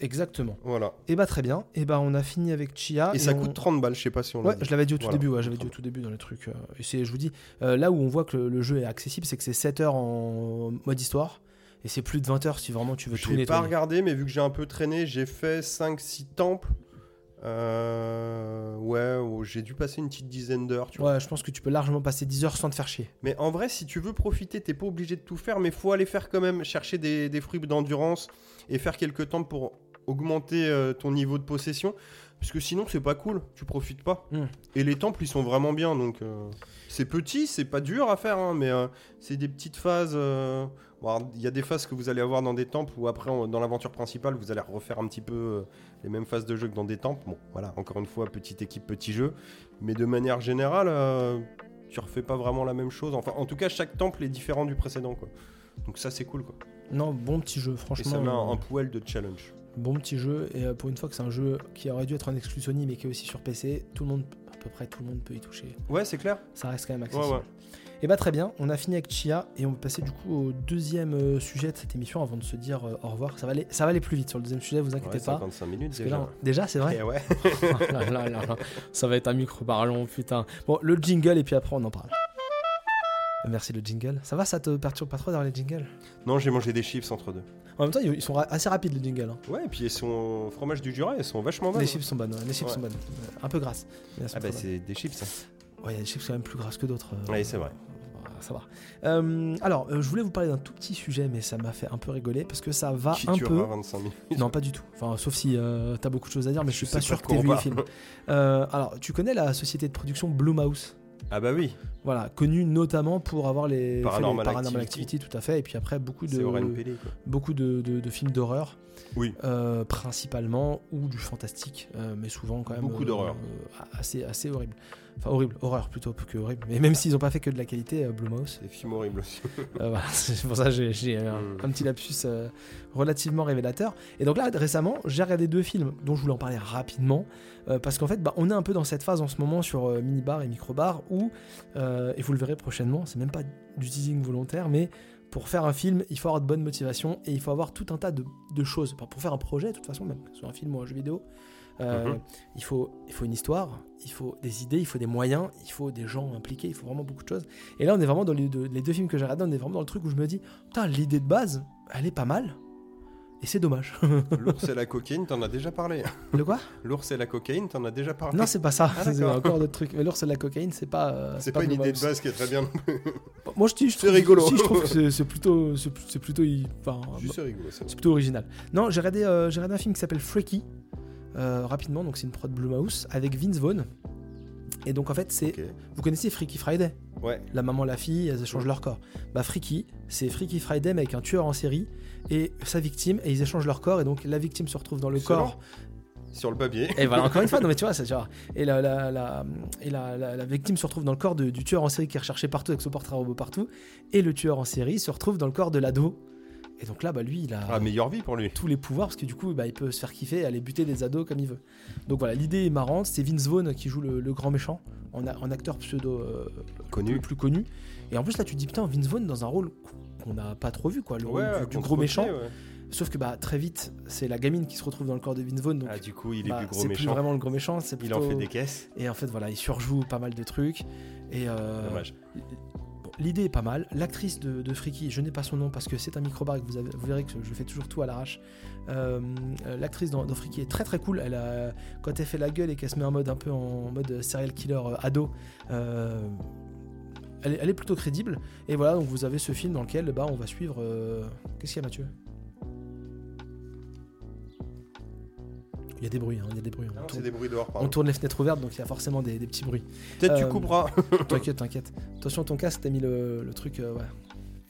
S1: Exactement.
S2: Voilà.
S1: Et bah très bien. Et bah on a fini avec Chia.
S2: Et, ça
S1: Ah, on-
S2: coûte 30 balles, je sais pas si on
S1: Ouais,
S2: l'a dit.
S1: je l'avais dit au tout
S2: Voilà.
S1: début, ouais, j'avais dit au tout début dans les trucs. euh, et c'est, je vous dis, euh, là où on voit que le, le jeu est accessible, c'est que c'est 7 heures en mode histoire. Et c'est plus de 20 heures si vraiment tu veux
S2: Je
S1: tout
S2: l'ai pas
S1: nettoyer.
S2: regardé, mais vu que j'ai un peu traîné, j'ai fait 5-6 temples. Euh, ouais, oh, j'ai dû passer une petite dizaine d'heures, tu vois.
S1: Ouais, je pense que tu peux largement passer 10 heures sans te faire chier.
S2: Mais en vrai, si tu veux profiter, t'es pas obligé de tout faire, mais faut aller faire quand même, chercher des, des fruits d'endurance et faire quelques temps pour augmenter euh, ton niveau de possession. Parce que sinon, c'est pas cool, tu profites pas.
S1: Mm.
S2: Et les temples, ils sont vraiment bien, donc euh, c'est petit, c'est pas dur à faire, hein, mais euh, c'est des petites phases. euh, bon, alors, Il y a des phases que vous allez avoir dans des temples où après, on- dans l'aventure principale, vous allez refaire un petit peu euh, les mêmes phases de jeu que dans des temples. Bon, voilà, encore une fois, petite équipe, petit jeu. Mais de manière générale, euh, tu refais pas vraiment la même chose. Enfin, en tout cas, chaque temple est différent du précédent, quoi. Donc ça, c'est cool, quoi.
S1: Non, bon petit jeu,
S2: Et ça
S1: franchement.
S2: met un,
S1: euh,
S2: un poil de challenge.
S1: Bon petit jeu. Et euh, pour une fois que c'est un jeu qui aurait dû être en exclu Sony, mais qui est aussi sur PC, tout le monde, à peu près tout le monde peut y toucher.
S2: Ouais, c'est clair.
S1: Ça reste quand même
S2: Ouais,
S1: accessible.
S2: ouais.
S1: Et bah très bien, on a fini avec Chia et on va passer du coup au deuxième euh, sujet de cette émission avant de se dire euh, au revoir. Ça va aller, ça va aller plus vite sur le deuxième sujet, vous inquiétez
S2: Ouais,
S1: pas.
S2: 55 minutes
S1: Parce que
S2: déjà.
S1: là, on- déjà c'est vrai.
S2: Eh ouais.
S1: Oh là là là là. Ça va être un micro parlon, putain. Bon, le jingle et puis après on en parle. Merci le jingle. Ça va, ça te perturbe pas trop d'avoir les jingles
S2: Non, j'ai mangé des chips entre deux.
S1: En même temps, ils ils sont ra- assez rapides les jingles. hein.
S2: Ouais, et puis ils sont au fromage du Jura, ils sont vachement bonnes.
S1: Les chips sont bonnes, ouais, les chips
S2: Ouais.
S1: sont bonnes. Euh, Un peu grasses. mais elles sont
S2: Ah bah
S1: très bonnes.
S2: c'est des chips. ça.
S1: Ouais, il y a des chips quand même plus grasses que d'autres. euh,
S2: Ouais, c'est vrai.
S1: Voilà, ça va. Euh, alors, euh, je voulais vous parler d'un tout petit sujet, mais ça m'a fait un peu rigoler parce que ça va
S2: Qui
S1: un
S2: durera
S1: peu.
S2: 25 minutes.
S1: Non, pas du tout. Enfin, sauf si euh, t'as beaucoup de choses à dire, mais je suis
S2: sais
S1: pas sûr
S2: de
S1: que
S2: quoi
S1: t'aies
S2: on
S1: vu les
S2: parle.
S1: films. Euh, alors, tu connais la société de production Blumhouse
S2: Ah bah oui,
S1: Voilà, connue notamment pour avoir les
S2: Paranormal
S1: fait les Paranormal
S2: Activity.
S1: Activity, tout à fait, et puis après beaucoup
S2: c'est Oren
S1: de
S2: Pelé, quoi.
S1: beaucoup de, de- de films d'horreur,
S2: Oui.
S1: euh, principalement ou du fantastique, euh, mais souvent quand même
S2: Beaucoup
S1: euh,
S2: d'horreur.
S1: euh, assez assez horrible. Enfin horrible, horreur plutôt que horrible. Mais même s'ils ont pas fait que de la qualité, euh, Blumhouse,
S2: Des films horribles aussi.
S1: euh, voilà, c'est pour ça que j'ai- j'ai un,
S2: Mm.
S1: un petit lapsus euh, relativement révélateur. Et donc là, récemment, j'ai regardé deux films dont je voulais en parler rapidement, euh, parce qu'en fait, bah, on est un peu dans cette phase en ce moment sur euh, minibar et microbar, où, euh, et vous le verrez prochainement, c'est même pas du teasing volontaire, mais pour faire un film, il faut avoir de bonnes motivations et il faut avoir tout un tas de, de choses. Enfin, pour faire un projet, de toute façon, même sur un film ou un jeu vidéo, euh,
S2: Mhm.
S1: il, faut, il faut une histoire, il faut des idées, il faut des moyens, il faut des gens impliqués, il faut vraiment beaucoup de choses. Et là, on est vraiment dans les deux, les deux films que j'ai regardés, on est vraiment dans le truc où je me dis, putain, l'idée de base, elle est pas mal. Et c'est dommage.
S2: L'ours et la cocaïne, t'en as déjà parlé.
S1: Le quoi
S2: L'ours et la cocaïne, t'en as déjà parlé.
S1: Non, c'est pas ça.
S2: Ah,
S1: c'est
S2: d'accord.
S1: encore d'autres trucs. Mais l'ours et la cocaïne, c'est pas. euh,
S2: c'est pas une
S1: Blumhouse.
S2: idée de base qui est très bien.
S1: Moi, je, dis- je
S2: C'est
S1: trouve-
S2: rigolo.
S1: si, je trouve que c'est- c'est plutôt. C'est c'est plutôt. il- Enfin, bah,
S2: Juste c'est rigolo, ça.
S1: C'est plutôt original. Non, j'ai regardé, euh, j'ai regardé un film qui s'appelle Freaky, euh, rapidement, donc c'est une prod Blumhouse, avec Vince Vaughn. Et donc en fait, c'est.
S2: Ok.
S1: Vous connaissez Freaky Friday
S2: Ouais.
S1: La maman, la fille, elles échangent leur corps. Bah, Freaky, c'est Freaky Friday, mais avec un tueur en série et sa victime, et ils échangent leur corps, et donc la victime se retrouve dans le
S2: Excellent.
S1: corps.
S2: Sur le papier.
S1: Et voilà, encore une fois, non mais tu vois, c'est genre. Et, la, la, la- et la, la- la victime se retrouve dans le corps de- du tueur en série qui est recherché partout avec son portrait robot partout, et le tueur en série se retrouve dans le corps de l'ado. Et donc là, bah lui, il a
S2: Ah, meilleure vie pour lui.
S1: tous les pouvoirs parce que du coup bah, il peut se faire kiffer et aller buter des ados comme il veut. Donc voilà, l'idée est marrante, c'est Vince Vaughn qui joue le, le grand méchant en, a- en acteur pseudo euh, le
S2: Connu.
S1: plus connu. Et en plus là tu te dis putain Vince Vaughn dans un rôle qu'on n'a pas trop vu quoi, le rôle du- du, gros méchant. Sauf que bah très vite c'est la gamine qui se retrouve dans le corps de Vince Vaughn donc
S2: Ah, du coup, il est
S1: bah,
S2: plus gros
S1: c'est plus
S2: méchant.
S1: vraiment le gros méchant, c'est
S2: Il en fait
S1: plutôt-
S2: des caisses.
S1: Et en fait voilà il surjoue pas mal de trucs et euh,
S2: Dommage.
S1: Bon, L'idée est pas mal. L'actrice de, de Freaky, je n'ai pas son nom parce que c'est un microbar et que vous, avez- vous verrez que je fais toujours tout à l'arrache. Euh, euh, L'actrice dans, dans Freaky est très très cool. Elle a- quand elle fait la gueule et qu'elle se met en mode un peu en mode serial killer euh, ado, euh, elle, est, elle est plutôt crédible. Et voilà, donc vous avez ce film dans lequel bah, on va suivre. euh, Qu'est-ce qu'il y a, Mathieu Il y a des bruits, hein, il y a des bruits. On,
S2: Ah non,
S1: tourne,
S2: c'est des bruits dehors,
S1: on
S2: pardon.
S1: tourne les fenêtres ouvertes donc il y a forcément des- des petits bruits.
S2: Peut-être
S1: Euh,
S2: tu couperas.
S1: T'inquiète, t'inquiète. Attention, ton casque, t'as mis le, le truc. euh, ouais.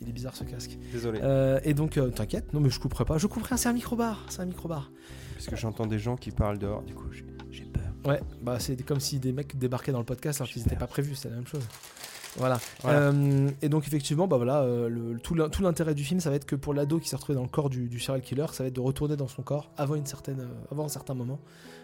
S1: Il est bizarre ce casque.
S2: Désolé.
S1: Euh, et donc, euh, t'inquiète, non, mais je couperai pas. Je couperai, c'est un microbar. C'est un microbar.
S2: Parce que j'entends des gens qui parlent dehors, du coup, j'ai j'ai peur.
S1: Ouais, bah c'est comme si des mecs débarquaient dans le podcast alors qu'ils n'étaient pas prévus, c'est la même chose. Voilà.
S2: Voilà.
S1: Euh, et donc effectivement, bah voilà, euh, le- tout l'in- tout l'intérêt du film, ça va être que pour l'ado qui s'est retrouvé dans le corps du, du serial killer, ça va être de retourner dans son corps avant une certaine, euh, avant un certain moment,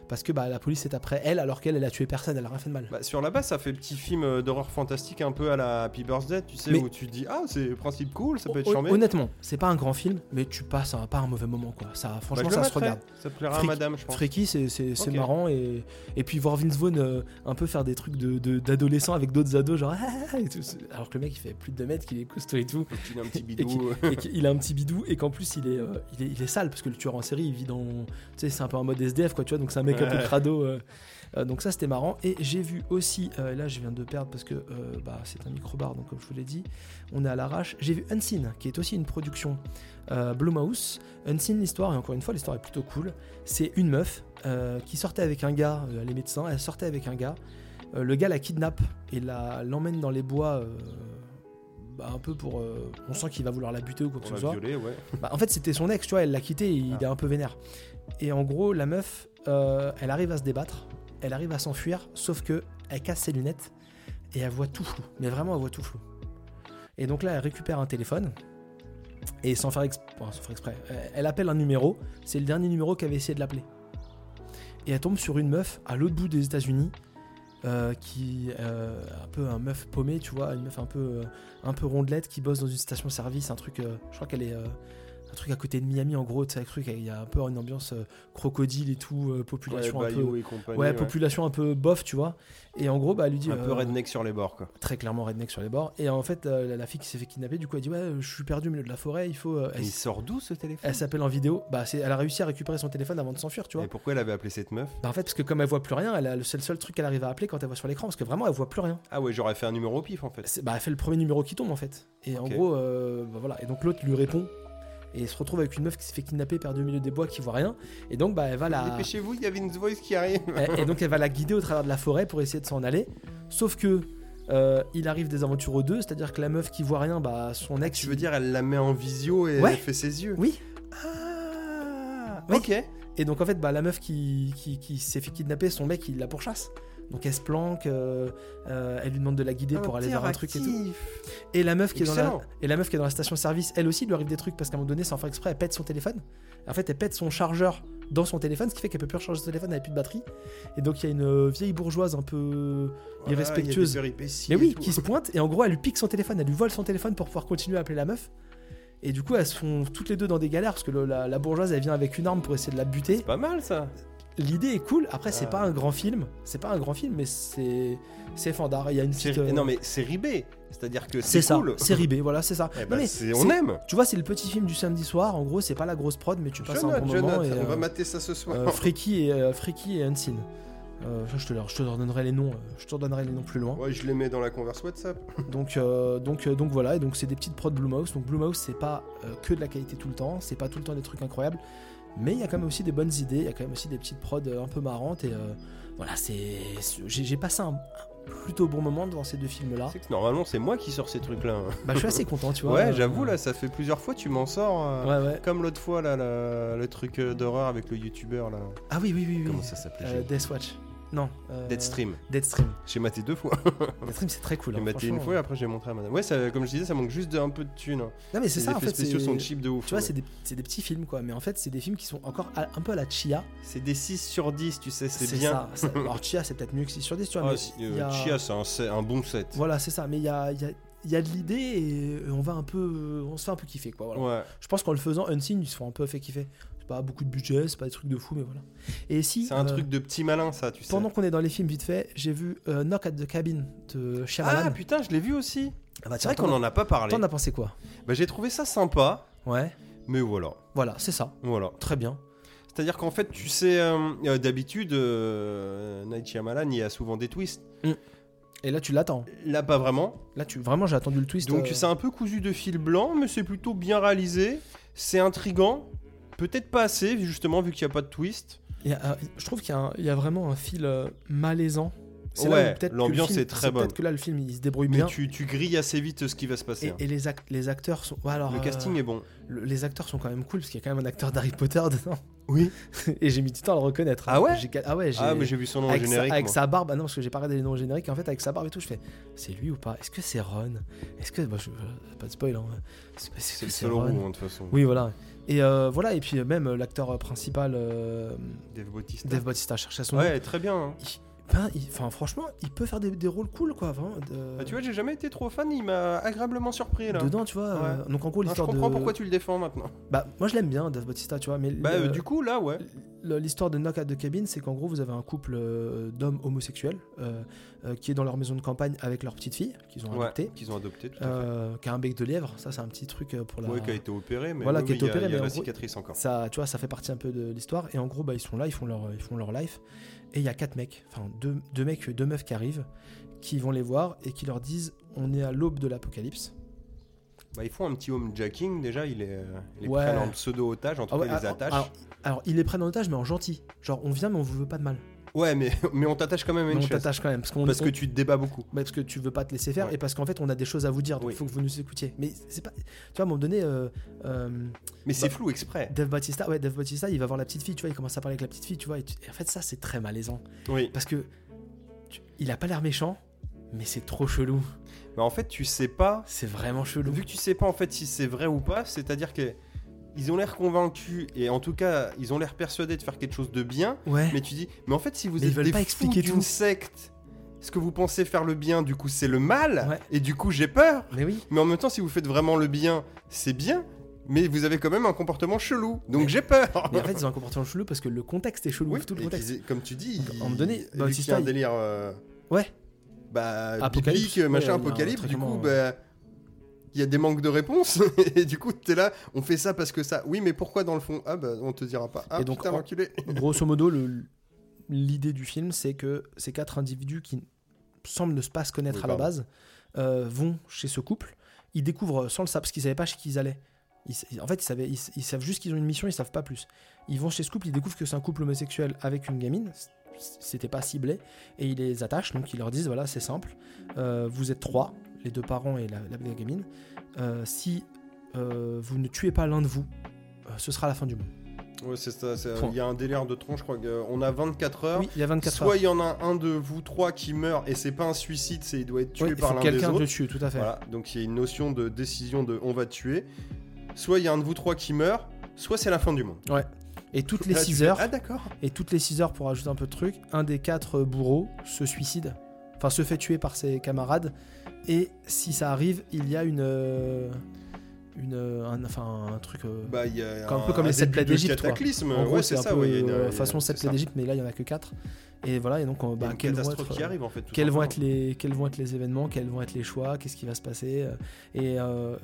S1: parce que bah la police est après elle, alors qu'elle, elle a tué personne, elle a rien fait de mal.
S2: Bah, sur la base, ça fait petit film euh, d'horreur fantastique un peu à la Happy Birthday, tu sais,
S1: Mais-
S2: où tu te dis Ah, c'est principe cool, ça peut être
S1: Hon-
S2: charmé.
S1: Honnêtement, c'est pas un grand film, mais tu passes un- pas un mauvais moment quoi. Ça,
S2: Bah, je
S1: franchement,
S2: le
S1: ça se
S2: mettrai.
S1: regarde.
S2: Ça plaira
S1: Fric-
S2: à madame, je pense.
S1: Freaky, c'est c'est- c'est
S2: Ok.
S1: marrant et, et puis voir Vince Vaughn euh, un peu faire des trucs de- de- d'adolescent avec d'autres ados, genre Ah, ah, ah et tout, c'est- alors que le mec il fait plus de 2 mètres, qu'il est costaud et tout.
S2: Il a un petit
S1: Et qui-
S2: bidou. euh,
S1: et qu'il a un petit bidou et qu'en plus il est, euh, il est il est sale parce que le tueur en série il vit dans tu sais c'est un peu en mode SDF quoi tu vois donc c'est un mec un peu
S2: Ouais.
S1: crado euh. Euh, donc ça c'était marrant et j'ai vu aussi euh, là je viens de perdre parce que euh, bah, c'est un micro bar donc comme je vous l'ai dit on est à l'arrache j'ai vu Unseen qui est aussi une production euh, Blumhouse Unseen l'histoire et encore une fois l'histoire est plutôt cool c'est une meuf euh, qui sortait avec un gars euh, les médecins elle sortait avec un gars euh, le gars la kidnappe et la l'emmène dans les bois euh, bah, un peu pour euh, on sent qu'il va vouloir la buter ou quoi que
S2: On
S1: ce
S2: l'a
S1: soit
S2: violé, ouais.
S1: bah, en fait, c'était son ex, tu vois, elle l'a quitté, et il
S2: Ah.
S1: est un peu vénère. Et en gros, la meuf, euh, elle arrive à se débattre, elle arrive à s'enfuir, sauf que elle casse ses lunettes et elle voit tout flou. Mais vraiment, elle voit tout flou. Et donc là, elle récupère un téléphone et sans faire, exp- enfin, sans faire exprès, euh, elle appelle un numéro. C'est le dernier numéro qu'avait essayé de l'appeler. Et elle tombe sur une meuf à l'autre bout des États-Unis. euh, qui euh, un peu un meuf paumé tu vois une meuf un peu euh, un peu rondelette qui bosse dans une station service un truc euh, je crois qu'elle est euh, un truc à côté de Miami en gros, tu sais, un truc, il y a un peu une ambiance euh, crocodile et tout, euh,
S2: Ouais,
S1: population un peu,
S2: Bayou et compagnie.
S1: ouais, population un peu bof, tu vois. Et en gros, bah, elle lui dit
S2: Un peu
S1: euh,
S2: redneck sur les bords, quoi.
S1: très clairement redneck sur les bords. Et en fait, euh, la, la fille qui s'est fait kidnapper, du coup, elle dit ouais, euh, je suis perdu au milieu de la forêt, il faut. euh, elle
S2: il sort d'où ce téléphone
S1: elle s'appelle en vidéo. Bah, c'est, elle a réussi à récupérer son téléphone avant de s'enfuir, tu vois.
S2: Et pourquoi elle avait appelé cette meuf
S1: Bah, en fait, parce que comme elle voit plus rien, elle a le seul, seul truc qu'elle arrive à appeler quand elle voit sur l'écran, parce que vraiment, elle voit plus rien.
S2: Ah ouais, j'aurais fait un numéro au pif en fait.
S1: C'est- bah, elle fait le premier numéro qui tombe en fait. Et en
S2: Ok.
S1: gros, euh, bah, voilà. Et donc l'autre lui répond. Et elle se retrouve avec une meuf qui s'est fait kidnapper, perdue au milieu des bois, qui voit rien. Et donc, bah, elle va la.
S2: Dépêchez-vous, il y avait une voice qui arrive.
S1: et, et donc elle va la guider au travers de la forêt pour essayer de s'en aller. Sauf que euh, il arrive des aventures aux deux, c'est-à-dire que la meuf qui voit rien, bah son ex.
S2: Tu
S1: il-
S2: veux dire, elle la met en visio et
S1: Ouais.
S2: elle fait ses yeux
S1: Oui.
S2: Ah
S1: Oui.
S2: Ok.
S1: Et donc en fait, bah la meuf qui, qui, qui s'est fait kidnapper, son mec il la pourchasse. Donc elle se planque, euh, euh, elle lui demande de la guider pour aller vers un truc et tout.
S2: Interactif.
S1: Et la meuf qui est dans la,
S2: Excellent.
S1: et la meuf qui est dans la station-service, elle aussi il lui arrive des trucs parce qu'à un moment donné, sans faire exprès, elle pète son téléphone. En fait, elle pète son chargeur dans son téléphone, ce qui fait qu'elle peut plus recharger son téléphone, elle a plus de batterie. Et donc il y a une euh, vieille bourgeoise un peu
S2: Voilà,
S1: irrespectueuse.
S2: il y a des péripéties
S1: Mais
S2: et
S1: oui,
S2: tout.
S1: qui se pointe et en gros elle lui pique son téléphone, elle lui vole son téléphone pour pouvoir continuer à appeler la meuf. Et du coup elles sont toutes les deux dans des galères parce que le- la, la bourgeoise elle vient avec une arme pour essayer de la buter.
S2: Pas mal ça.
S1: L'idée est cool. Après c'est
S2: Ah.
S1: pas un grand film, c'est pas un grand film mais c'est c'est fandard. Il y a une petite.
S2: C'est-
S1: euh,
S2: Non mais c'est ribé. C'est-à-dire que
S1: c'est
S2: c'est
S1: ça,
S2: cool.
S1: c'est ribé, voilà c'est ça.
S2: Eh
S1: Non,
S2: ben,
S1: mais
S2: c'est-
S1: c'est-
S2: on aime.
S1: Tu vois c'est le petit film du samedi soir. En gros c'est pas la grosse prod mais tu passes un bon moment et.
S2: on va
S1: euh,
S2: mater ça ce soir.
S1: euh, Freaky et euh, Freaky et Unseen. Euh, je te leur, je te leur donnerai les noms, euh, je te redonnerai les noms plus loin.
S2: Ouais, je les mets dans la converse WhatsApp.
S1: Donc, euh, donc, euh, donc voilà, et donc c'est des petites prods Blumhouse. Donc Blumhouse, c'est pas euh, que de la qualité tout le temps, c'est pas tout le temps des trucs incroyables, mais il y a quand même aussi des bonnes idées, il y a quand même aussi des petites prods euh, un peu marrantes. Et euh, voilà, c'est, c'est- j'ai j'ai passé un un plutôt bon moment dans ces deux films-là.
S2: C'est que normalement c'est moi qui sors ces trucs-là. hein.
S1: Bah, je suis assez content, tu vois.
S2: Ouais,
S1: Euh,
S2: j'avoue là, ça fait plusieurs fois tu m'en sors. euh,
S1: Ouais, ouais.
S2: Comme l'autre fois là, la- le truc euh, d'horreur avec le youtubeur là.
S1: Ah oui, oui, oui, oui.
S2: Comment ça s'appelait
S1: Euh, Deathwatch. Non. euh,
S2: Deadstream.
S1: Deadstream.
S2: J'ai maté deux fois.
S1: Deadstream, c'est très cool.
S2: J'ai
S1: hein,
S2: maté une
S1: franchement.
S2: fois et après j'ai montré à madame. Ouais, ça, comme je disais, ça manque juste d'un peu de thunes. hein.
S1: Non, mais c'est
S2: Les
S1: ça, en
S2: effets
S1: fait.
S2: spéciaux
S1: c'est-
S2: sont cheap de ouf.
S1: Tu vois,
S2: ouais.
S1: c'est des, c'est des petits films, quoi. Mais en fait, c'est des films qui sont encore à- un peu à la Chia.
S2: c'est des 6 sur 10, tu sais, c'est bien.
S1: ça, ça. Alors Chia, c'est peut-être mieux que 6 sur 10, tu vois.
S2: Ah,
S1: mais
S2: si,
S1: il
S2: euh,
S1: y a-
S2: Chia, c'est un, c'est un bon set.
S1: Voilà, c'est ça. Mais il y a, il y a- il y a de l'idée et euh, on va un peu, on se fait un peu kiffer, quoi. voilà.
S2: Ouais,
S1: Je pense qu'en le faisant, Unseen, ils se font un peu fait kiffer. C'est pas beaucoup de budget, c'est pas des trucs de fou, mais voilà. Et si
S2: c'est un
S1: euh,
S2: truc de petit malin, ça, tu sais.
S1: pendant qu'on est dans les films vite fait, j'ai vu euh, Knock at the Cabin de
S2: Ah
S1: Shyamalan.
S2: putain, je l'ai vu aussi.
S1: Ah bah,
S2: C'est
S1: tiens,
S2: vrai qu'on
S1: t'en
S2: en a pas
S1: as-
S2: parlé.
S1: T'en as pensé quoi
S2: Bah, j'ai trouvé ça sympa,
S1: Ouais.
S2: mais voilà.
S1: Voilà, c'est ça.
S2: Voilà.
S1: Très bien.
S2: C'est-à-dire qu'en fait, tu sais, euh, euh, d'habitude, euh, Night Shyamalan, il y a souvent des twists.
S1: Et là, tu l'attends.
S2: Là, pas vraiment.
S1: Là, tu vraiment, j'ai attendu le twist.
S2: Donc,
S1: euh,
S2: c'est un peu cousu de fil blanc, mais c'est plutôt bien réalisé. C'est intrigant. Peut-être pas assez, justement, vu qu'il n'y a pas de twist.
S1: il y a, euh, je trouve qu'il y, a un- il y a vraiment un fil euh, malaisant C'est
S2: Ouais,
S1: là où peut-être que le
S2: l'ambiance
S1: film-
S2: est très
S1: c'est
S2: bonne.
S1: Peut-être que là, le film, il se débrouille
S2: Mais
S1: Eh bien.
S2: tu, tu grilles assez vite ce qui va se passer.
S1: Et,
S2: hein.
S1: et les, ac- les acteurs sont. ouais, alors,
S2: le
S1: euh,
S2: casting est bon.
S1: le- les acteurs sont quand même cool parce qu'il y a quand même un acteur d'Harry Potter dedans.
S2: Oui.
S1: et j'ai mis du temps à le reconnaître.
S2: Ah ouais
S1: J'ai- Ah ouais, j'ai.
S2: Ah, mais j'ai vu son nom en
S1: avec, sa,
S2: générique.
S1: avec
S2: moi.
S1: sa barbe, ah non, parce que j'ai pas regardé les noms génériques. En fait, avec sa barbe et tout, je fais c'est lui ou pas Est-ce que c'est Ron Est-ce que. bah, je- euh, pas de spoil, hein. Est-ce que
S2: C'est
S1: c'est
S2: le
S1: c'est
S2: seul
S1: Ron
S2: roux, hein, de toute façon.
S1: Oui, voilà. Et euh, voilà, et puis euh, même euh, l'acteur euh, principal, euh,
S2: Dave Bautista.
S1: Dave Bautista, cherche à son nom.
S2: Ouais, très bien. hein.
S1: Il- ben, il- Enfin, franchement, il peut faire des, des rôles cool, quoi. Vraiment, de-
S2: Bah, tu vois, j'ai jamais été trop fan, il m'a agréablement surpris là.
S1: dedans, tu vois. euh, donc, en gros,
S2: Hein, je
S1: l'histoire de.
S2: comprends pourquoi tu le défends maintenant.
S1: Bah, moi, je l'aime bien, Dave Bautista, tu vois. Mais
S2: Bah,
S1: le-
S2: euh, du coup, là, ouais.
S1: le- l'histoire de Knock at the Cabin, c'est qu'en gros, vous avez un couple euh, d'hommes homosexuels euh, euh, qui est dans leur maison de campagne avec leur petite fille qu'ils ont
S2: Ouais,
S1: adoptée.
S2: qu'ils ont adopté, tout à fait.
S1: euh, qui a un bec de lièvre, ça c'est un petit truc euh, pour la.
S2: Ouais, qui a été opéré, mais
S1: Voilà,
S2: oui,
S1: qui a
S2: oui,
S1: été
S2: il y
S1: opéré,
S2: il y a
S1: mais en
S2: la
S1: gros-
S2: cicatrice encore.
S1: ça, tu vois, ça fait partie un peu de l'histoire. Et en gros, bah, ils sont là, ils font leur, ils font leur life. Et il y a quatre mecs, enfin deux, deux mecs, deux meufs qui arrivent, qui vont les voir et qui leur disent on est à l'aube de l'apocalypse.
S2: Bah, ils font un petit homejacking déjà, ils les, euh, ils les
S1: Ouais.
S2: prennent en pseudo-otage, en tout
S1: Ah ouais,
S2: cas ils les
S1: alors-
S2: attachent.
S1: Alors, alors, ils les prennent en otage, mais en gentil. Genre, on vient, mais on vous veut pas de mal.
S2: ouais, mais, mais on t'attache quand même à
S1: Mais
S2: une
S1: on
S2: chaise.
S1: t'attache quand même. Parce, qu'on-
S2: Parce
S1: on-
S2: que tu te débats beaucoup.
S1: bah, parce que tu veux pas te laisser faire
S2: Ouais.
S1: et parce qu'en fait, on a des choses à vous dire. Donc, il
S2: Oui.
S1: faut que vous nous écoutiez. Mais c'est pas. Tu vois, à un moment donné. euh, euh,
S2: Mais c'est
S1: Bah-
S2: flou exprès.
S1: Dave Bautista, ouais, Dave Bautista, il va voir la petite fille, tu vois, il commence à parler avec la petite fille, tu vois, et, tu- et en fait, ça, c'est très malaisant.
S2: Oui.
S1: Parce que tu- il a pas l'air méchant, mais c'est trop chelou.
S2: Mais Bah, en fait, tu sais pas.
S1: C'est vraiment chelou.
S2: Vu que tu sais pas en fait si c'est vrai ou pas, c'est-à-dire que ils ont l'air convaincus et en tout cas, ils ont l'air persuadés de faire quelque chose de bien,
S1: Ouais.
S2: mais tu dis mais en fait si vous
S1: Mais ils
S2: êtes
S1: veulent
S2: des
S1: pas
S2: fous
S1: expliquer
S2: d'une
S1: tout.
S2: secte, ce que vous pensez faire le bien, du coup, c'est le mal
S1: Ouais.
S2: et du coup, j'ai peur.
S1: Mais oui.
S2: Mais en même temps, si vous faites vraiment le bien, c'est bien, mais vous avez quand même un comportement chelou. Donc
S1: Mais-
S2: j'ai peur.
S1: Mais en fait, ils ont un comportement chelou parce que le contexte est chelou.
S2: Oui,
S1: tout le
S2: et
S1: contexte.
S2: qu'ils aient- comme tu dis,
S1: Donc, à un moment donné,
S2: vu
S1: Bautista,
S2: qu'il y a un
S1: il-
S2: délire. euh,
S1: Ouais.
S2: Bah,
S1: Apocalypse,
S2: biblique,
S1: ouais, il y
S2: machin,
S1: a un
S2: apocalypse,
S1: truc
S2: du coup,
S1: vraiment,
S2: bah. Il y a des manques de réponses, et du coup, t'es là, on fait ça parce que ça. Oui, mais pourquoi dans le fond Ah, bah, on te dira pas. Ah,
S1: Et donc,
S2: putain,
S1: en-
S2: l'enculé.
S1: Grosso modo, le- l'idée du film, c'est que ces quatre individus qui semblent ne pas se connaître
S2: Oui,
S1: à la
S2: pardon.
S1: base euh, vont chez ce couple. Ils découvrent sans le savoir, parce qu'ils savaient pas chez qui ils allaient. Ils sa- en fait, ils, savaient- ils- ils savent juste qu'ils ont une mission, ils savent pas plus. Ils vont chez ce couple, ils découvrent que c'est un couple homosexuel avec une gamine. c- C'était pas ciblé. Et ils les attachent, donc ils leur disent voilà, c'est simple. Euh, vous êtes trois, les deux parents et la, la- la gamine. Euh, si euh, vous ne tuez pas l'un de vous, euh, ce sera la fin du monde.
S2: Ouais, c'est ça, c'est-
S1: Point.
S2: il y a un délire de tronche, je crois. que, euh, On a 24 heures.
S1: Oui, il y a 24 heures.
S2: Soit il y en a un de vous trois qui meurt, et c'est pas un suicide, c'est il doit être tué
S1: Ouais, il
S2: par
S1: faut
S2: l'un des
S1: quelqu'un
S2: autres.
S1: de tue, tout à fait.
S2: Voilà, donc il y a une notion de décision de on va tuer. Soit il y a un de vous trois qui meurt, soit c'est la fin du monde.
S1: Et toutes les
S2: Là, tu
S1: 6
S2: fais,
S1: heures,
S2: Ah d'accord.
S1: et toutes les 6 heures pour ajouter un peu de truc, un des quatre bourreaux se suicide, enfin se fait tuer par ses camarades. Et si ça arrive, il y a une, euh, une, euh, un, enfin un truc. euh,
S2: Bah, il y a
S1: Comme- un peu comme les sept
S2: début
S1: plaies
S2: de
S1: d'Égypte, quoi.
S2: Cataclysme.
S1: en gros,
S2: ouais,
S1: c'est un
S2: ça.
S1: peu
S2: ouais, il y a une-
S1: euh,
S2: il y a-
S1: façon
S2: c'est
S1: 7
S2: ça.
S1: d'Égypte, mais là il y en a que 4 Et voilà, et donc on-
S2: Il y a
S1: bah,
S2: une
S1: quels vont
S2: catastrophe
S1: être,
S2: qui
S1: euh,
S2: arrive en fait. tout
S1: quels vont être
S2: simplement.
S1: les quels vont être les événements, quels vont être les choix, qu'est-ce qui va se passer euh, et euh, euh,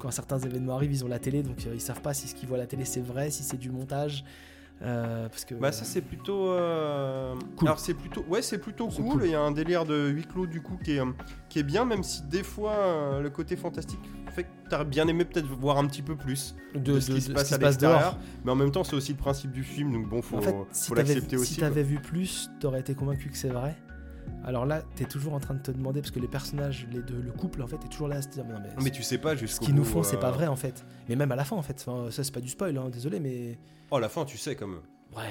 S1: quand certains événements arrivent, ils ont la télé donc euh, ils savent pas si ce qu'ils voient à la télé c'est vrai, si c'est du montage euh, parce que
S2: Bah ça c'est plutôt euh,
S1: Cool.
S2: alors c'est plutôt ouais c'est plutôt
S1: C'est
S2: cool il
S1: cool.
S2: y a un délire de huis clos du coup qui est, euh, qui est bien même si des fois euh, le côté fantastique fait que t'as bien aimé peut-être voir un petit peu plus
S1: de,
S2: de, ce qui
S1: de-
S2: se
S1: de
S2: passe à l'extérieur mais en même temps c'est aussi le principe du film donc bon faut,
S1: en fait, si
S2: faut
S1: t'avais
S2: l'accepter aussi
S1: si t'avais vu plus, t'aurais été convaincu que c'est vrai. Alors là, t'es toujours en train de te demander parce que les personnages, les deux, le couple, en fait, est toujours là à se dire mais non mais,
S2: quoi. mais tu sais pas
S1: ce
S2: jusqu'au
S1: qu'ils nous
S2: bout,
S1: font, c'est
S2: euh,
S1: pas vrai en fait. Mais même à la fin, en fait, Enfin, ça c'est pas du spoil, hein, désolé, mais
S2: Oh, à la fin, tu sais, comme.
S1: ouais,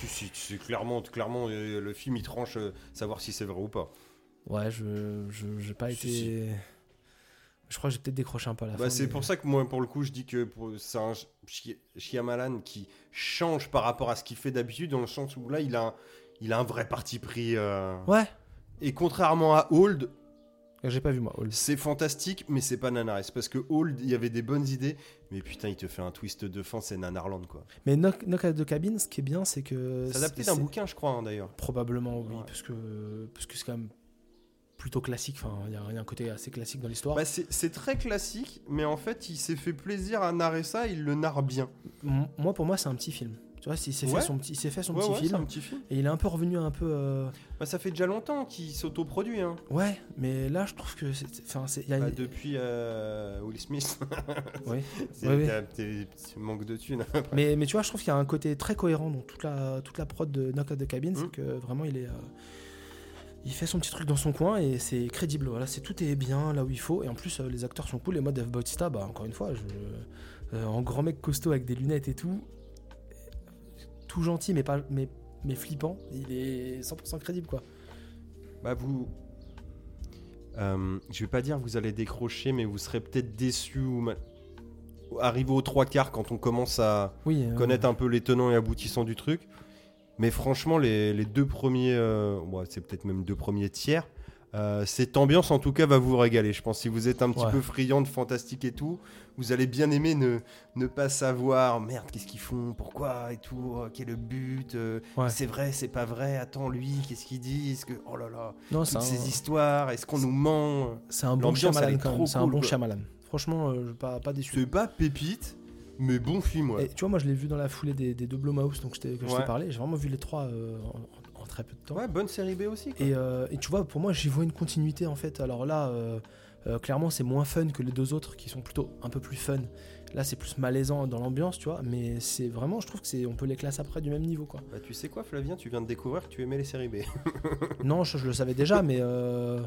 S2: Tu, si, tu sais clairement, clairement, euh, le film il tranche euh, savoir si c'est vrai ou pas.
S1: ouais, je, je- j'ai pas
S2: Si,
S1: été. Je crois que j'ai peut-être décroché un peu à la
S2: Bah,
S1: fin.
S2: c'est
S1: mais-
S2: pour ça que moi, pour le coup, je dis que pour- c'est un Sh- Shi- Shyamalan qui change par rapport à ce qu'il fait d'habitude, dans le sens où là, il a un, il a un vrai parti pris. euh.
S1: Ouais,
S2: Et contrairement à Old,
S1: j'ai pas vu moi. Hall.
S2: c'est fantastique, mais c'est pas nanarès. Parce que Old, il y avait des bonnes idées, mais putain, il te fait un twist de fin, c'est nanarland quoi.
S1: Mais Knock, Knock at the Cabin, ce qui est bien, c'est que
S2: C'est adapté
S1: Euh, c'est-
S2: d'un bouquin, je crois, hein, d'ailleurs.
S1: Probablement oui,
S2: Ouais.
S1: parce que parce que c'est quand même plutôt classique. Enfin, il y, a un- il y a un côté assez classique dans l'histoire.
S2: Bah, c'est c'est très classique, mais en fait, il s'est fait plaisir à narrer ça, il le narre bien.
S1: M- moi pour moi c'est un petit film tu vois s'il s'est fait
S2: Ouais.
S1: son petit il s'est fait son
S2: Ouais,
S1: petit
S2: ouais, c'est
S1: film
S2: un petit film.
S1: et il est un peu revenu un peu euh,
S2: Bah, ça fait déjà longtemps qu'il s'autoproduit. Hein.
S1: ouais mais là je trouve que c'est enfin c'est il y a
S2: Bah,
S1: une-
S2: depuis euh, Will Smith.
S1: Oui.
S2: C'est
S1: Oui, oui.
S2: t'as- t'es- c'est manque de thunes.
S1: mais mais tu vois je trouve qu'il y a un côté très cohérent dans toute la toute la prod de Knock at the Cabin
S2: Mm.
S1: c'est que vraiment il est euh, il fait son petit truc dans son coin et c'est crédible. Voilà, c'est tout est bien là où il faut. Et en plus, euh, les acteurs sont cool. Et moi, Dave Bautista, bah encore une fois, je, euh, en grand mec costaud avec des lunettes et tout, tout gentil mais pas mais mais flippant. Il est 100% crédible quoi.
S2: Bah vous. Euh, je vais pas dire vous allez décrocher, mais vous serez peut-être déçu ou mal- arrivé aux trois quarts quand on commence à
S1: Oui. euh,
S2: connaître un peu les tenants et aboutissants du truc. Mais franchement, les, les deux premiers, euh, ouais, c'est peut-être même deux premiers tiers, euh, cette ambiance en tout cas va vous régaler. Je pense si vous êtes un petit
S1: Ouais.
S2: peu friand de fantastique et tout, vous allez bien aimer ne, ne pas savoir merde, qu'est-ce qu'ils font, pourquoi et tout, euh, quel est le but, euh,
S1: Ouais.
S2: c'est vrai, c'est pas vrai, attends, lui, qu'est-ce qu'il dit, est-ce que, oh là là,
S1: Non, c'est
S2: toutes ces
S1: un,
S2: histoires, est-ce qu'on nous ment euh.
S1: c'est un bon
S2: l'ambiance, elle
S1: Shyamalan
S2: est
S1: quand même.
S2: trop
S1: C'est un
S2: cool,
S1: bon
S2: quoi.
S1: Shyamalan. Franchement, euh, je- pas pas déçu.
S2: C'est pas pépite, mais bon film, ouais.
S1: Et tu vois, moi je l'ai vu dans la foulée des, des deux Blumhouse, donc je t'ai- que je t'ai
S2: Ouais.
S1: parlé. J'ai vraiment vu les trois euh, en, en- en très peu de temps.
S2: Ouais, bonne série B aussi. quoi.
S1: Et, euh, et tu vois, pour moi, j'y vois une continuité en fait. Alors là, euh, euh, clairement, c'est moins fun que les deux autres qui sont plutôt un peu plus fun. Là, c'est plus malaisant dans l'ambiance, tu vois. Mais c'est vraiment, je trouve que c'est, on peut les classer après du même niveau, quoi.
S2: Bah, tu sais quoi, Flavien, tu viens de découvrir que tu aimais les séries B.
S1: non, je, je le savais déjà, mais euh,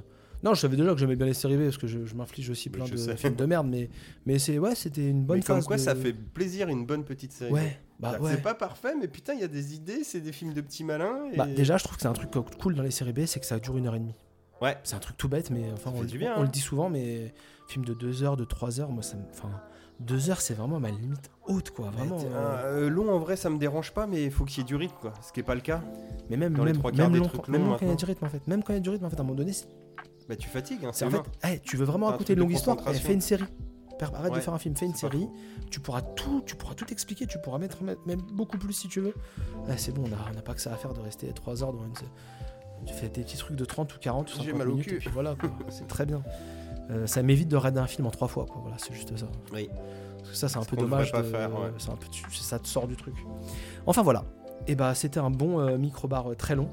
S1: non, je savais déjà que j'aimais bien les séries B parce que je, je m'inflige aussi
S2: Mais
S1: plein
S2: je
S1: de
S2: sais.
S1: films de merde. Mais mais c'est ouais, c'était une bonne
S2: mais comme
S1: phase
S2: quoi,
S1: de-
S2: ça fait plaisir une bonne petite série.
S1: ouais. Bah
S2: C'est-à-dire que
S1: ouais.
S2: C'est pas parfait, mais putain, il y a des idées, c'est des films de petits malins. Et...
S1: Bah, déjà, je trouve que c'est un truc cool dans les séries B, c'est que ça dure une heure et demie.
S2: Ouais.
S1: C'est un truc tout bête, mais enfin,
S2: Ça
S1: on,
S2: fait
S1: le-
S2: du bien,
S1: on
S2: hein.
S1: le dit souvent, mais film de 2 heures, de 3 heures, moi, ça me. Enfin, 2 heures, c'est vraiment ma limite haute, quoi.
S2: Ouais,
S1: Vraiment.
S2: t'es-
S1: euh,
S2: euh, euh, long en vrai, ça me dérange pas, mais il faut qu'il y ait du rythme, quoi. Ce qui est pas le cas.
S1: mais même,
S2: dans les
S1: même,
S2: trois quarts
S1: même,
S2: des
S1: long-
S2: trucs
S1: même
S2: longs,
S1: long quand il y a
S2: maintenant.
S1: du rythme, en fait. Même quand il y a du rythme, en fait, à un moment donné, c'est
S2: Bah, tu fatigues, hein,
S1: c'est
S2: c'est
S1: en
S2: humain.
S1: fait. hey, tu veux vraiment
S2: T'as un
S1: raconter une
S2: truc de
S1: longue histoire hey,
S2: concentration.
S1: Fais une série. Per- Arrête de
S2: Ouais,
S1: faire un film, fais une
S2: c'est pas
S1: série.
S2: faux.
S1: Tu pourras tout, tu pourras tout expliquer, tu pourras mettre même même beaucoup plus si tu veux. Ah, c'est bon, on a- on n'a pas que ça à faire de rester 3 heures dans une. sé- Tu fais des petits trucs de 30 ou 40 ou
S2: J'ai
S1: 50
S2: mal au
S1: minutes,
S2: cul.
S1: et puis voilà, quoi. c'est très bien. Euh, ça m'évite de regarder un film en trois fois, quoi. Voilà, c'est juste ça.
S2: Oui.
S1: Parce que ça, c'est un
S2: Ce
S1: peu
S2: qu'on
S1: dommage.
S2: devrait
S1: de-
S2: pas faire, ouais.
S1: c'est un peu, tu- ça te sort du truc. Enfin voilà. Et bah, c'était un bon euh, micro-bar euh, très long.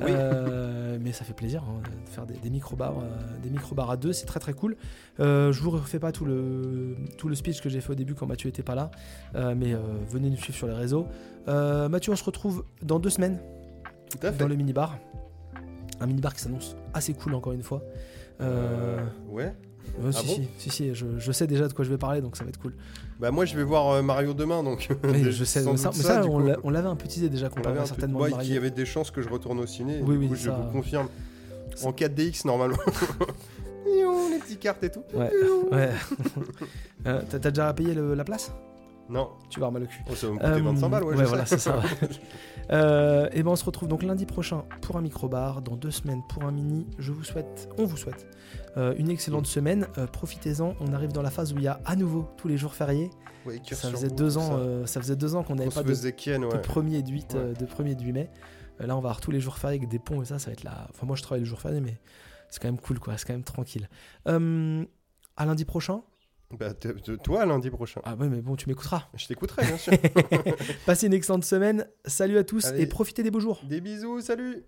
S2: Oui.
S1: Euh, mais ça fait plaisir hein, de faire des, des micro-bars, euh, des micro-bars à deux, c'est très très cool. Euh, je vous refais pas tout le tout le speech que j'ai fait au début quand Mathieu était pas là, Euh, mais euh, venez nous suivre sur les réseaux. Euh, Mathieu, on se retrouve dans deux semaines
S2: Tout à fait.
S1: dans le mini-bar. Un mini-bar qui s'annonce assez cool encore une fois. Euh,
S2: Euh, Ouais.
S1: ouais, si,
S2: bon
S1: si, si, si, je, je sais déjà de quoi je vais parler, donc ça va être cool.
S2: Bah, moi, je vais voir euh, Mario demain, donc.
S1: Mais
S2: de-
S1: je sais,
S2: sans
S1: mais ça,
S2: doute
S1: mais ça,
S2: du
S1: on
S2: coup.
S1: l'a- on l'avait un peu teasé déjà qu'on
S2: On avait
S1: parlerait
S2: un peu de
S1: certainement
S2: boy
S1: de
S2: qui
S1: Mario.
S2: avait des chances que je retourne au ciné. et
S1: Oui,
S2: du
S1: oui,
S2: coup, je
S1: ça-
S2: vous confirme. En 4DX, normalement. Mignon, les petites cartes et tout.
S1: Ouais, ouais. Euh, T'as t'as déjà payé le- la place
S2: Non,
S1: Tu vas avoir mal au cul.
S2: oh, ça va me coûter
S1: Euh,
S2: 25 balles, ouais, je sais.
S1: voilà, c'est ça. ouais. Euh, et ben on se retrouve donc lundi prochain pour un micro-bar, dans deux semaines pour un mini. Je vous souhaite, on vous souhaite euh, une excellente
S2: Mm.
S1: semaine. Euh, Profitez-en. On arrive dans la phase où il y a à nouveau tous les jours fériés.
S2: Ouais, cœur
S1: Ça
S2: sur
S1: faisait
S2: vous,
S1: deux
S2: tout
S1: ans,
S2: ça.
S1: euh, ça faisait deux ans qu'on
S2: On
S1: n'avait
S2: se
S1: pas de,
S2: faisait ken,
S1: de
S2: ouais.
S1: premier et de 8,
S2: Ouais.
S1: euh, de premier et de 8 mai. Euh, là, on va avoir tous les jours fériés avec des ponts et ça, ça va être la. Enfin, moi, je travaille le jour férié, mais c'est quand même cool, quoi. C'est quand même tranquille. Euh, à lundi prochain.
S2: Bah, t- t- toi, lundi prochain.
S1: Ah ouais, mais bon, tu m'écouteras.
S2: Je t'écouterai, bien sûr.
S1: Passez une excellente semaine. Salut à tous
S2: Allez.
S1: et profitez des beaux jours.
S2: Des bisous, salut